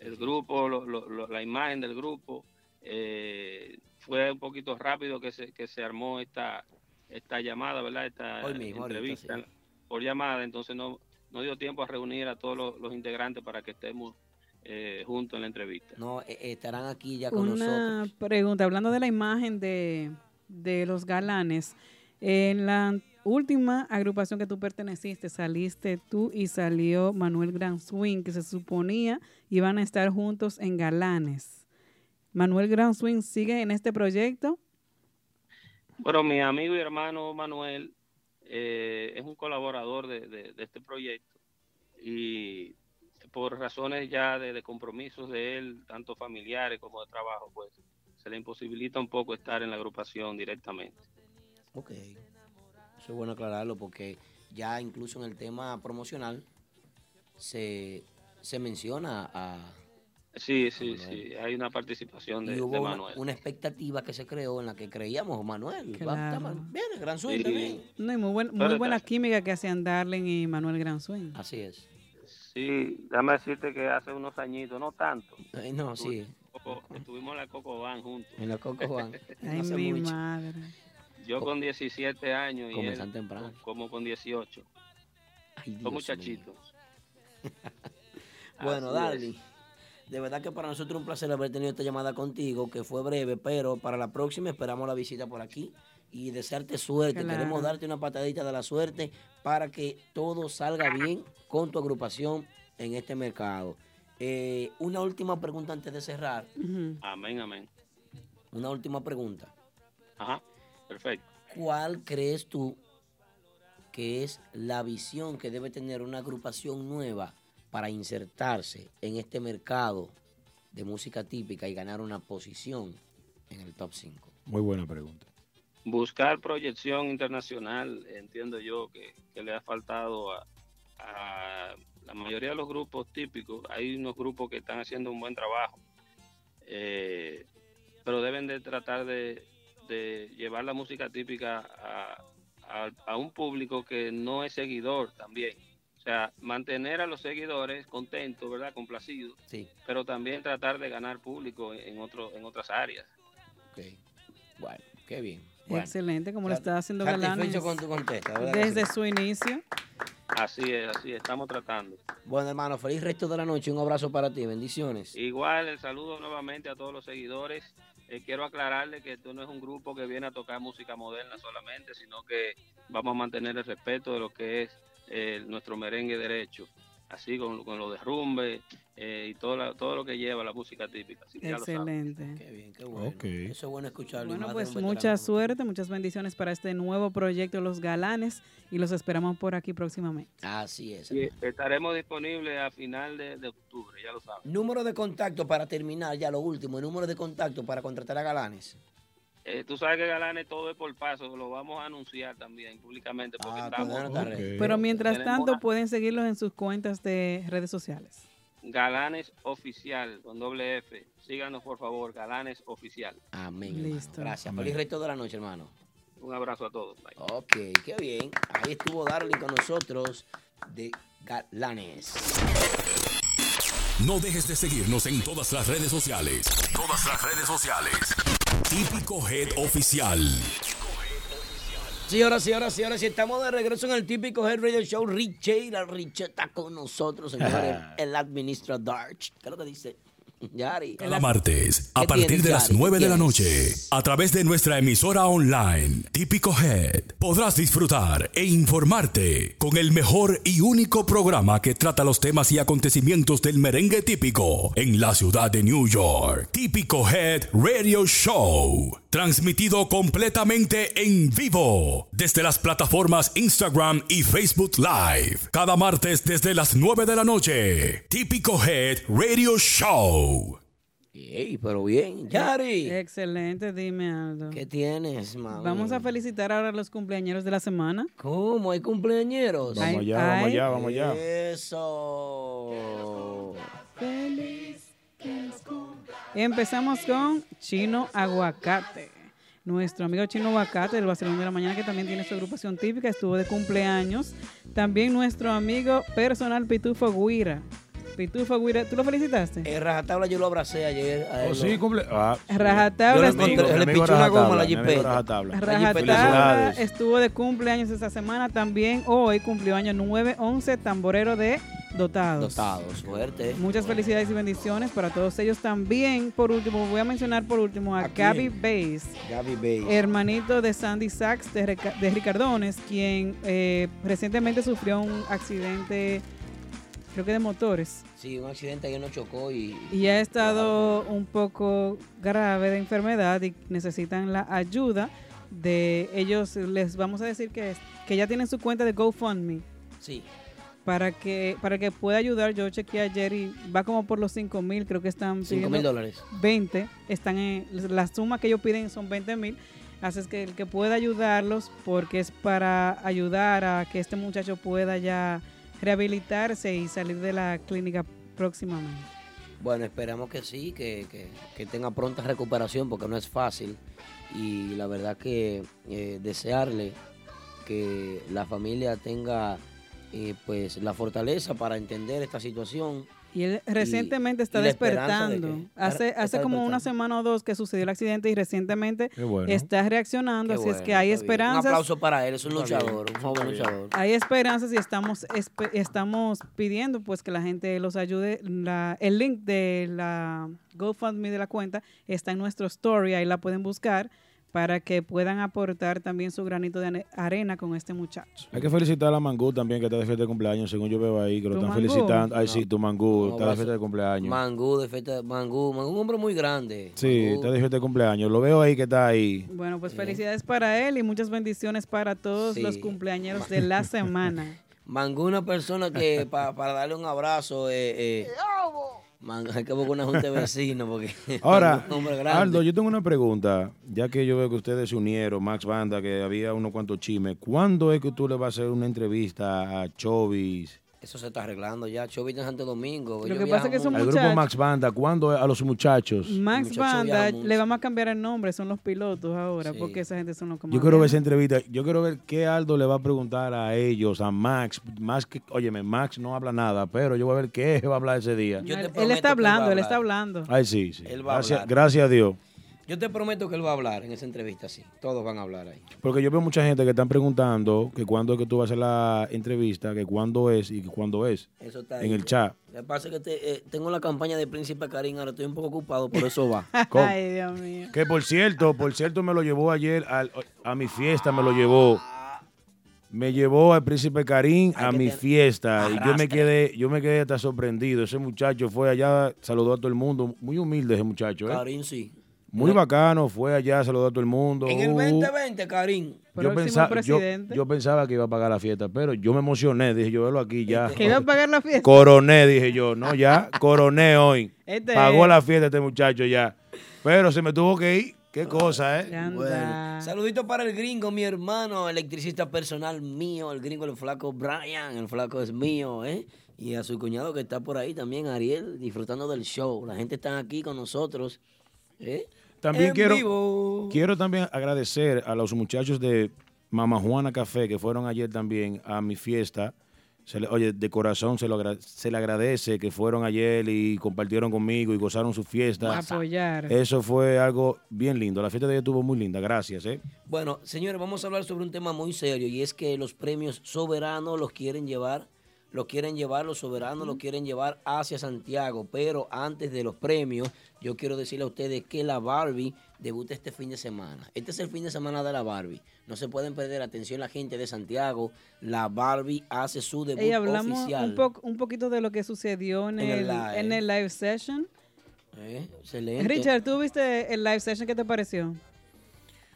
el grupo, lo- lo- lo- la imagen del grupo. eh, fue un poquito rápido que se, que se armó esta, esta llamada, ¿verdad? Esta
Hoy mismo, ahorita,
entrevista
sí.
por llamada, entonces no, no dio tiempo a reunir a todos los, los integrantes para que estemos eh, juntos en la entrevista.
No, eh, eh, estarán aquí ya con nosotros.
Una pregunta, hablando de la imagen de, de los galanes, en la última agrupación que tú perteneciste, saliste tú y salió Manuel Grand Swing, que se suponía iban a estar juntos en galanes. ¿Manuel Grand Swing sigue en este proyecto?
Bueno, mi amigo y hermano Manuel eh, es un colaborador de, de- de este proyecto y por razones ya de, de compromisos de él, tanto familiares como de trabajo, pues se le imposibilita un poco estar en la agrupación directamente.
Ok. Eso es bueno aclararlo porque ya incluso en el tema promocional se, se menciona a...
Sí, sí, sí, hay una participación de,
y hubo
de
una,
Manuel.
una expectativa que se creó en la que creíamos, oh, Manuel, va-
Claro.
está mal- viene, gran suerte,
Sí.
bien.
No, y muy, buen- muy
Pero-
buena química que hacían Darling y Manuel Grand Swing.
Así es.
Sí, déjame decirte que hace unos añitos, no tanto.
Ay, no, sí.
Coco- estuvimos en la Coco Van juntos.
En la Coco Van.
Ay,
hace
mi
mucho.
madre.
Yo con 17 años y
Comenzan
él
temprano.
como con 18.
Dios
Son muchachitos.
Bueno,
Así es.
Darling, de verdad que para nosotros es un placer haber tenido esta llamada contigo, que fue breve, pero para la próxima esperamos la visita por aquí y desearte suerte.
Claro.
Queremos darte una patadita de la suerte para que todo salga bien con tu agrupación en este mercado. Eh, una última pregunta antes de cerrar.
Amén, amén.
Una última pregunta.
Ajá, perfecto.
¿Cuál crees tú que es la visión que debe tener una agrupación nueva para insertarse en este mercado de música típica y ganar una posición en el top 5?
Muy buena pregunta.
buscar proyección internacional, entiendo yo que, que le ha faltado a, a la mayoría de los grupos típicos. Hay unos grupos que están haciendo un buen trabajo, eh, pero deben de tratar de, de llevar la música típica a, a- a un público que no es seguidor también. O sea, mantener a los seguidores contentos, ¿verdad? Complacidos,
Sí.
pero también tratar de ganar público en, otro, en otras áreas.
Bueno, qué bien.
Excelente, como lo
Sat-
está haciendo Galanes.
satisfecho con tu contesta, ¿verdad que
Desde
sí?
su inicio.
Así es, así es, estamos tratando.
Bueno, hermano, feliz resto de la noche. Un abrazo para ti. Bendiciones.
Igual, el saludo nuevamente a todos los seguidores. Eh, quiero aclararle que esto no es un grupo que viene a tocar música moderna solamente, sino que vamos a mantener el respeto de lo que es eh, nuestro merengue derecho, así con, con los derrumbes eh, y todo, la- todo lo que lleva la música típica. Así que ya lo saben.
Excelente.
Qué bien, qué bueno. Eso es bueno escucharlo. y
Bueno,
más de
pues
un veterano
mucha
como tú.
suerte, muchas bendiciones para este nuevo proyecto Los Galanes y los esperamos por aquí próximamente.
Así es.
Y estaremos disponibles a final de, de octubre, ya lo saben.
Número de contacto para terminar, ya lo último. Número de contacto para contratar a Galanes.
Eh, tú sabes que Galanes todo es por paso, lo vamos a anunciar también públicamente porque
pues,
estamos...
bueno, está
Pero, mientras
Tenemos
tanto
una-
pueden seguirlos en sus cuentas de redes sociales.
Galanes Oficial, con doble F. Síganos, por favor, Galanes Oficial.
Amén. hermano.
Listo.
Gracias.
Amén.
Feliz resto de la noche, hermano.
Un abrazo a todos. Bye.
Ok, qué bien. Ahí estuvo Darling con nosotros de Galanes.
No dejes de seguirnos en todas las redes sociales. Todas las redes sociales. Típico Head Oficial.
Sí, ahora sí, ahora sí, ahora sí. Estamos de regreso en el típico Head Radio Show. Richie, la Richie está con nosotros, señores.
Ah.
el administrador. ¿Qué es lo que dice? Yari.
Cada martes, a
¿Qué
partir
tienes,
de las
Yari?
9 de la
¿Qué
noche, a través de nuestra emisora online, Típico Head, podrás disfrutar e informarte con el mejor y único programa que trata los temas y acontecimientos del merengue típico en la ciudad de New York. Típico Head Radio Show, transmitido completamente en vivo desde las plataformas Instagram y Facebook Live, cada martes desde las 9 de la noche. Típico Head Radio Show.
Ey, pero bien. Yari.
Excelente, dime Aldo.
¿Qué tienes, mamá?
Vamos a felicitar ahora a los cumpleañeros de la semana.
¿Cómo? ¿Hay cumpleañeros?
Ay,
Vamos allá, vamos
ay.
allá, vamos allá.
Eso.
Feliz Empezamos con Chino Aguacate. Nuestro amigo Chino Aguacate del Barcelona de la Mañana, que también tiene su agrupación típica, estuvo de cumpleaños. También nuestro amigo personal Pitufo Guira. Pitufo Guira, ¿tú lo felicitaste?
En Eh, Rajatabla yo lo abracé ayer. a él,
Oh,
lo-
sí, cumple. Ah, sí.
Rajatabla
Yo le
estuvo-
encontré-
Le
mi amigo
pichó una
Rajatabla,
goma a la
mi amigo
jipeta.
Rajatabla.
Rajatabla
Felicidades.
estuvo de cumpleaños esta semana. También hoy cumplió año 911, tamborero de Dotados.
Dotados, fuerte.
Muchas felicidades y bendiciones para todos ellos. También, por último, voy a mencionar por último a, Gaby Bays,
Gaby Bay.
hermanito de Sandy Sachs de, Rica- de Ricardones, quien eh, recientemente sufrió un accidente, creo que de motores,
Sí, un accidente ayer nos chocó y.
y ha estado un poco grave de enfermedad y necesitan la ayuda de ellos. Les vamos a decir que, es- que ya tienen su cuenta de GoFundMe
Sí.
para que para que pueda ayudar. Yo chequeé ayer y va como por los 5 mil, creo que están
Cinco mil
pidiendo
dólares.
20, están en, la suma que ellos piden son 20 mil. Así es que el que pueda ayudarlos, porque es para ayudar a que este muchacho pueda ya rehabilitarse y salir de la clínica próximamente.
Bueno, esperamos que sí, que, que- que tenga pronta recuperación porque no es fácil. Y la verdad que eh, desearle que la familia tenga eh, pues la fortaleza para entender esta situación.
Y él recientemente está
y la esperanza de
despertando.
que-
hace
está-
hace
está
como una semana o dos que sucedió el accidente y recientemente
Qué bueno.
está reaccionando.
Qué
así es
bueno,
que hay
está bien. Un
esperanzas.
aplauso para él, es un
Está bien,
luchador, un joven luchador.
Hay esperanzas y estamos espe- estamos pidiendo pues que la gente los ayude. La- el link de la GoFundMe de la cuenta está en nuestro story, ahí la pueden buscar para que puedan aportar también su granito de ane- arena con este muchacho.
Hay que felicitar a Mangú también, que está de fiesta de cumpleaños, según yo veo ahí, que lo
¿Tu
están
Mangú? pues,
felicitando. Ay, sí, tu Mangú,
Un
está de
abrazo.
fiesta de cumpleaños.
Mangú, de fiesta- Mangú, Mangú, un hombre muy grande.
Sí, está de fiesta de cumpleaños. Lo veo ahí que está ahí.
Bueno, pues felicidades para él y muchas bendiciones para todos
Sí.
los cumpleañeros de la semana.
Mangú, una persona que pa- para darle un abrazo. eh, eh, Man, hay que buscar una junta de vecinos porque.
Ahora,
un hombre grande.
Aldo, yo tengo una pregunta. Ya que yo veo que ustedes se unieron, Max Banda, que había unos cuantos chimes. ¿Cuándo es que tú le vas a hacer una entrevista a Chovis?
Eso se está arreglando ya. Chovy está en Santo Domingo.
Lo que pasa es que son
Al grupo
muchachos.
Max Banda, ¿cuándo a los muchachos?
Max
Muchacho,
Banda,
viajamos.
le vamos a cambiar el nombre, son los pilotos ahora, porque esa gente son los que
Yo quiero ver esa entrevista. Yo quiero ver qué Aldo le va a preguntar a ellos, a Max. Max que, óyeme, Max no habla nada, pero yo voy a ver qué va a hablar ese día.
Yo te prometo
Él
que
está
va a
hablando, él
hablar.
está hablando.
Ay, sí, sí.
Él va a
Gracias,
hablar.
gracias a Dios.
Yo te prometo que él va a hablar en esa entrevista, sí. Todos van a hablar ahí.
Porque yo veo mucha gente que están preguntando que cuándo es que tú vas a hacer la entrevista, que cuándo es y que cuándo es.
Eso está
En
ahí.
el chat.
Lo que pasa es que te- eh, tengo la campaña de Príncipe Karim, ahora estoy un poco ocupado, por eso va.
¿Cómo?
Ay, Dios mío.
Que por cierto, por cierto me lo llevó ayer al- a mi fiesta, me lo llevó. Me llevó al príncipe Karim a mi fiesta y yo me quedé, yo me quedé hasta sorprendido. Ese muchacho fue allá, saludó a todo el mundo, muy humilde ese muchacho, ¿eh?
Karim, sí.
Muy bacano, fue allá, saludó a todo el mundo.
En el
Uh,
2020, Karim.
yo, pensa- yo- yo pensaba que iba a pagar la fiesta, pero yo me emocioné, dije yo, velo aquí ya.
Que iba a pagar la fiesta.
Coroné, dije yo, no, ya, coroné hoy.
Este
Pagó
es.
la fiesta este muchacho ya. Pero se me tuvo que ir. Qué
Oh,
cosa, ¿eh?
Bueno, saludito para el gringo, mi hermano, electricista personal mío, el gringo, el flaco Brian, el flaco es mío, ¿eh? Y a su cuñado que está por ahí también, Ariel, disfrutando del show. La gente está aquí con nosotros, ¿eh?
También
En
quiero,
vivo.
quiero también agradecer a los muchachos de Mama Juana Café que fueron ayer también a mi fiesta. Se le- oye, de corazón se, lo agra- se le agradece que fueron ayer y compartieron conmigo y gozaron su fiesta.
Apoyar.
Eso fue algo bien lindo. La fiesta de ayer estuvo muy linda. Gracias, ¿eh?
Bueno, señores, vamos a hablar sobre un tema muy serio y es que los premios soberanos los quieren llevar, los quieren llevar, los soberanos los quieren llevar hacia Santiago. Pero antes de los premios, yo quiero decirle a ustedes que la Barbie debuta este fin de semana. Este es el fin de semana de la Barbie. No se pueden perder atención la gente de Santiago. La Barbie hace su debut
Y hablamos
oficial.
un, poco un poquito de lo que sucedió en,
En el
el,
live.
en el live session.
¿Eh? Excelente.
Richard, ¿tú viste el live session? ¿Qué te pareció?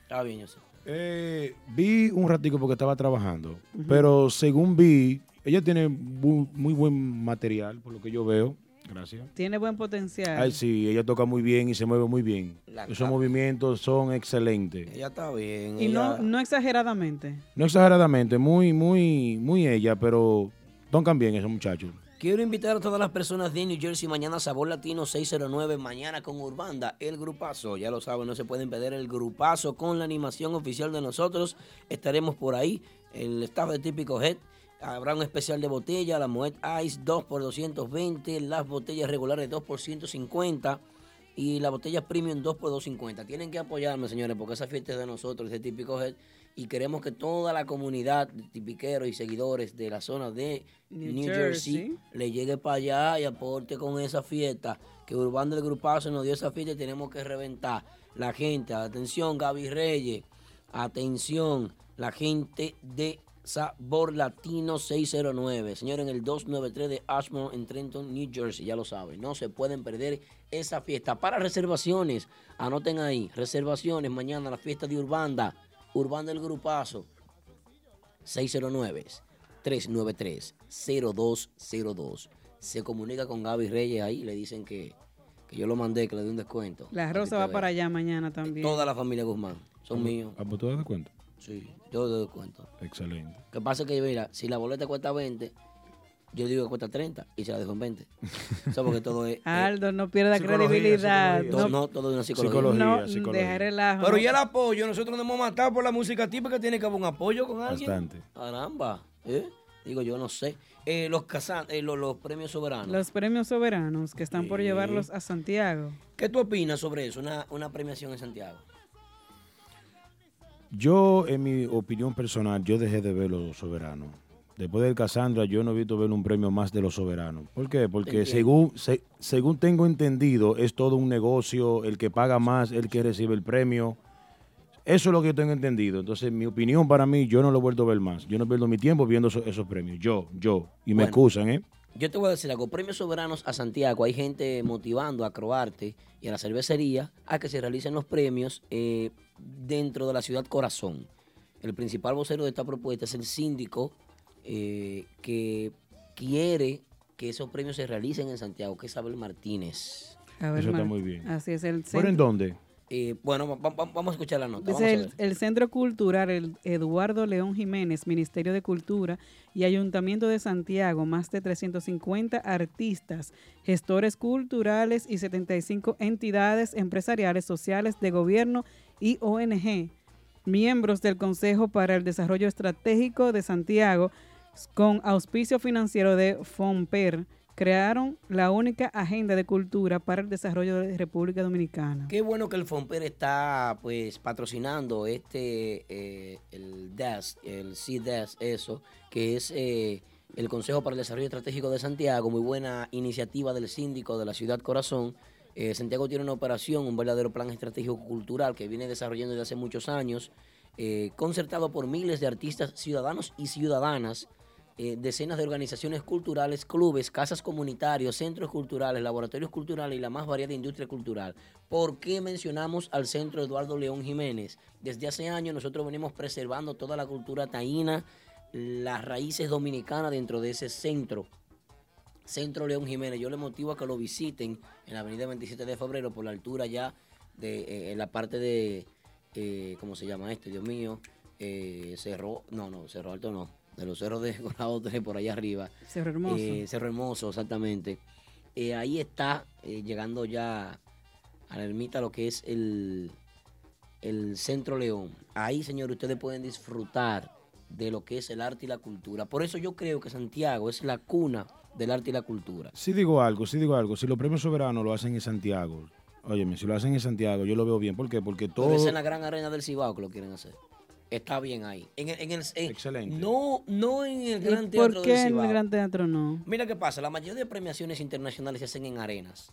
Está bien, yo sé.
Eh, vi un ratico porque estaba trabajando,
Ujú.
pero según vi, ella tiene bu- muy buen material, por lo que yo veo. Gracias.
Tiene buen potencial.
Ay, sí, ella toca muy bien y se mueve muy bien.
La
Esos movimientos son excelentes.
Ella está bien.
y no,
ella-
no exageradamente.
No exageradamente, muy, muy, muy ella, pero tocan bien esos muchachos.
Quiero invitar a todas las personas de New Jersey mañana Sabor Latino 609, mañana con Urbanda, el grupazo. Ya lo saben, no se pueden perder el grupazo con la animación oficial de nosotros. Estaremos por ahí, el staff de Típico Head. Habrá un especial de botella, la Moet Ice 2 por 220, las botellas regulares 2 por 150 y la botella premium 2 por 250. Tienen que apoyarme, señores, porque esa fiesta es de nosotros, de Típico Head. Y queremos que toda la comunidad de tipiqueros y seguidores de la zona de
New
New, Jersey,
Jersey.
le llegue para allá y aporte con esa fiesta. Que Urbán del Grupazo nos dio esa fiesta y tenemos que reventar. La gente, atención, Gaby Reyes, atención, la gente de Sabor Latino 609. Señor, en el 293 de Ashmore en Trenton, New Jersey, ya lo saben. No se pueden perder esa fiesta. Para reservaciones, anoten ahí, reservaciones mañana, la fiesta de Urbanda, Urbanda del Grupazo, 609. 393-0202. Se comunica con Gaby Reyes ahí, le dicen que, que yo lo mandé, que le di un descuento.
La
Así
Rosa
que
va
ve.
para allá mañana también.
Toda la familia Guzmán, son míos.
¿A vos te das cuenta?
Sí, yo te doy cuenta.
Excelente.
Lo que pasa es que, mira, si la boleta cuesta 20, yo digo que cuesta 30 y se la dejo en 20. Eso porque todo es...
Aldo, no pierda
Psicología,
credibilidad.
psicología. No, todo de una psicología.
No,
Psicología,
mm,
psicología.
deja relajo.
Pero
no.
ya el apoyo, nosotros nos hemos matado por la música típica, tiene que haber un apoyo con alguien.
Bastante.
Caramba, ¿eh? Digo, yo no sé. Eh, los, casan- eh, los, los premios soberanos.
Los premios soberanos que están por
Sí.
llevarlos a Santiago.
¿Qué tú opinas sobre eso? Una, una premiación en Santiago.
Yo, en mi opinión personal, yo dejé de ver los soberanos. Después del Cassandra, yo no he visto ver un premio más de los soberanos. ¿Por qué? Porque
Entiendo.
según, se- según tengo entendido, es todo un negocio, el que paga más, el que recibe el premio. Eso es lo que yo tengo entendido. Entonces, mi opinión para mí, yo no lo he vuelto a ver más. Yo no pierdo mi tiempo viendo eso- esos premios. Yo, yo. Y me
Bueno.
excusan, ¿eh?
Yo te voy a decir algo. Premios soberanos a Santiago. Hay gente motivando a Croarte y a la cervecería a que se realicen los premios eh, dentro de la ciudad corazón. El principal vocero de esta propuesta es el síndico eh, que quiere que esos premios se realicen en Santiago, que es Abel Martínez.
Abel
Eso está
Mar-
muy bien.
Así es el
¿Pero en
centro-
dónde?
Eh, bueno, va- va- vamos a escuchar la nota.
Dice
vamos a
el,
ver.
el Centro Cultural el Eduardo León Jiménez, Ministerio de Cultura y Ayuntamiento de Santiago, más de 350 artistas, gestores culturales y 75 entidades empresariales, sociales, de gobierno y ONG, miembros del Consejo para el Desarrollo Estratégico de Santiago, con auspicio financiero de FOMPER, crearon la única agenda de cultura para el desarrollo de República Dominicana.
Qué bueno que el Fomper está pues patrocinando este eh, el DAS, el CDAS, eso, que es eh, el Consejo para el Desarrollo Estratégico de Santiago, muy buena iniciativa del síndico de la ciudad Corazón. Eh, Santiago tiene una operación, un verdadero plan estratégico cultural que viene desarrollando desde hace muchos años, eh, concertado por miles de artistas, ciudadanos y ciudadanas, eh, decenas de organizaciones culturales, clubes, casas comunitarios, centros culturales, laboratorios culturales y la más variada industria cultural. ¿Por qué mencionamos al Centro Eduardo León Jiménez? Desde hace años nosotros venimos preservando toda la cultura taína, las raíces dominicanas dentro de ese centro. Centro León Jiménez. Yo le motivo a que lo visiten en la avenida 27 de febrero por la altura ya de eh, en la parte de, eh, ¿cómo se llama esto? Dios mío, eh, Cerro, no, no, Cerro Alto no, de los cerros de Colado 3 por allá arriba.
Cerro Hermoso.
Eh, Cerro Hermoso, exactamente. Eh, ahí está, eh, llegando ya a la ermita lo que es el, el Centro León. Ahí, señores, ustedes pueden disfrutar de lo que es el arte y la cultura. Por eso yo creo que Santiago es la cuna del arte y la cultura.
Si digo algo, si digo algo, si los premios soberanos lo hacen en Santiago, óyeme, si lo hacen en Santiago, yo lo veo bien. ¿Por qué? Porque todo...
Pero esa es la gran arena del Cibao que lo quieren hacer. Está bien ahí. En el, en el- en- No, no en el Gran
¿Y ¿Por
Teatro
qué
del
en
Cibao.
el Gran Teatro no?
Mira qué pasa, la mayoría de premiaciones internacionales se hacen en arenas.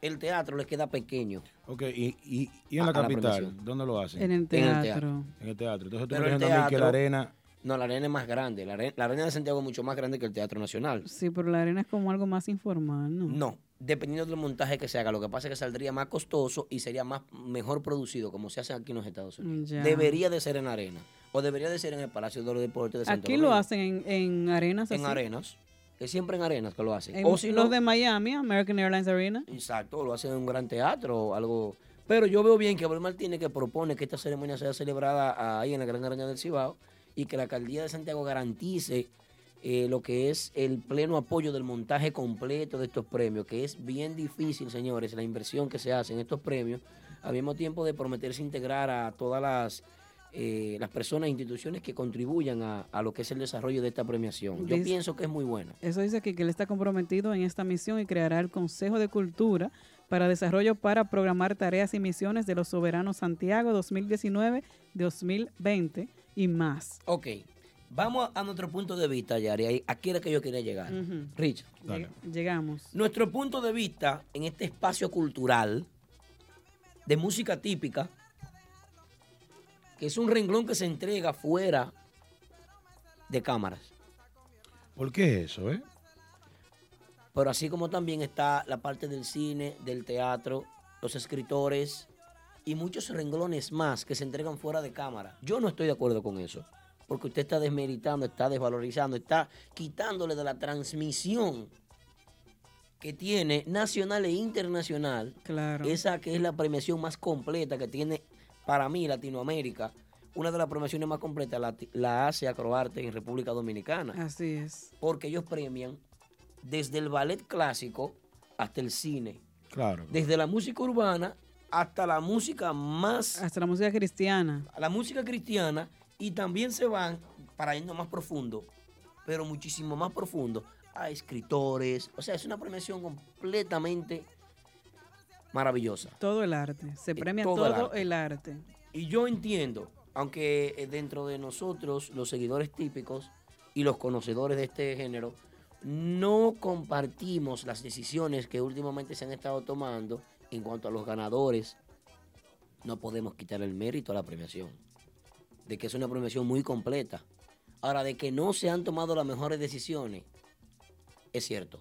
El teatro les queda pequeño.
Ok, y, y- y en la
A- a la
capital,
premiación.
¿dónde lo hacen?
En el En el teatro. teatro.
En el teatro. Entonces tú
Pero
me
el
dices también que la
teatro-
arena...
No, la arena es más grande. La are- la arena, de Santiago es mucho más grande que el Teatro Nacional.
Sí, pero la arena es como algo más informal, ¿no?
No, dependiendo del montaje que se haga. Lo que pasa es que saldría más costoso y sería más mejor producido, como se hace aquí en los Estados Unidos.
Ya.
Debería de ser en arena. O debería de ser en el Palacio de los Deportes de Santo
Aquí lo hacen en, en arenas
En
así.
arenas. Es siempre en arenas que lo hacen.
En
o si
los
no,
de Miami, American Airlines Arena.
Exacto, lo hacen en un gran teatro o algo. Pero yo veo bien que Abel Martínez que propone que esta ceremonia sea celebrada ahí en la Gran Araña del Cibao y que la alcaldía de Santiago garantice eh, lo que es el pleno apoyo del montaje completo de estos premios, que es bien difícil, señores, la inversión que se hace en estos premios, al mismo tiempo de prometerse integrar a todas las, eh, las personas e instituciones que contribuyan a, a lo que es el desarrollo de esta premiación. Yo
Dice-
pienso que es muy buena.
Eso dice aquí que él está comprometido en esta misión y creará el Consejo de Cultura para Desarrollo para programar tareas y misiones de los soberanos Santiago 2019-2020 y más.
Ok, vamos a, a nuestro punto de vista, Yari. ahí- Aquí era que yo quería llegar.
Ujú.
Rich,
Lleg- Llegamos.
nuestro punto de vista en este espacio cultural de música típica, que es un renglón que se entrega fuera de cámaras.
¿Por qué eso, eh?
Pero así como también está la parte del cine, del teatro, los escritores y muchos renglones más que se entregan fuera de cámara. Yo no estoy de acuerdo con eso. Porque usted está desmeritando, está desvalorizando, está quitándole de la transmisión que tiene nacional e internacional.
Claro.
Esa que es la premiación más completa que tiene para mí Latinoamérica. Una de las premiaciones más completas la, la hace Acroarte en República Dominicana
Así es.
porque ellos premian desde el ballet clásico hasta el cine,
Claro.
desde la música urbana hasta la música más,
Hasta la música cristiana.
la música cristiana, y también se van para irnos más profundo, pero muchísimo más profundo, a escritores, o sea, es una premiación completamente maravillosa.
Todo el arte. Se premia
todo
todo,
el
el arte.
Y yo entiendo, aunque eh, dentro de nosotros, los seguidores típicos y los conocedores de este género, no compartimos las decisiones que últimamente se han estado tomando en cuanto a los ganadores. No podemos quitar el mérito a la premiación, de que es una premiación muy completa. Ahora, de que no se han tomado las mejores decisiones, es cierto.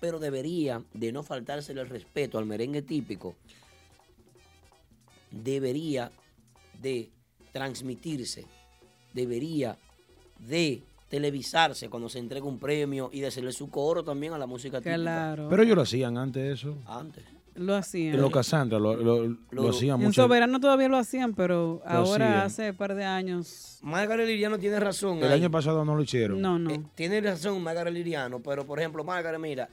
Pero debería de no faltársele el respeto al merengue típico debería de transmitirse, debería de televisarse cuando se entrega un premio y de hacerle su coro también a la música típica.
Claro.
Pero ellos lo hacían antes eso.
Antes.
Lo hacían.
En los Casandra lo, lo- lo
Lo-
hacían
En
mucho.
Soberano todavía lo hacían, pero ahora
hacían.
hace un par de años.
Margaret Liriano tiene razón.
El
ahí.
año pasado no lo hicieron.
Eh, tiene razón Margaret Liriano, pero por ejemplo, Margaret, mira,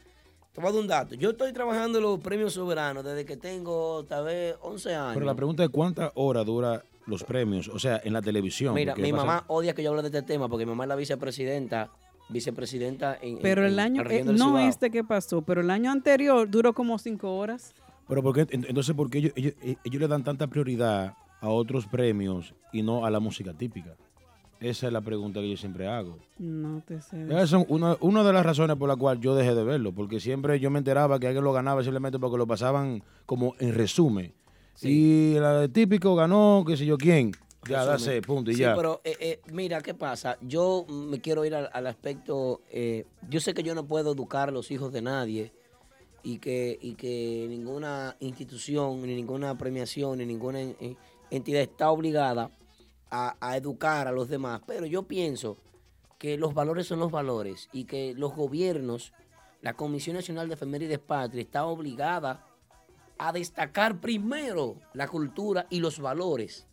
te voy a dar un dato. Yo estoy trabajando en los premios soberanos desde que tengo tal vez 11 años.
Pero la pregunta es cuántas horas dura los premios, o sea, en la televisión.
Mira,
porque
mi
pasa-
mamá odia que yo hable de este tema porque mi mamá es la vicepresidenta, vicepresidenta en...
Pero el año, eh, no este que pasó, pero el año anterior duró como cinco horas.
Pero por qué, en- entonces, ¿por qué ellos, ellos- eh, ellos le dan tanta prioridad a otros premios y no a la música típica? Esa es la pregunta que yo siempre hago.
No te sé.
Esa es una, una de las razones por la cual yo dejé de verlo, porque siempre yo me enteraba que alguien lo ganaba simplemente porque lo pasaban como en resumen. Y la típico ganó, qué sé yo quién. Ya,
Resumen.
dase, punto y
Sí,
ya.
pero eh, eh, mira, ¿qué pasa? Yo me quiero ir al, al aspecto. eh, yo sé que yo no puedo educar a los hijos de nadie y que, y que ninguna institución, ni ninguna premiación, ni ninguna en- en- entidad está obligada a, a educar a los demás. Pero yo pienso que los valores son los valores y que los gobiernos, la Comisión Nacional de Efemérides Patria, está obligada a destacar primero la cultura y los valores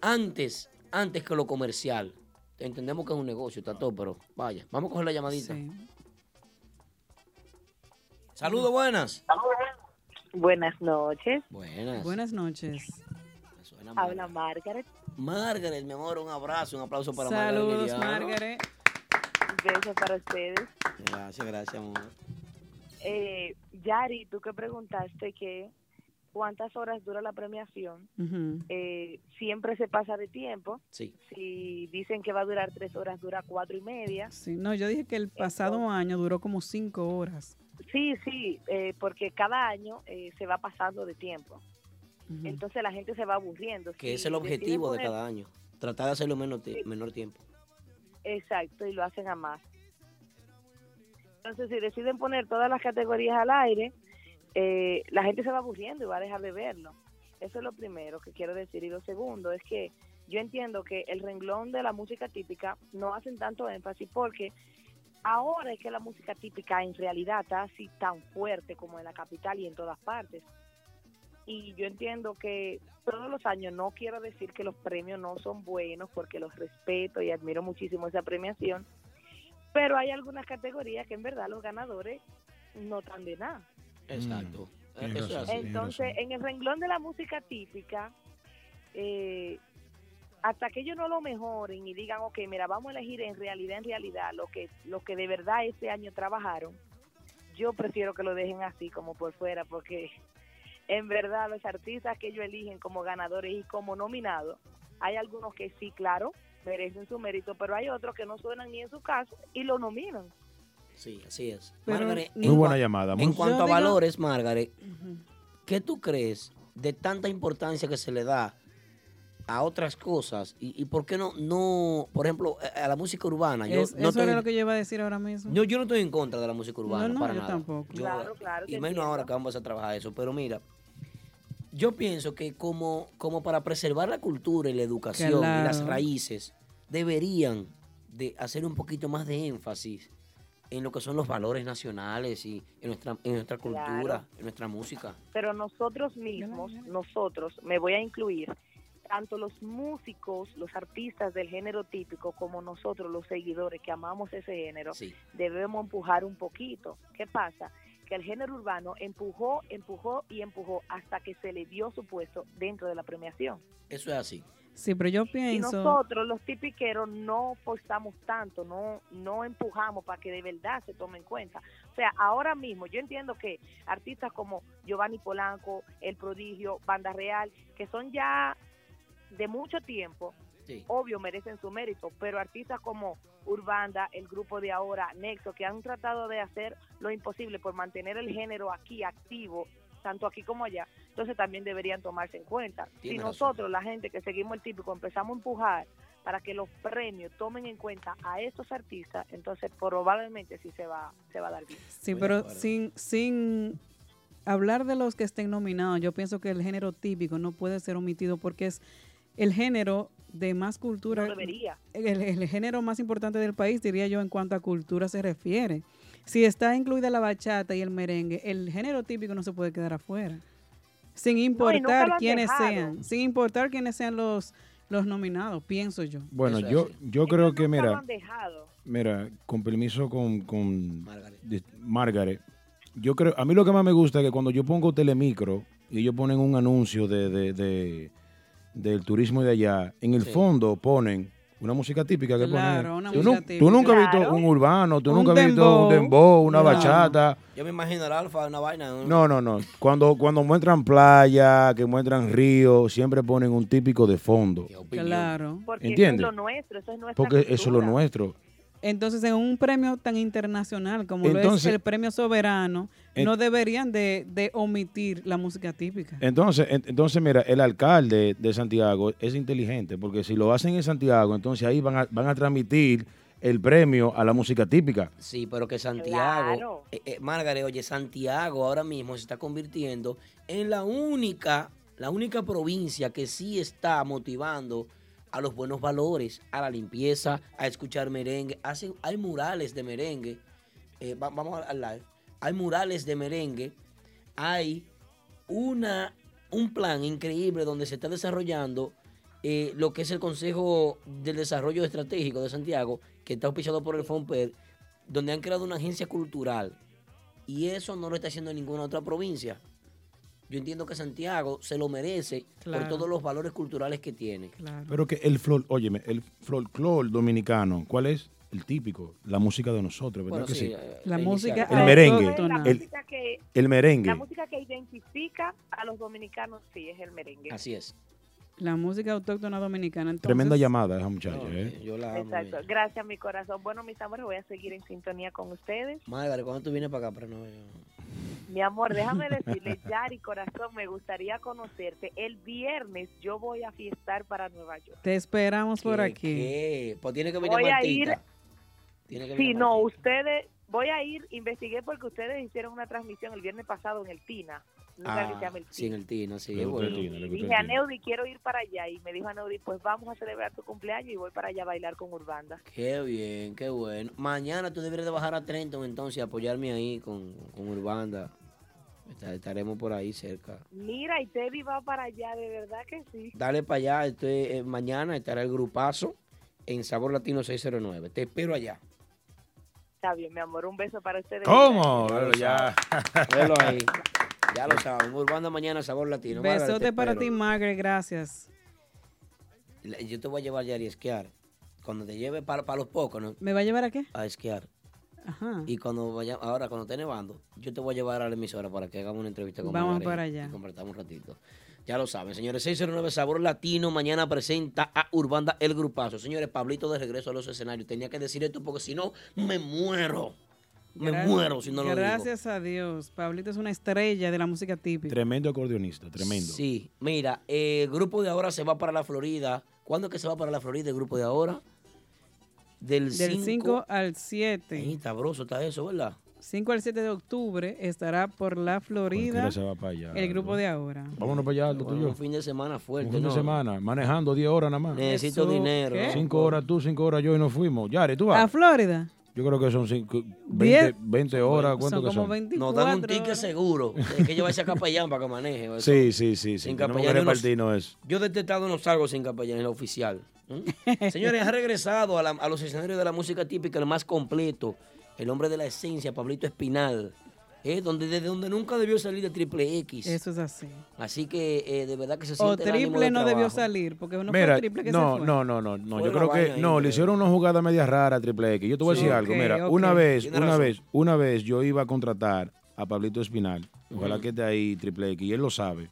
antes, antes que lo comercial. Entendemos que es un negocio, está todo, pero vaya, vamos a coger la llamadita. Saludos, buenas.
Buenas noches.
Buenas.
Buenas noches.
Habla Margaret.
Margaret, mi amor, un abrazo, un aplauso para
Saludos,
Margaret. Liriano.
Margaret.
Besos para ustedes.
Gracias, gracias, amor.
Eh, Yari, tú que preguntaste que cuántas horas dura la premiación, eh, siempre se pasa de tiempo.
Sí.
Si dicen que va a durar tres horas, dura cuatro y media.
Sí, no, yo dije que el pasado año duró como cinco horas.
Sí, sí, eh, porque cada año eh, se va pasando de tiempo. Entonces la gente se va aburriendo.
Que
Si
es el
deciden
objetivo de
poner-
cada año. Tratar de hacerlo en menor, ti- menor tiempo.
Exacto, y lo hacen a más. Entonces, si deciden poner todas las categorías al aire, eh, la gente se va aburriendo y va a dejar de verlo. Eso es lo primero que quiero decir. Y lo segundo es que yo entiendo que el renglón de la música típica no hacen tanto énfasis porque ahora es que la música típica en realidad está así tan fuerte como en la capital y en todas partes. Y yo entiendo que todos los años no quiero decir que los premios no son buenos porque los respeto y admiro muchísimo esa premiación, pero hay algunas categorías que en verdad los ganadores no están de nada.
Exacto. Eh,
Mm, tienes
Eso es
razón,
así.
Entonces, en el renglón de la música típica, eh, hasta que ellos no lo mejoren y digan, ok, mira, vamos a elegir en realidad, en realidad, lo que, lo que de verdad este año trabajaron, yo prefiero que lo dejen así como por fuera, porque en verdad los artistas que ellos eligen como ganadores y como nominados, hay algunos que sí, claro, merecen su mérito, pero hay otros que no suenan ni en su caso y lo nominan.
Sí, así es.
Pero-
Margaret,
Muy
en
buena
cua-
llamada, muy-
En cuanto
Yo
a
digo-
valores, Margaret, ¿qué tú crees de tanta importancia que se le da a otras cosas? ¿Y, y por qué no, no, por ejemplo, a a la música urbana? Yo,
Es-
no
eso era
estoy-
lo que yo iba a decir ahora mismo.
yo, yo no estoy en contra de la música urbana,
No, no,
para
yo
nada.
tampoco. Claro,
claro,
Y
te
menos
entiendo.
ahora que vamos a trabajar eso. Pero mira, yo pienso que como, como para preservar la cultura y la educación y las
Claro.
raíces, deberían de hacer un poquito más de énfasis en lo que son los valores nacionales y en nuestra, en nuestra cultura,
Claro.
en nuestra música.
pero nosotros mismos, nosotros, me voy a incluir, tanto los músicos, los artistas del género típico, como nosotros, los seguidores que amamos ese género,
Sí.
debemos empujar un poquito. ¿Qué pasa? Que el género urbano empujó, empujó y empujó hasta que se le dio su puesto dentro de la premiación.
Eso es así.
Sí, pero yo
Y
pienso.
nosotros, los tipiqueros, no forzamos tanto, no, no empujamos para que de verdad se tome en cuenta. O sea, ahora mismo yo entiendo que artistas como Giovanni Polanco, El Prodigio, Banda Real, que son ya de mucho tiempo,
Sí.
obvio merecen su mérito, pero artistas como Urbanda, el grupo de ahora, Nexo, que han tratado de hacer lo imposible por mantener el género aquí activo, tanto aquí como allá, entonces también deberían tomarse en cuenta. si
Tienes razón.
nosotros, la gente que seguimos el típico, empezamos a empujar para que los premios tomen en cuenta a estos artistas, entonces probablemente sí se va, se va a dar bien.
Sí, pero Ah. sin, sin hablar de los que estén nominados, yo pienso que el género típico no puede ser omitido porque es el género de más cultura.
No debería.
El, el género más importante del país, diría yo, en cuanto a cultura se refiere. Si está incluida la bachata y el merengue, el género típico no se puede quedar afuera. Sin
nunca
importar
lo han
quiénes
dejado.
sean, sin importar quiénes sean los, los nominados, pienso yo.
Bueno, yo, yo creo que,
nunca lo
mira,
han dejado.
mira, con permiso con, con de- Margaret, yo creo, a mí lo que más me gusta es que cuando yo pongo telemicro y ellos ponen un anuncio de, de- de- del turismo de allá, en el
Sí.
fondo ponen una música típica que
Claro,
ponen.
una
tú,
música
nu-
típica.
tú nunca has visto
Claro.
un urbano, tú
Un
nunca has visto
dembow.
un dembow, una
Claro.
bachata.
Yo me imagino el alfa, una vaina. un-
No, no, no. Cuando, cuando muestran playa, que muestran río, siempre ponen un típico de fondo.
Claro.
Porque
¿Entiendes?
eso es lo nuestro, eso es nuestra
Porque eso es lo nuestro.
Entonces, en un premio tan internacional como lo es
Entonces-
el premio soberano,
En-
no deberían de, de omitir la música típica.
Entonces, en- entonces, mira, el alcalde de Santiago es inteligente, porque si lo hacen en Santiago, entonces ahí van a, van a transmitir el premio a la música típica.
Sí, pero que Santiago, eh, eh, Margaret, oye, Santiago ahora mismo se está convirtiendo en la única, la única provincia que sí está motivando a los buenos valores, a la limpieza, a escuchar merengue. Hacen, hay murales de merengue. Eh, va- vamos al- al live. Hay murales de merengue. Hay una, un plan increíble donde se está desarrollando eh, lo que es el Consejo del Desarrollo Estratégico de Santiago, que está auspiciado por el FOMPER, E donde han creado una agencia cultural. Y eso no lo está haciendo ninguna otra provincia. Yo entiendo que Santiago se lo merece
Claro.
por todos los valores culturales que tiene.
Pero que el flor, óyeme, el folclore dominicano, ¿cuál es? El típico, la música de nosotros, ¿verdad
Bueno,
que
sí,
sí?
eh,
La música
El merengue.
La
El,
música que-
el merengue.
La música que identifica a los dominicanos, sí, es el merengue.
Así es.
La música autóctona dominicana. Entonces,
Tremenda llamada esa muchacha, ¿eh?
Yo la amo.
Exacto. Gracias, mi corazón. Bueno, mis amores, voy a seguir en sintonía con ustedes.
Margaret, ¿cuándo tú vienes para acá? Pero no, yo-
Mi amor, déjame decirle, Yari, corazón, me gustaría conocerte. El viernes yo voy a fiestar para Nueva York.
Te esperamos por
¿Qué,
aquí.
qué? Pues tiene que venir
Voy a ir.
Martita. Tiene que
Sí,
venir
no, ustedes, voy a ir, investigué porque ustedes hicieron una transmisión el viernes pasado en el Tina. un lugar que se
Martita.
llama
Ah,
el
sí, en el Tino, sí.
Le
es
gustó el
bueno.
Tino, le
Y dije a Neudi, quiero ir para allá. Y me dijo a Neudi, pues vamos a celebrar tu cumpleaños y voy para allá a bailar con Urbanda.
Qué bien, qué bueno. Mañana tú deberías de bajar a Trenton entonces y apoyarme ahí con, con Urbanda. Esta- Estaremos por ahí cerca.
Mira, y Teddy va para allá, de verdad que sí.
Dale para allá, esto es, eh, mañana estará el grupazo en Sabor Latino 609. Te espero allá.
Está bien, mi amor, un beso para ustedes.
lo
ya.
sabes. Velo ahí. Ya lo saben. Urbanda mañana, Sabor Latino. Margaret, te
Besote para ti,
espero.
Margaret. Gracias.
La- Yo te voy a llevar ya a esquiar. Cuando te lleve para, para los pocos, ¿no?
¿Me va a llevar a qué?
A esquiar.
Ajá.
Y cuando vaya, ahora cuando esté nevando, yo te voy a llevar a la emisora para que hagamos una entrevista con
Vamos
Margarita
para allá.
Y convertamos un ratito. Ya lo saben, señores. 609 Sabor Latino mañana presenta a Urbanda El Grupazo. Señores, Pablito de regreso a los escenarios. Tenía que decir esto porque si no, me muero. Me
Gra-
muero si no lo digo.
Gracias a Dios. Pablito es una estrella de la música típica.
Tremendo acordeonista, tremendo.
Sí, mira, eh, el grupo de ahora se va para la Florida. ¿Cuándo es que se va para la Florida el grupo de ahora? Del
Del 5
5
al 7.
sabroso está eso, ¿verdad?
5 al 7 de octubre estará por la Florida
se va para allá,
el grupo
Aldo?
de ahora.
Vámonos para allá, Aldo, tú y yo.
Un fin de semana fuerte.
Un fin de
¿no?
semana, manejando 10 horas nada más.
Necesito Eso, dinero, ¿qué?
5 horas tú, 5 horas yo y nos fuimos. Yare, tú
¿A
vas.
Florida?
Yo creo que son cinco-
10.
20, 20 horas, ¿cuánto
son
que
como ¿eh?
son?
24
Nos dan un ticket seguro. Hay que llevarse a capellán para que maneje. eso.
Sí, sí, sí, sí.
Sin
Tenemos que
capellán, yo no-
repartirnos eso.
Yo de este estado no salgo sin capellán, es lo oficial. ¿Mm? Señores, ha regresado a, la- a los escenarios de la música típica, el más completo, el hombre de la esencia, Pablito Espinal, ¿eh? donde, desde donde nunca debió salir de Triple X.
Eso es así.
Así que eh, de verdad que se siente
O
el ánimo
triple
de
no debió
trabajo.
salir, porque uno fue
Mira,
triple que
no,
se fue.
no, no, no, no,
Fue
yo
una
creo
vaina
que
ahí,
no,
creo.
le hicieron una jugada media rara a Triple X. Yo te voy
Sí.
a decir algo,
Ok,
mira,
ok.
una vez,
Tiene
una
razón.
vez, una vez yo iba a contratar a Pablito Espinal, ojalá
Ujú.
que esté ahí Triple X, y él lo sabe.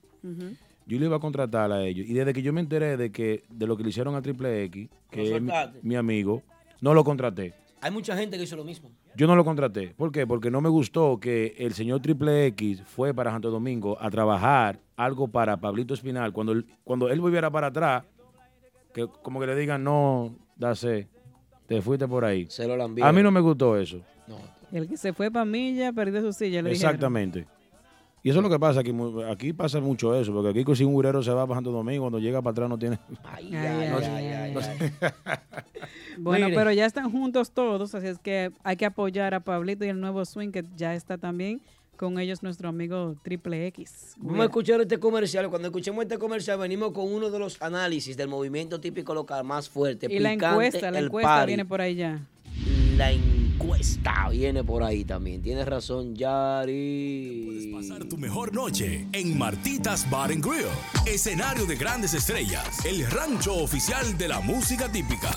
Yo le iba a contratar a ellos y desde que yo me enteré de que de lo que le hicieron a Triple X,
Lo
que es mi,
soltaste.
mi amigo, no lo contraté.
Hay mucha gente que hizo lo mismo.
Yo no lo contraté. ¿Por qué? Porque no me gustó que el señor Triple X fue para Santo Domingo a trabajar algo para Pablito Espinal. Cuando él, cuando él volviera para atrás, que como que le digan, no, dase, te fuiste por ahí.
Se lo lambieron.
a mí no me gustó eso.
El que se fue para Milla perdió su silla. le dijeron.
Exactamente. Y eso es lo que pasa, aquí, mu- aquí pasa mucho eso, porque aquí si un burero se va bajando domingo, cuando llega para atrás no tiene...
ay,
no
ay,
sé-
ay, ay,
no
ay.
sé.
Bueno,
Mire.
pero ya están juntos todos, así es que hay que apoyar a Pablito y el nuevo swing que ya está también con ellos nuestro amigo Triple X.
Vamos a escuchar este comercial. Cuando escuchemos este comercial, venimos con uno de los análisis del movimiento típico local más fuerte.
Y la
picante,
encuesta, la
el
encuesta
party.
viene por ahí ya.
La encuesta viene por ahí también. Tienes razón, Yari.
Tu mejor noche en Martitas Bar and Grill. Escenario de grandes estrellas. El rancho oficial de la música típica.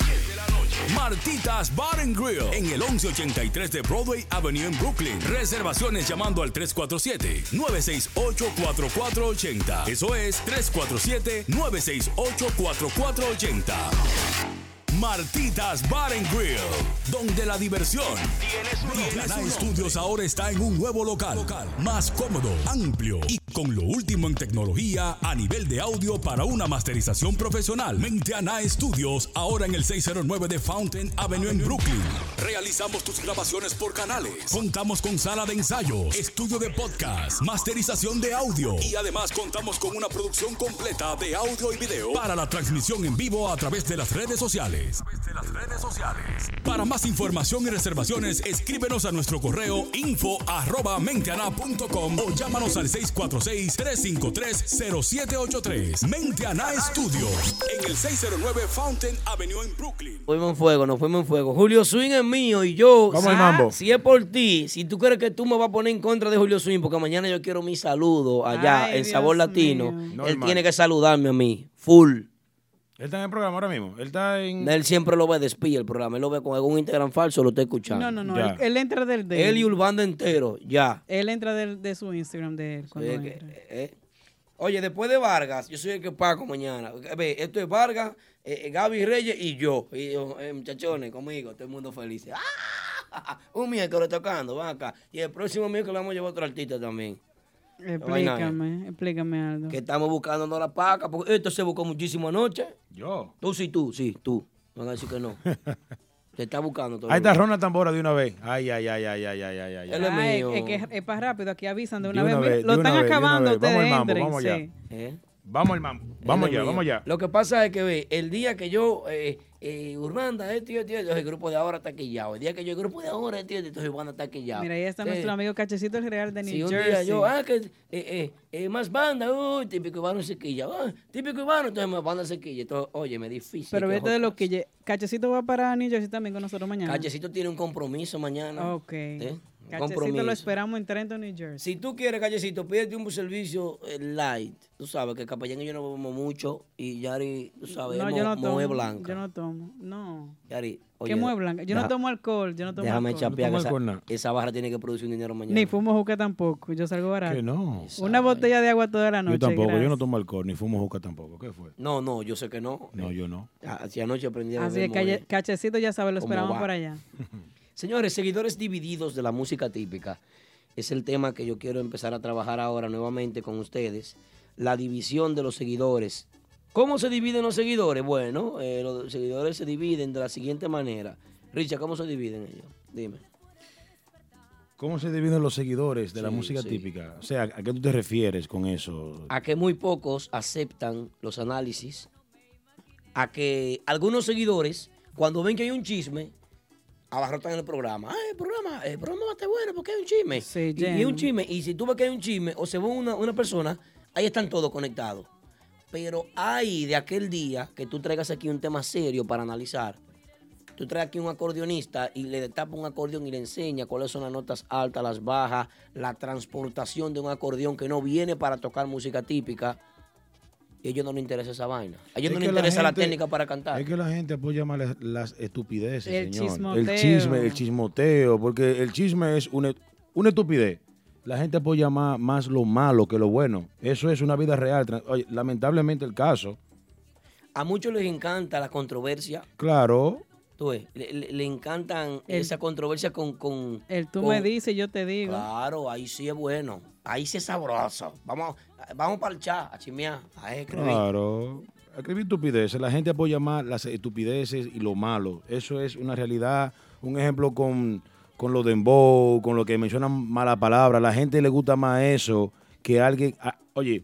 Martitas Bar and Grill en el 1183 de Broadway Avenue en Brooklyn. Reservaciones llamando al 347-968-4480. Eso es 347-968-4480. Martitas Bar and Grill, donde la diversión tiene su Estudios ahora está en un nuevo local, más cómodo, amplio y con lo último en tecnología a nivel de audio para una masterización profesional. Menteana Studios ahora en el 609 de Fountain Avenue en Brooklyn. Realizamos tus grabaciones por canales. Contamos con sala de ensayos, estudio de podcast, masterización de audio y además contamos con una producción completa de audio y video para la transmisión en vivo a través de las redes sociales. Para más información y reservaciones, escríbenos a nuestro correo info arroba menteana.com o llámanos al 646-353-0783. Menteana Studios, en el 609 Fountain Avenue en Brooklyn.
Fuimos en fuego, nos fuimos en fuego. Julio Swing es mío y yo.
Vamos
si,
al mambo.
Si es por ti, si tú crees que tú me vas a poner en contra de Julio Swing, porque mañana yo quiero mi saludo allá
Ay,
en
Dios
Sabor Latino, él
Normal.
tiene que saludarme a mí, full.
Él está en el programa ahora mismo. Él está en...
Él siempre lo ve despilla el programa, él lo ve con algún Instagram falso, lo está escuchando.
No, no, no,
Ya.
él, él entra del de
Él y Urbando entero, ya.
Él entra del- de su Instagram de él. cuando
Eh, que-
entra.
eh, eh. Oye, después de Vargas, yo soy el que pago mañana. Eh, ve, esto es Vargas, eh, eh, Gaby Reyes y yo. Y yo, eh, muchachones, conmigo, todo el mundo feliz. ¡Ah! Un miércoles tocando, van acá. Y el próximo miércoles vamos a llevar otro artista también. vaina
Explícame, explícame algo.
Que estamos buscándonos la paca, porque esto se buscó muchísimo anoche.
Yo.
Tú sí, tú, sí, tú. Van a decir que no. Te está buscando todo. el
Ahí está
mundo.
Ronald Tambora de una vez. Ay, ay, ay, ay, ay, ay, ay, ay.
Él es
Ay,
mío.
es que es- es para rápido, aquí avisan de
De
una,
una
vez. Mira,
vez,
Lo
de
están
una vez, de una
acabando,
vez.
ustedes
Vamos al mambo,
entren,
vamos allá.
sí.
¿Eh?
Vamos al mambo. Vamos
Él es
allá,
mío.
vamos allá.
Lo que pasa es que ve, el día que yo, eh, eh, Urbanda, esto y esto y esto, el grupo de ahora está quillado. El día que yo, el grupo de ahora, esto y esto, entonces Urbanda está quillado.
Mira, ahí está
Entonces,
nuestro amigo Cachecito el Real de New
si un
Jersey.
día yo, ah, que eh, eh, eh, más banda, uy, típico cubano se quilla, ah, típico cubano, entonces más banda se quilla. Entonces, oye, me difícil.
Pero
que
vete de lo que... lle- Cachecito va para New Jersey también con nosotros mañana.
Callecito tiene un compromiso mañana.
Ok.
¿eh? Un
Cachecito lo
Compromiso.
esperamos en Trenton, New Jersey.
Si tú quieres, Callecito, pídete un servicio eh, light. Tú sabes que Capellán y yo no bebemos mucho y Yari, tú sabes,
no,
es
yo
mo-
no tomo.
moe blanca.
Yo no tomo. No.
Yari,
¿Qué
oye,
mueve blanca? Yo no
deja-
tomo alcohol. Yo no tomo
Déjame
alcohol.
chapear que esa, esa barra tiene que producir un dinero mañana.
Ni fumo juca tampoco. Yo salgo barato.
Que no.
Una botella de agua toda la noche.
Yo tampoco, yo no
gracias.
tomo alcohol, ni fumo juca tampoco. ¿Qué fue?
No, no, yo sé que no.
No, yo no.
Ah, Si anoche aprendí a
Así que
beber moe.
calle- Cachecito ya sabe, lo
¿Cómo
esperamos
va?
por allá.
Señores, seguidores divididos de la música típica. Es el tema que yo quiero empezar a trabajar ahora nuevamente con ustedes. La división de los seguidores. ¿Cómo se dividen los seguidores? Bueno, eh, los seguidores se dividen de la siguiente manera. Richard, ¿cómo se dividen ellos? Dime.
¿Cómo se dividen los seguidores de la
Sí,
música
sí.
típica? O sea, ¿a qué tú te refieres con eso?
a que muy pocos aceptan los análisis, a que algunos seguidores, cuando ven que hay un chisme, abarrotan el programa. Ay, el programa, el programa va a estar bueno porque hay un chisme. y, y
llenan.
un chisme, y si tú ves que hay un chisme o se ve una, una persona, ahí están todos conectados. Pero hay de aquel día que tú traigas aquí un tema serio para analizar. Tú traes aquí un acordeonista y le tapa un acordeón y le enseña cuáles son las notas altas, las bajas, la transportación de un acordeón que no viene para tocar música típica. Y a ellos no les interesa esa vaina. A
Es
ellos
que
no les interesa la,
gente-
técnica para cantar.
Es que la gente apoya más las, las estupideces,
El
señor.
chismoteo.
El chisme, el chismoteo, porque el chisme es una, una estupidez. La gente apoya más, más lo malo que lo bueno. Eso es una vida real. Tra- oye, lamentablemente el caso,
A muchos les encanta la controversia.
claro,
Tú ves, le, le- le encantan
El-
esa controversia con... con
El tú
con-
me dices, yo te digo.
Claro, ahí sí es bueno. Ahí sí es sabroso. Vamos, vamos para el chat, a chismear, a escribir.
Claro. Escribir estupideces. La gente apoya más las estupideces y lo malo. Eso es una realidad. Un ejemplo con, con lo de Embo, con lo que mencionan mala palabra. La gente le gusta más eso que alguien. ah, oye,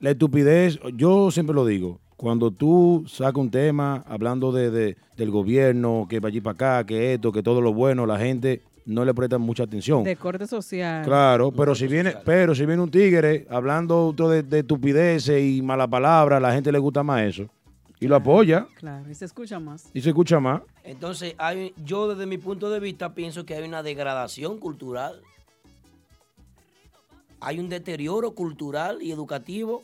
la estupidez, yo siempre lo digo. Cuando tú sacas un tema hablando de, de- del gobierno, que para allí para acá, que esto, que todo lo bueno, la gente no le presta mucha atención.
De corte social.
Claro, pero si viene, pero si viene un tigre hablando otro de, de estupideces y mala palabra, a la gente le gusta más eso. Y lo apoya
Claro, y se escucha más.
y se escucha más.
Entonces, hay, yo desde mi punto de vista pienso que hay una degradación cultural. Hay un deterioro cultural y educativo.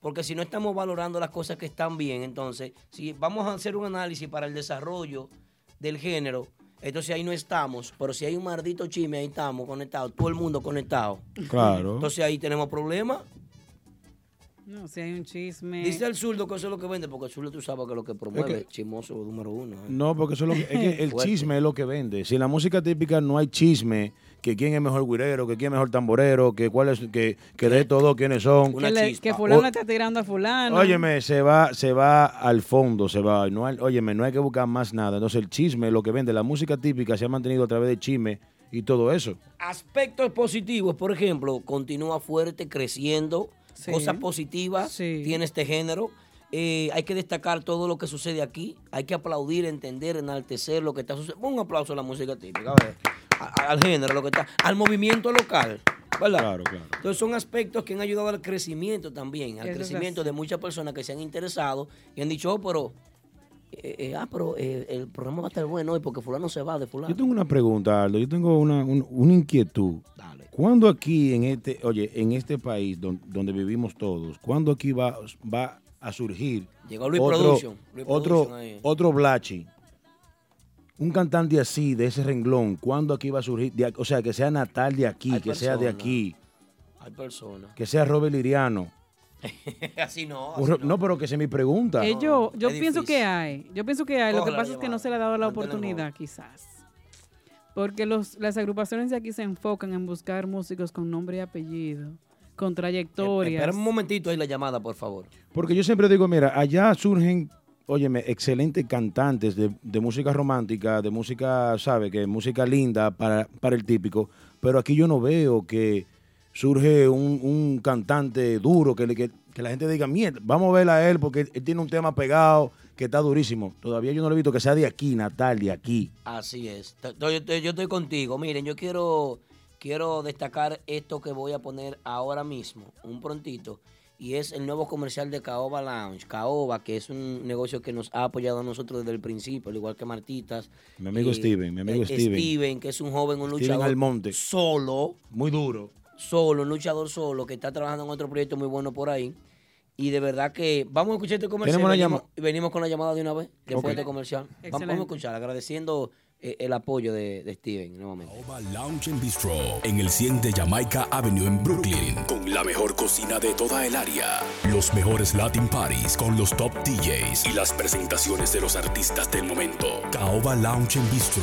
Porque si no estamos valorando las cosas que están bien, entonces, si vamos a hacer un análisis para el desarrollo del género, entonces ahí no estamos. Pero si hay un maldito chisme, ahí estamos conectados, todo el mundo conectado.
Claro.
Entonces ahí tenemos problemas.
No, si hay un chisme.
Dice el zurdo que eso es lo que vende, porque el zurdo tú sabes que lo que promueve es chismoso número uno. ¿eh?
No, porque eso es lo que- es que el
Fuerte.
chisme es lo que vende. Si en la música típica no hay chisme, que quién es mejor guirero, que quién es mejor tamborero, que cuál es, que, que de todo quiénes son.
que, le- que fulano está tirando a fulano.
Óyeme, se va, se va al fondo, se va. No hay- óyeme, no hay que buscar más nada. Entonces el chisme, es lo que vende, la música típica se ha mantenido a través de chisme y todo eso.
Aspectos positivos, por ejemplo, continúa fuerte, creciendo. Cosas positivas tiene este género. Eh, hay que destacar todo lo que sucede aquí. Hay que aplaudir, entender, enaltecer lo que está sucediendo. Un aplauso a la música típica, a ver, a- a- al género, lo que está, al movimiento local. ¿verdad?
Claro, claro.
Entonces son aspectos que han ayudado al crecimiento también, al
Eso es
crecimiento de muchas personas que se han interesado y han dicho, oh, pero, eh, eh, ah, pero eh, el programa va a estar bueno hoy porque fulano se va de fulano.
Yo tengo una pregunta, Aldo. Yo tengo una, un- una inquietud. ¿Cuándo aquí en este, oye, en este país don- donde vivimos todos, cuándo aquí va, va a surgir
Llegó Luis
otro,
Production, Luis
otro,
Production ahí.
otro Blachi? Un cantante así, de ese renglón, ¿cuándo aquí va a surgir? De ac- o sea, que sea Natal de aquí, que sea de
personas.
aquí,
Hay personas.
que sea Robert Liriano.
así no.
Un Ro- no. pero que esa es mi pregunta.
Eh, yo yo pienso que hay. Yo pienso que hay. lo que
Coge la
pasa es que no se le ha dado la oportunidad, quizás. Porque los, las agrupaciones de aquí se enfocan en buscar músicos con nombre y apellido, con trayectorias.
Espera un momentito ahí la llamada, por favor.
Porque yo siempre digo, mira, allá surgen, óyeme, excelentes cantantes de, de música romántica, de música, ¿sabe? Que música linda para, para el típico. Pero aquí yo no veo que surge un, un cantante duro que, le- que, que la gente diga, mierda, vamos a ver a él porque él, él tiene un tema pegado que está durísimo. Todavía yo no lo he visto que sea de aquí, Natal, de aquí.
Así es. Te- te- Yo estoy, yo estoy contigo. Miren, yo quiero, quiero destacar esto que voy a poner ahora mismo, un prontito, y es el nuevo comercial de Caoba Lounge. Caoba, que es un negocio que nos ha apoyado a nosotros desde el principio, al igual que Martitas.
Mi amigo Steven, mi amigo
eh,
Steven.
Steven, que es un joven, un
Steven
luchador.
Almonte.
Solo.
Muy duro.
Solo, un luchador solo, que está trabajando en otro proyecto muy bueno por ahí. Y de verdad que vamos a escuchar este comercial.
Tenemos una
venimos, y venimos con la llamada de una vez, después
Ok.
de este comercial. Vam- Vamos
Excelente.
a escuchar, agradeciendo eh, el apoyo de, de Steven nuevamente.
Lounge and Bistro en el 100 de Jamaica Avenue en Brooklyn con la mejor cocina de toda el área. Los mejores Latin parties con los top DJs y las presentaciones de los artistas del momento. Caoba Lounge and Bistro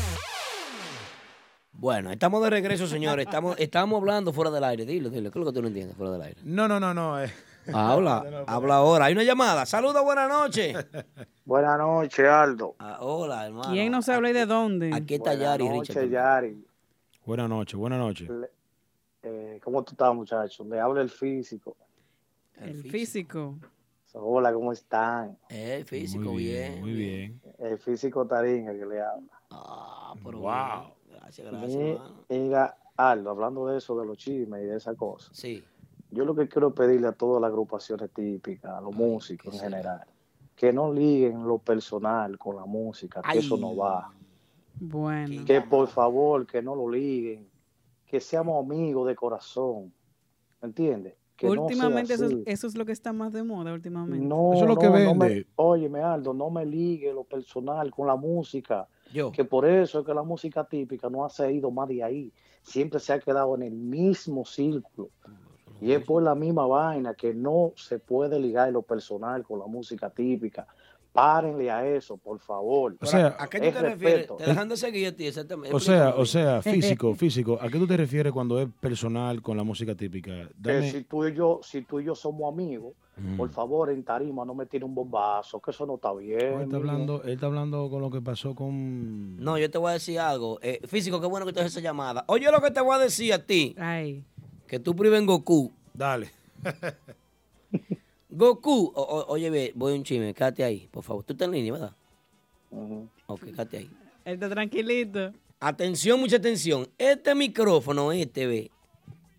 Bueno, estamos de regreso, señores. Estamos, estamos hablando fuera del aire. Dilo, dilo. ¿Qué es lo que tú no entiendes fuera del aire?
No, no, no, no. eh.
Habla, habla ahora. Hay una llamada. Saluda, buenas noches.
Buenas noches, Aldo.
Ah, hola, hermano.
¿Quién nos habla y de dónde?
Aquí
Buenas noches, Yari.
Buenas noches, buenas noches.
Le- eh, ¿Cómo tú estás, muchacho? Le habla el físico.
Ah,
El físico.
Hola, ¿cómo están?
Eh, El físico, bien.
Muy bien.
El físico Tarín, el que le habla.
Ah, pero
wow.
Gracias, gracias,
Mi-
hermano.
Mira, Aldo, hablando de eso, de los chismes y de esas cosas.
Sí.
Yo lo que quiero pedirle a todas las agrupaciones típicas, a los músicos en
será?
general, que no liguen lo personal con la música, que
Ay.
eso no va.
Bueno.
Que por favor, que no lo liguen, que seamos amigos de corazón. ¿Entiendes? Que no sea
últimamente eso, es-
así.
eso es lo que está más de moda últimamente.
No, no, no me- óyeme, Aldo, no me ligue lo personal con la música. Que por eso es que la música típica no se ha ido más de ahí. Siempre se ha quedado en el mismo círculo. Y es por la misma vaina que no se puede ligar lo personal con la música típica. Párenle a eso, por favor.
O sea,
¿A qué tú
Es
te refieres?
respeto.
Te dejan de seguir a ti, exactamente.
O sea,
Explícame.
o sea, físico, físico. ¿A qué tú te refieres cuando es personal con la música típica?
que
Dame-
si tú y yo, si tú y yo somos amigos,
Mm.
por favor, en tarima no me tire un bombazo, que eso no está bien.
Oh, él,
mijo.
está hablando, él está hablando con lo que pasó con...
No, yo te voy a decir algo. Eh, físico, qué bueno que tú haces esa llamada. Oye, lo que te voy a decir a ti. Que tú prives en Goku.
Dale.
Goku, o- o- oye, ve, voy a un chisme, quédate ahí, por favor. Tú estás en línea, ¿verdad? Ok, quédate ahí.
Él está tranquilito.
Atención, mucha atención. Este micrófono, este, ve.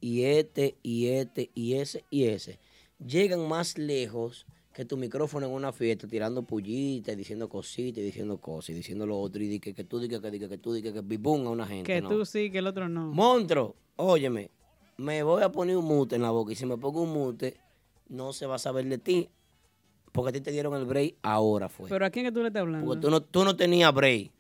Y este, y este, y ese, y ese. Llegan más lejos que tu micrófono en una fiesta, tirando pullitas, y diciendo cositas, y diciendo cosas, y diciendo lo otro, y di que, que tú, di que, que, di que, que tú, di que, que bibum a una gente.
Que
no.
tú sí, que el otro no.
Montro, óyeme, me voy a poner un mute en la boca y si me pongo un mute, no se va a saber de ti. Porque a ti te dieron el break ahora fue.
Pero ¿a quién que tú le estás hablando?
Porque tú no, tú no tenías break.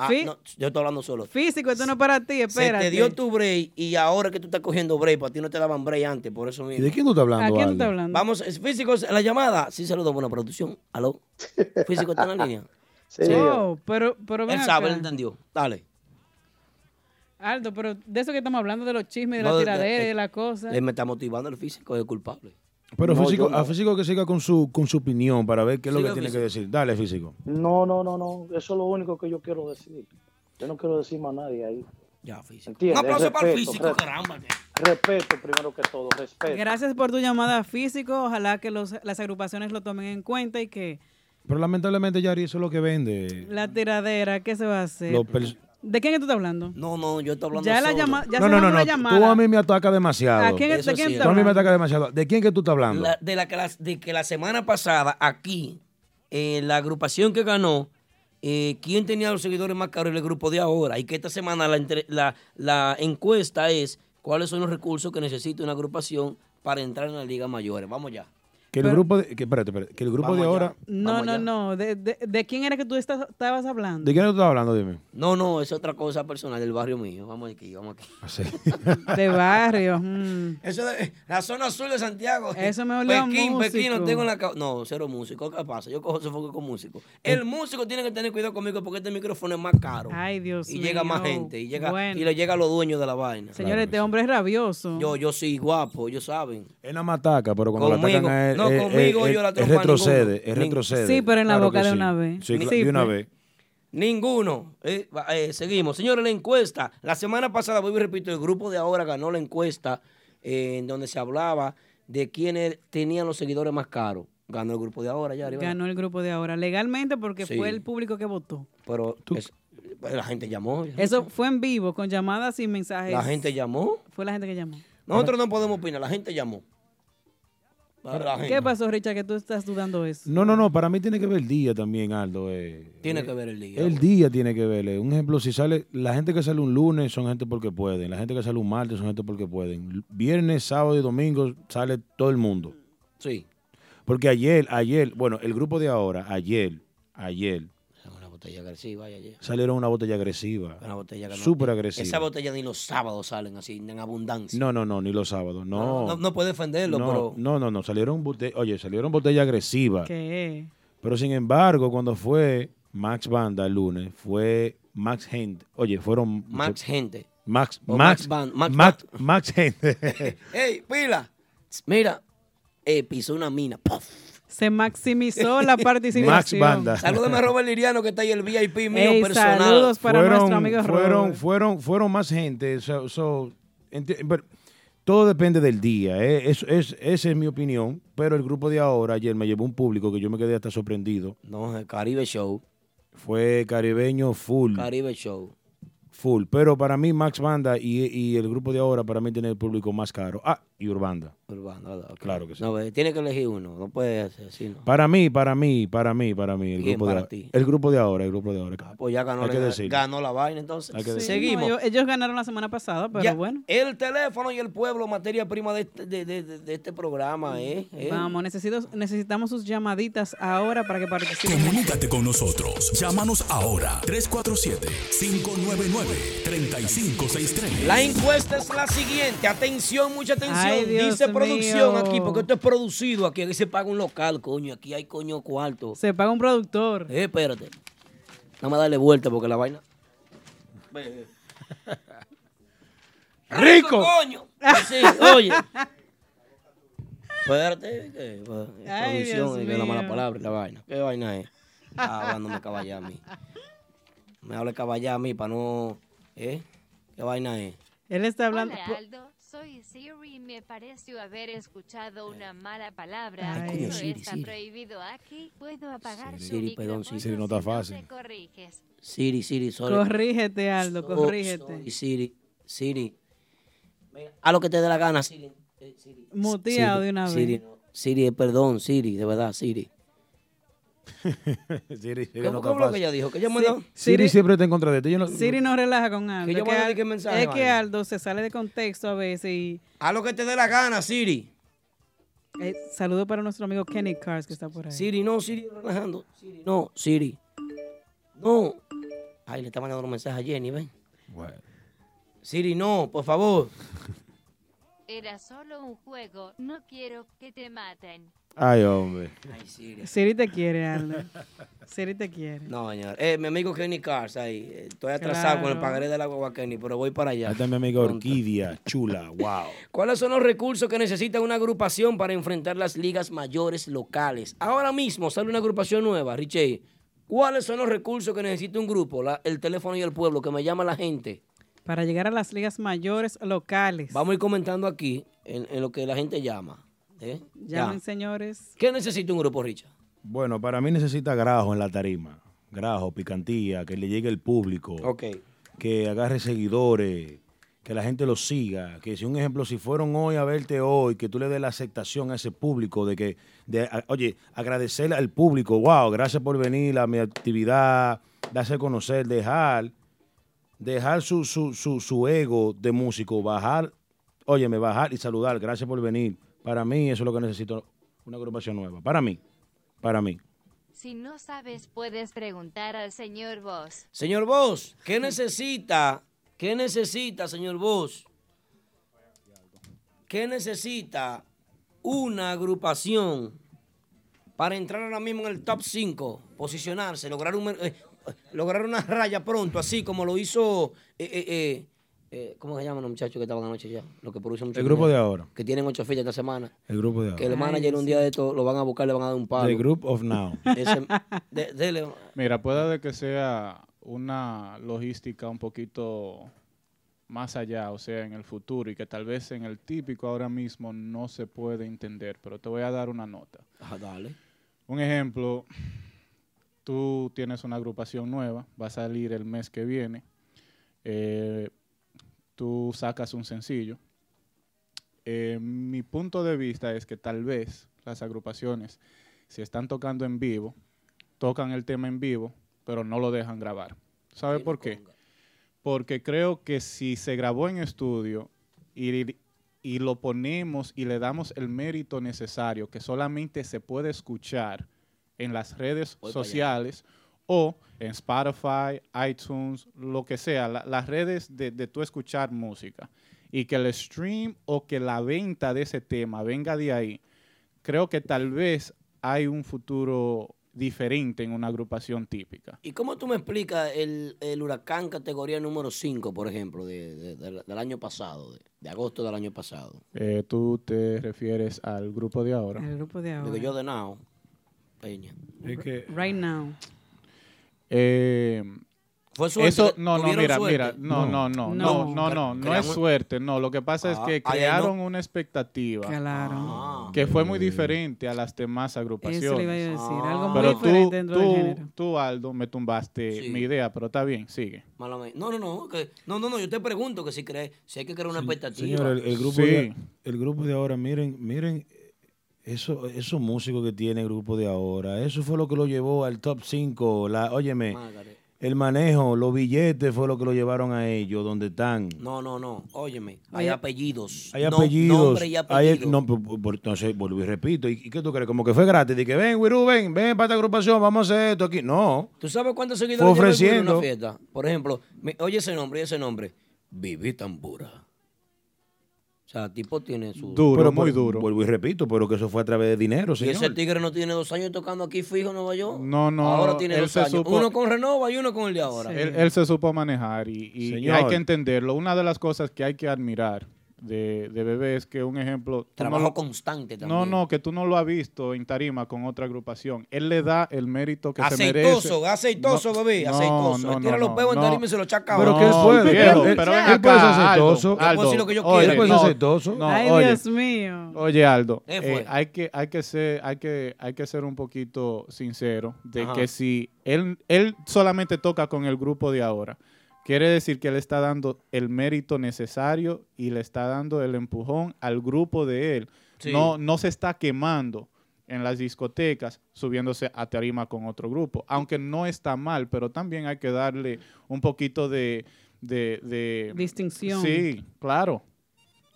Ah,
Fí-
no, yo estoy hablando solo.
Físico, esto no es para ti,
Se
espérate.
te dio tu break y ahora que tú estás cogiendo break, para ti no te daban break antes, por eso mismo.
¿Y de quién tú estás hablando, ¿A quién tú estás Aldo?
hablando?
Vamos, es físico, la llamada. Sí, saludo, buena producción. ¿Aló? Físico está en la línea.
Sí.
Wow, pero, Oh, pero ven
Él sabe, él
acá.
entendió. Dale.
Aldo, pero de eso que estamos hablando, de los chismes, de
No,
la
de-
tiradera,
de-
de la cosa.
Él me está motivando, el físico es el culpable.
Pero
No,
físico,
yo no.
a físico que siga con su, con su opinión para ver qué es lo
Siga,
que tiene
físico.
que decir. Dale, físico.
No, no, no, no. Eso es lo único que yo quiero decir. Yo no quiero decir más a nadie ahí.
Ya, físico.
¿Entiendes?
Un aplauso para el físico,
caramba.
Respeto primero que todo, respeto.
Gracias por tu llamada físico. Ojalá que los, las agrupaciones lo tomen en cuenta y que
Pero lamentablemente, Yari, eso es lo que vende.
la tiradera, ¿qué se va a hacer?
Los pers-
¿De quién que tú estás hablando?
No, no, yo estoy
Ya la llama- ya se mandó la llamada.
Tú a mí me atacas demasiado.
¿A quién- de Eso quién sí es.
Tú a mí me
hablando?
atacas demasiado. ¿De quién que tú estás hablando?
La- de, la que la, de que la semana pasada, aquí, eh, la agrupación que ganó, eh, ¿quién tenía los seguidores más caros? El grupo de ahora. Y que esta semana la, entre- la, la encuesta es cuáles son los recursos que necesita una agrupación para entrar en la Liga Mayores. Vamos ya.
que el grupo de, que, espérate, espérate, que el grupo
Vamos
de
allá.
ahora.
No, no, no. ¿De, de, de quién era que tú estás- estabas hablando?
¿De quién que tú estás hablando? Dime.
No, no, es otra cosa personal del barrio mío. Vamos aquí, vamos aquí.
De barrio. mm.
Eso de la zona azul de Santiago.
Eh.
Eso me olía a
Pekín, Pekín, no
músico.
tengo en la ca- No, cero músico. ¿Qué pasa? Yo cojo sofoco con músico. El músico tiene que tener cuidado conmigo porque este micrófono es más caro.
Eh. Ay, Dios
y llega más
mío.
gente. Y, llega,
Bueno.
y le llega a los dueños de la vaina.
Señores, este hombre es rabioso.
Yo, yo soy guapo, ellos saben.
Él nada más ataca, pero cuando le
Conmigo.
atacan a él.
No,
él-
conmigo
él-
yo la
él
trompa a
retrocede,
ninguno.
él
Ni-
retrocede.
Sí, pero en la boca
que
de
sí.
una vez.
Sí, cla-
Sí,
de una
pues.
vez.
Ninguno. Eh, va- eh, seguimos. Señores, la encuesta. La semana pasada, vuelvo y repito, el grupo de ahora ganó la encuesta eh, en donde se hablaba de quiénes tenían los seguidores más caros. Ganó el grupo de ahora, ya arriba.
Ganó el grupo de ahora legalmente porque
Sí.
fue el público que votó.
Pero es- pues, la gente llamó.
Eso fue en vivo, con llamadas y mensajes.
La gente llamó.
Fue la gente que llamó.
Nosotros no podemos opinar, la gente llamó. La- la gente.
¿Qué pasó, Richard, que tú estás dudando eso?
No, no, no. Para mí tiene que ver el día también, Aldo. eh.
Tiene que ver el día.
El día tiene que verle. Un ejemplo, si sale, la gente que sale un lunes son gente porque pueden, la gente que sale un martes son gente porque pueden. L- Viernes, sábado y domingo sale todo el mundo.
Sí.
Porque ayer, ayer, bueno, el grupo de ahora, ayer, ayer,
Una botella agresiva. ya, ya.
salieron una botella agresiva.
Una botella que no-
Súper agresiva.
Esa botella ni los sábados salen así, en abundancia.
No, no, no, ni los sábados. No,
No, no puede defenderlo,
no,
pero.
No, no, no, salieron bote- oye, salieron botella agresiva.
¿Qué?
Pero sin embargo, cuando fue Max Banda el lunes, fue Max Gente. Oye, fueron.
Max Gente.
Max,
O
Max,
Max
Max,
Band- Max
Max, Gente.
¡Ey, pila! Mira, eh, pisó una mina.
Se maximizó la participación.
Max Banda.
Salúdame a Robert Liriano que está ahí el VIP mío
Ey,
personal.
saludos para nuestro amigo
fueron,
Robert.
fueron, fueron más gente. so- so, enti- pero todo depende del día. eh, es- es- esa es mi opinión. Pero el grupo de ahora, ayer me llevó un público que yo me quedé hasta sorprendido.
No, el Caribe Show.
Fue caribeño full.
Caribe Show.
full. Pero para mí, Max Banda y, y el grupo de ahora, para mí, tiene el público más caro. Ah, y Urbanda.
Urbanda, ¿verdad? Ok.
Claro que sí.
No, ve, tiene que elegir uno, no puede hacer así, ¿no?
Para mí, para mí, para mí, para mí. El
Bien,
grupo, de,
para
a-
ti.
el grupo de ahora, el grupo de ahora.
Pues ya ganó,
Hay que
la,
decirlo.
ganó la vaina, entonces.
Hay que
Sí,
decirlo.
Seguimos.
ellos, ellos ganaron la semana pasada, pero
Ya,
bueno.
El teléfono y el pueblo, materia prima de este, de, de- de- de este programa, ¿eh? ¿Eh?
Vamos, necesito- necesitamos sus llamaditas ahora para que participen.
Comunícate con nosotros. Llámanos ahora 347-599-3563.
La encuesta es la siguiente. Atención, mucha atención.
Ay, Dios
Dice producción
mío.
aquí, porque esto es producido aquí. Aquí se paga un local, coño. Aquí hay coño cuarto.
Se paga un productor.
Eh, espérate. Nada más darle vuelta porque la vaina.
¡Rico!
coño! Sí, oye. Espérate. Que, va-
Ay, Dios
producción, eh, que es la mala
mío.
palabra, y la vaina. ¿Qué vaina es? Ah, hablándome caballá a mí. Me habla caballá a mí para no. ¿Eh? ¿Qué vaina es?
Él está hablando.
Hola, Aldo, soy Siri y me pareció haber escuchado una mala palabra.
Ay, coño,
Eso
Siri,
está
Siri. pues.
prohibido aquí. Puedo apagar su
Siri, perdón,
micrófono
Siri.
no está fácil.
si corriges.
Siri, Siri, sorry.
Corrígete, Aldo,
So-
corrígete.
sorry, Siri, Siri. A lo que te dé la gana, Siri.
Muteado
Siri,
de una vez.
Siri, no. Siri, eh, perdón, Siri, de verdad, Siri.
Siri, Siri,
¿Cómo-
no está
cómo lo que
fácil.
ella dijo? Que ella
Sí.
mandó-
Siri,
Siri-
siempre está en contra de ti. Yo no-
Siri no relaja con Aldo.
Mm. Que yo
es que
mandé
Al-
qué mensaje,
es que
vaina.
Aldo se sale de contexto a veces y
A lo que te dé la gana, Siri.
eh, saludo para nuestro amigo Kenny Cars que está por ahí.
Siri, no, Siri, relajando. Siri, no, Siri. No. Ay, le está mandando un mensaje a Jenny, ven. Siri, no, por favor.
Era solo un juego, no quiero que te maten.
Ay, hombre.
Siri te quiere, Aldo. Siri te quiere.
No, señor. Eh, mi amigo Kenny Cars ahí. eh, Estoy atrasado con el
Claro.
pagaré del agua, Kenny, pero voy para allá.
Ahí está mi amiga Orquídea, chula, wow.
¿Cuáles son los recursos que necesita una agrupación para enfrentar las ligas mayores locales? Ahora mismo sale una agrupación nueva, Richey. ¿Cuáles son los recursos que necesita un grupo? La- el teléfono y el pueblo, que me llama la gente.
Para llegar a las ligas mayores locales.
Vamos a ir comentando aquí en, en lo que la gente llama. ¿eh?
Llamen,
Ya.
señores.
¿Qué necesita un grupo, Richard?
Bueno, para mí necesita grajo en la tarima. Grajo, picantía, que le llegue el público.
Ok.
Que agarre seguidores, que la gente lo siga. Que si un ejemplo, si fueron hoy a verte hoy, que tú le des la aceptación a ese público de que, de, a- oye, agradecerle al público, wow, gracias por venir a mi actividad, darse a conocer, dejar, dejar su, su, su, su ego de músico, bajar, óyeme, bajar y saludar, gracias por venir. Para mí eso es lo que necesito, una agrupación nueva. Para mí, para mí.
Si no sabes, puedes preguntar al señor Vos.
Señor Vos, ¿qué necesita? ¿Qué necesita, señor Vos? ¿Qué necesita una agrupación para entrar ahora mismo en el top 5, posicionarse, lograr, un, mer- eh, eh, lograr una raya pronto, así como lo hizo, eh, eh, eh, eh, ¿cómo se llaman los muchachos que estaban anoche ya? Los que producen mucho
El grupo de
dinero,
ahora.
Que tienen ocho fichas esta semana.
El grupo de ahora.
Que el manager un día de esto lo van a buscar, le van a dar un palo.
The Group of Now.
Ese- de- dele,
Mira, puede de que sea una logística un poquito más allá, o sea, en el futuro, y que tal vez en el típico ahora mismo no se puede entender, pero te voy a dar una nota.
Ah, dale.
Un ejemplo, tú tienes una agrupación nueva, va a salir el mes que viene, eh, tú sacas un sencillo. Eh, mi punto de vista es que tal vez las agrupaciones, si están tocando en vivo, tocan el tema en vivo, pero no lo dejan grabar. ¿Sabe por qué? Porque creo que si se grabó en estudio y, y lo ponemos y le damos el mérito necesario que solamente se puede escuchar en las redes
Voy pa' allá.
sociales o en Spotify, iTunes, lo que sea, la- las redes de, de tú escuchar música y que el stream o que la venta de ese tema venga de ahí, creo que tal vez hay un futuro diferente en una agrupación típica.
¿Y cómo tú me explicas el, el huracán categoría número 5, por ejemplo, de- de- de- del año pasado, de, de agosto del año pasado?
Eh, ¿Tú te refieres al grupo de ahora?
El grupo de
Digo
ahora.
yo de Now, Peña.
Right now.
Eh,
Fue suerte.
Eso, no, no,
¿Tuvieron
mira,
suerte?
mira, no, no, no, no, no, no, no,
Creamos-
es suerte, no, lo que pasa es
Ah, ahí
que
no. Ah.
crearon una expectativa
Claro.
que fue muy diferente a las demás agrupaciones.
Eso le iba yo a decir,
Ah.
algo muy
pero tú,
diferente dentro del
tú,
género.
tú, Aldo, me tumbaste mi idea, pero está bien, sigue.
Malamente. No, no, no, que- no, no, no, yo te pregunto que si crees, si hay que crear una expectativa.
Señor, el, el grupo
Sí.
de, el grupo de ahora, miren, miren eso, esos músicos que tiene el grupo de ahora, eso fue lo que lo llevó al top 5. La, óyeme, el manejo, los billetes fue lo que lo llevaron a ellos, donde están.
No, no, no, óyeme, hay
Hay-
apellidos.
Hay
No-
apellidos.
nombre
hay,
y apellido.
no, por- por- entonces, vuelvo y repito. ¿Y y qué tú crees? Como que fue gratis. Dije, ven, Wirú, ven, ven para esta agrupación, vamos a hacer esto aquí. No.
¿Tú sabes cuántos seguidores
Fue
lleva el Guru en
ofreciendo.
una fiesta? Por ejemplo, mi- oye ese nombre, oye ese nombre. Viví Tambura. O sea, tipo tiene su...
Pero, pues, Vuelvo y repito, pero que eso fue a través de dinero,
Y
señor.
ese tigre no tiene dos años tocando aquí fijo en Nueva York.
No, no,
Ahora tiene
él
dos
se
años.
supo-
Uno con Renova y uno con el de ahora.
Él, él se supo manejar y, y- y
Señor.
hay que entenderlo. Una de las cosas que hay que admirar de, de Bebé es que un ejemplo... tú
Trabajo
lo-
constante
No,
también.
no, que tú no lo has visto en tarima con otra agrupación. Él le da el mérito que se merece.
Aceitoso, aceitoso, bebé, aceitoso. Él tira los peos en tarima y se los chaca a
Pero
otro.
que él
No,
puede.
viejo,
pero
pero
ven
él
acá,
puede ser
Aldo,
aceitoso. Yo puedo
Aldo,
decir lo que yo
oye,
quiera. Él puede ser
no,
aceitoso.
no,
Ay,
oye.
Dios mío.
Oye, Aldo,
¿Qué
eh,
fue?
hay, que, hay, que ser, hay, que, hay que ser un poquito sincero de
Ajá.
que si él, él solamente toca con el grupo de ahora, quiere decir que le está dando el mérito necesario y le está dando el empujón al grupo de él.
Sí.
No, no se está quemando en las discotecas subiéndose a tarima con otro grupo, aunque no está mal, pero también hay que darle un poquito de... de- de-
Distinción.
Sí, claro.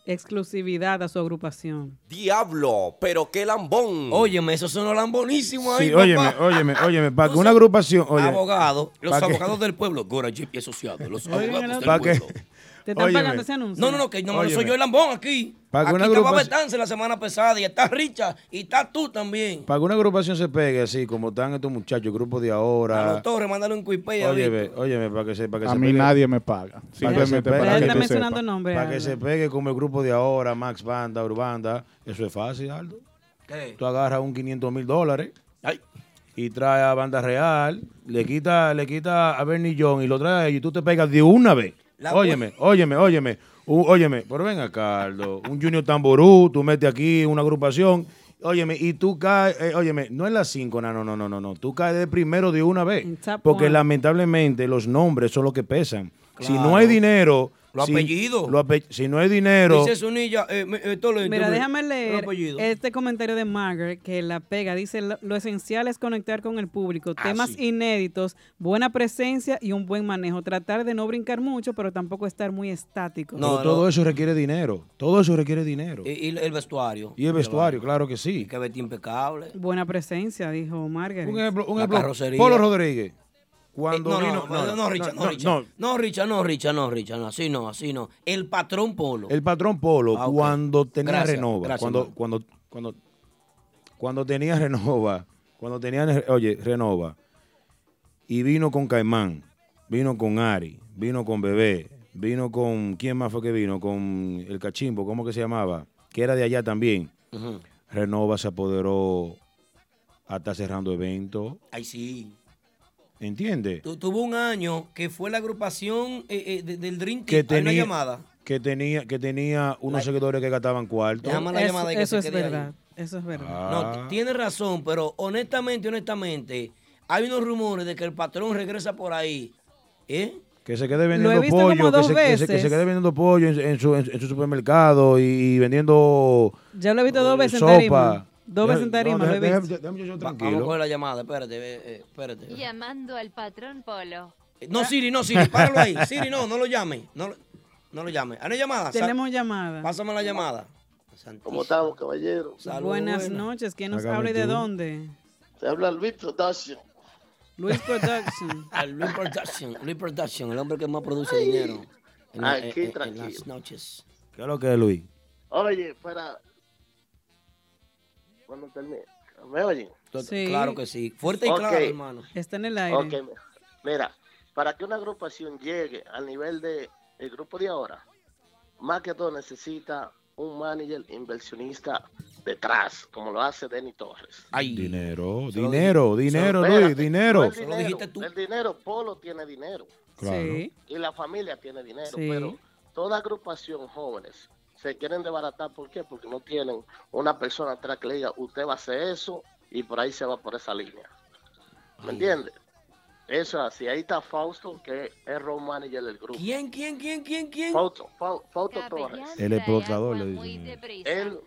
Exclusividad a su agrupación.
Diablo, pero qué lambón. Óyeme, eso sonó lambonísimo ahí,
Sí, óyeme,
papá.
óyeme, óyeme, para que una agrupación, oye,
Abogado, los
pa' que-
abogados del pueblo, Gora Jeep y asociados, los
Oigan,
abogados del
pa' que-
pueblo.
¿Te están pagando ese anuncio?
No, no, no, que no, no soy
Óyeme.
yo el lambón aquí.
Pa' que
Aquí
una
estaba
agrupación-
Betance la semana pasada y está Richa y está tú también.
para que una agrupación se pegue así, como están estos muchachos, el grupo de
A
ahora.
los Torres, mándale un cuipé a Víctor.
Óyeme, óyeme, para que se, para que
A
se
mí
pegue.
nadie me paga.
Pa' que
Simplemente
se
para
pegue.
que Él está tú mencionando
sepas. nombres,
Para que
Aldo.
se pegue como el grupo de ahora, Max Banda, Urbanda. Eso es fácil, Aldo.
¿Qué?
Tú agarras un 500 mil dólares
Ay.
y traes a Banda Real, le quita, le quita a Bernie John y lo traes a ellos y tú te pegas de una vez.
La
óyeme, óyeme, óyeme, U- óyeme. Pero ven acá, Aldo. Un Junior Tamború, tú metes aquí una agrupación. Óyeme, y tú caes, eh, óyeme, no es las 5, no, no, no, no, no, no. Tú caes de primero de una vez. Porque
one.
lamentablemente los nombres son los que pesan. Si
Claro.
no hay dinero...
Los
si-
apellidos.
lo ape- si no hay dinero...
Dice Zunilla, eh, me- eh, Torres,
Mira,
dime,
déjame
el
leer
apellido.
este comentario de Margaret que la pega. Dice, lo, lo esencial es conectar con el público,
Ah,
temas
sí.
inéditos, buena presencia y un buen manejo. Tratar de no brincar mucho, pero tampoco estar muy estático.
Pero todo eso requiere dinero. Todo eso requiere dinero.
Y, y el vestuario.
Y el vestuario, claro que sí.
Y que vestir impecable.
Buena presencia, dijo Margaret.
Un ejemplo, un
La
ejemplo,
carrocería.
Polo Rodríguez. Cuando
No,
vino.
no, no, no, Richard, no, Richard. No, Richard, no, Richard, no, Richard, no, así no, así no. El patrón Polo.
El patrón Polo,
Ah, ok.
cuando tenía
Gracias,
Renova,
gracias,
cuando,
Mar.
cuando, cuando, cuando tenía Renova, cuando tenía, oye, Renova, y vino con Caimán, vino con Ari, vino con Bebé, vino con, ¿quién más fue que vino? Con el Cachimbo, ¿cómo que se llamaba? Que era de allá también.
Ujú.
Renova se apoderó hasta cerrando evento,
Ay, sí.
¿entiendes?
Tu- tuvo un año que fue la agrupación eh, eh, de- del Dream Team.
Que
Hay una
tenía-
llamada.
Que tenía, que tenía unos
La-
seguidores que gastaban cuarto.
Déjame la
Eso-
llamada y que
eso
se
es
quede ahí.
verdad, eso es verdad.
Ah.
No, t- tiene razón, pero honestamente, honestamente, hay unos rumores de que el patrón regresa por ahí. ¿Eh?
Que se quede
Lo he
vendiendo
visto como
pollo, que
dos
se, que se- que
veces.
se quede vendiendo pollo en, en su, en, su- en su supermercado y, y vendiendo
Ya lo he visto dos
eh,
veces
sopa.
en tarima. Dos
Ya-
veces en tarima
no,
lo he
deja- deja-
visto.
déjame yo
Va-
tranquilo.
Vamos con la llamada, espérate, eh, eh, espérate. Eh,
Llamando al patrón Polo.
No, Siri, no, Siri, páralo ahí. Siri, no, no lo llame. No, lo- no lo llame. ¿Hay una llamada? Sa-
Tenemos llamada.
Pásame la llamada.
¿Cómo estamos, caballero?
Buenas noches, ¿quién nos
Hágame
habla y de
tú.
dónde?
Te habla Luis Production.
Luis Production.
Al Ah, Luis Production, Luis Production, el hombre que más produce dinero. en la-
Aquí,
en- en- en
tranquilo.
las noches.
¿Qué es lo que es, Luis?
Oye, para. Cuando termine. ¿Me oyen?
Sí. Claro que sí. Fuerte y
Ok.
claro, hermano.
Está en el aire.
Ok, mi- mira, para que una agrupación llegue al nivel de el grupo de ahora, más que todo necesita un manager inversionista detrás, como lo hace Denny Torres.
dinero, dinero,
Se lo
dinero,
dije.
Luis, dinero.
No, el dinero, El dinero, Polo tiene dinero.
Claro.
Sí.
y la familia tiene dinero,
Sí.
pero toda agrupación jóvenes se quieren desbaratar, ¿por qué? Porque no tienen una persona atrás que le diga, usted va a hacer eso y por ahí se va por esa línea. ¿Me entiende? Eso es así. Ahí está Fausto, que es road manager del grupo.
¿Quién, quién, quién, quién, quién?
Fausto, Fau- Fausto Torres.
El explotador le dicen.
Él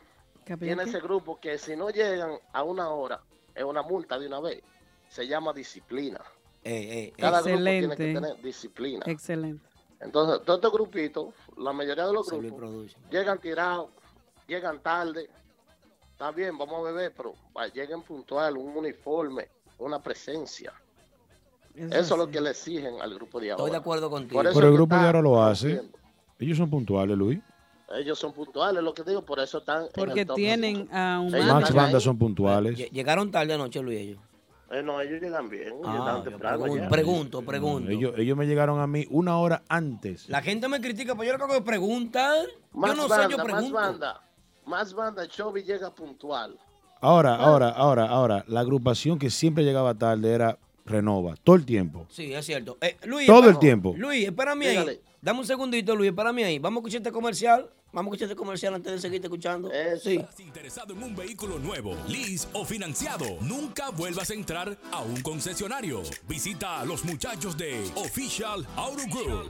tiene ese grupo que si no llegan a una hora, es una multa de una vez. Se llama disciplina.
Eh,
Cada grupo tiene que
Excelente.
tener disciplina.
Excelente.
Entonces, todos estos grupitos, la mayoría de los
Se le
grupos, llegan tirados, llegan tarde. Está bien, vamos a beber, pero ah, lleguen puntual, un uniforme, una presencia.
Eso,
es lo que le exigen al grupo de ahora.
Estoy de acuerdo contigo.
Por eso
Pero el
que
grupo de
está-
ahora lo hace. Ellos son puntuales, Luis.
Ellos son puntuales, lo que digo, por eso están. en
Porque
el top.
tienen a un
Ellos
Max
están
Banda
ahí.
son puntuales.
Lle- Llegaron tarde anoche, Luis, ellos.
Eh, no, ellos llegan bien.
Ah,
llegan
yo
temprano
pregun-
ya. Mm,
pregunto, pregunto.
Ellos, ellos me llegaron a mí una hora antes.
La gente me critica, pero yo creo que preguntan.
Más
yo no
banda,
sé, yo
más
pregunto.
banda. Más banda, Chovy llega puntual.
Ahora, ahora, ahora, ahora. La agrupación que siempre llegaba tarde era Renova. Todo el tiempo.
Sí, es cierto. Eh, Luis,
Todo el
espera-
tiempo.
Luis, espérame ahí. Dame un segundito, Luis, espérame ahí. Vamos a escuchar este comercial. Vamos a escuchar este comercial antes de seguirte escuchando. Sí.
interesado en un vehículo nuevo, lease o financiado, nunca vuelvas a entrar a un concesionario. Visita a los muchachos de Official Auto Group.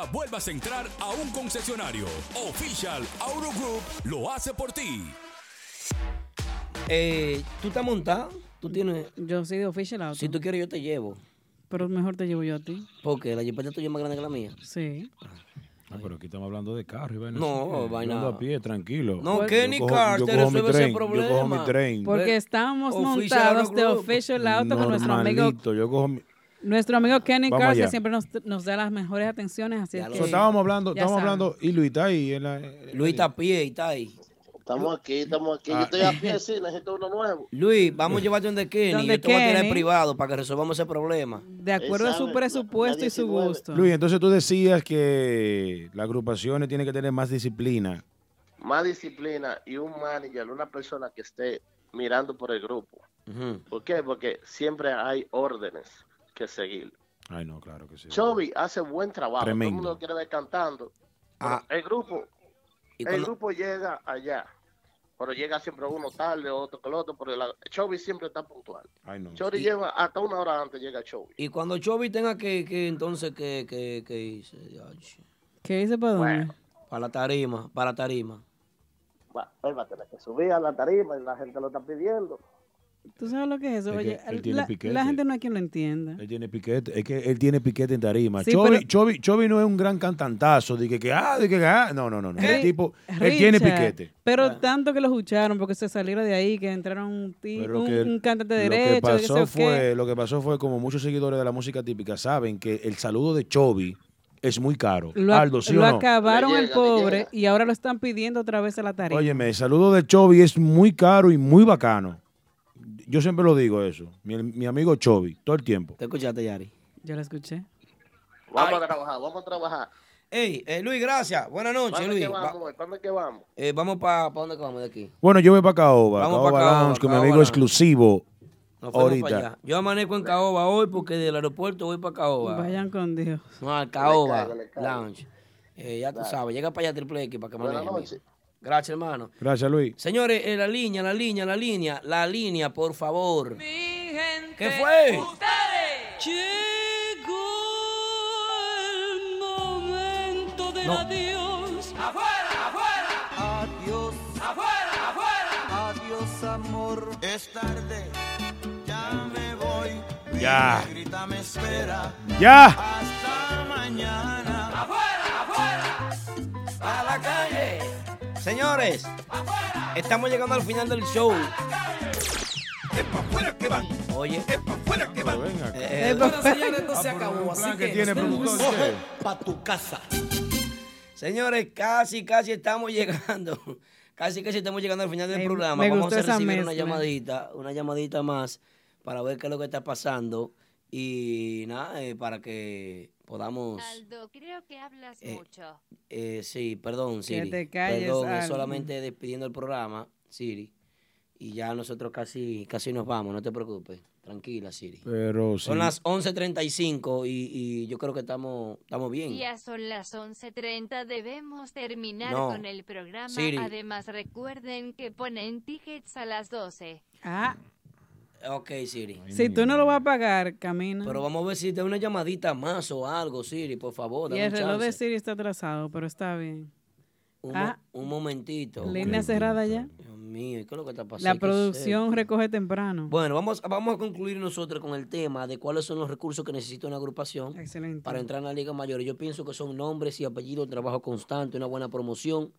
vuelvas a entrar a un concesionario. Official Auto Group lo hace por ti.
Eh, ¿Tú estás montado? ¿Tú tienes...?
Yo soy de Official Auto.
Si tú quieres, yo te llevo.
Pero mejor te llevo yo a ti.
Porque la jipeta tuya es más grande que la mía.
Sí.
Ah, pero aquí estamos hablando de carro y vaina.
No,
así. Yo
vaina.
ando a pie, tranquilo.
No,
Yo
Kenny
cojo-
Carr
yo
te
cojo mi
resuelve ese
tren, Yo cojo mi
problema.
tren.
Porque estamos
Official
montados
Auto
de
Group.
Official Auto con nuestro amigo
Normalito, yo cojo mi-
nuestro amigo Kenny
Vamos
Carr, que
allá.
siempre nos, nos da las mejores atenciones. Así es que
So, estábamos hablando,
ya
estábamos
saben.
hablando y Luis está ahí en la- en
Luis
la-
está a pie y está ahí.
Estamos aquí, estamos aquí.
Ah.
Yo estoy a pie, sí, necesito uno nuevo.
Luis, vamos a llevarte donde Kenny.
¿Dónde
Yo te voy a tirar
Kenny?
privado para que resolvamos ese problema.
De acuerdo a su presupuesto y su gusto.
Luis, entonces tú decías que las agrupaciones tienen que tener más disciplina.
Más disciplina y un manager, una persona que esté mirando por el grupo. ¿Por qué? Porque siempre hay órdenes que seguir.
Ay, no, claro que Pues sí.
Chovy hace buen trabajo. Todo el
Tremendo.
mundo lo quiere ver cantando.
Ah.
El grupo,
¿Y
el
cuando-
grupo llega allá. Pero llega siempre uno tarde, otro que el otro. Pero la, Chovy siempre está puntual.
Ay, no.
Chovy lleva hasta una hora antes llega Chovy.
Y cuando Chovy tenga que, que entonces, que, que, que hice? Ay, ch-
¿Qué dice Padón?
Para la tarima, para la tarima.
Va, él va a tener que subir a la tarima y la gente lo está pidiendo.
¿Tú sabes lo que es eso?
Es que
Oye,
él tiene
la,
piquete.
la gente no hay quien lo entienda.
Él tiene piquete, es que él tiene piquete en tarima.
Sí,
Chovy,
pero-
Chovy- Chovy no es un gran cantantazo, de que, que, ah, de que, que, ah. No, no, no, no.
Ri-
El tipo, él
Richard,
tiene piquete.
Pero tanto que lo escucharon porque se salieron de ahí, que entraron un, ti-
Pero lo
un,
que-
un cantante
lo
de
que
derecho, que
pasó
sé yo
fue,
qué.
Lo que pasó fue, como muchos seguidores de la música típica saben, que el saludo de Chovy es muy caro.
Lo, ac-
Aldo, ¿sí
lo
o no?
acabaron al pobre y ahora lo están pidiendo otra vez a la tarea.
Óyeme, el saludo de Chovy es muy caro y muy bacano. Yo siempre lo digo eso. Mi, mi amigo Chovy, todo el tiempo.
¿Te escuchaste, Yari?
Yo la escuché.
Vamos a trabajar, vamos a trabajar.
Ey, eh, Luis, gracias. Buenas noches,
¿Cuándo es
Luis.
que vamos? ¿Cuándo es que vamos?
Eh, vamos para dónde que vamos de aquí.
Bueno, yo voy para Caoba.
Vamos pa'
Caoba
Caoba,
Lounge con mi
Caoba
amigo
Lounge.
exclusivo.
Nos fuimos para
Ahorita.
allá. Yo amanezco en Caoba hoy porque del aeropuerto voy para Caoba.
Vayan con Dios.
No, al Caoba
Le caigo, le caigo.
Lounge. Eh, ya tú
Dale.
sabes, llega para allá Triple X para que
Buenas
maneje. Gracias, hermano.
Gracias, Luis.
Señores, eh, la línea, la línea, la línea, la línea, por favor. ¿Qué fue?
momento del
No.
adiós. ¡Afuera, afuera! Adiós. ¡Afuera, afuera! Adiós, amor. Es tarde. Ya me voy.
Ya.
Mi negrita me espera.
Ya.
Hasta mañana. ¡Afuera, afuera!
¡A la calle! Señores, estamos llegando al final del show. Oye,
Pero venga acá. Ah,
Eh,
Bueno, señores, esto se acabó. Así que, nos vemos.
para tu casa. Señores, casi, casi estamos llegando. Casi, casi estamos llegando al final del
Eh,
Me-
programa.
me
Vamos
gustó
a
esa
recibir una
mezcla.
llamadita, una llamadita más para ver qué es lo que está pasando y nada, eh, para que podamos...
Aldo, creo que hablas
Eh,
mucho.
Eh, sí, perdón, Siri.
te calles,
perdón, es
Aldo.
solamente despidiendo el programa, Siri. Y ya nosotros casi, casi nos vamos, no te preocupes. Tranquila, Siri.
Pero sí.
Son las 11.35 y, y yo creo que estamos, estamos bien.
Ya son las 11.30, debemos terminar
No.
con el programa.
Siri.
Además, recuerden que ponen tickets a las 12.
Ah,
Ok, Siri.
si tú no lo vas a pagar, camina.
Pero vamos a ver si te da una llamadita más o algo, Siri, por favor.
y
Dame
el
un,
reloj de
chance.
Siri está atrasado, pero está bien.
Un, mo-
Ah,
un momentito.
línea cerrada ya.
Dios mío, ¿y ¿qué es lo que está pasando?
La
¿Qué es
producción
esto?
recoge temprano.
Bueno, vamos, vamos a concluir nosotros con el tema de cuáles son los recursos que necesita una agrupación para entrar en la Liga Mayor. Yo pienso que son nombres y apellidos, trabajo constante, una buena promoción,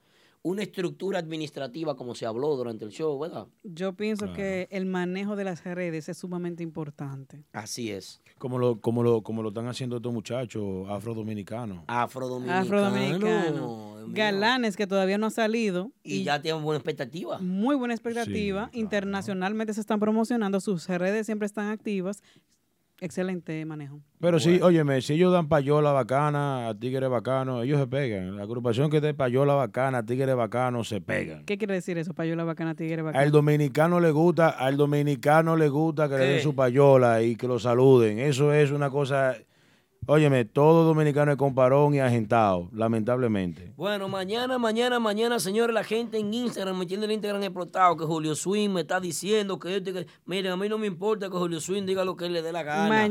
una estructura administrativa, como se habló durante el show, ¿verdad?
Yo pienso que el manejo de las redes es sumamente importante.
Así es.
Como lo, como lo, como lo están haciendo estos muchachos afrodominicanos.
Afrodominicanos.
Afrodominicano. Galanes que todavía no ha salido.
Y, ya tienen buena expectativa.
Muy buena expectativa. Internacionalmente se están promocionando, sus redes siempre están activas. Excelente manejo.
Pero sí, óyeme, si ellos dan payola bacana, a tigres bacanos, ellos se pegan. La agrupación que dé payola bacana, a tigres bacanos, se pegan.
¿Qué quiere decir eso? Payola bacana, tigre bacana.
Al dominicano le gusta, al dominicano le gusta que le den
¿Qué?
su payola y que lo saluden. Eso es una cosa. Óyeme, todo dominicano es comparón y agentado, lamentablemente.
Bueno, mañana, mañana, mañana, señores, la gente en Instagram, me tiene el Instagram explotado, que Julio Swing me está diciendo que esto y que... Miren, a mí no me importa que Julio Swing diga lo que él le dé la gana.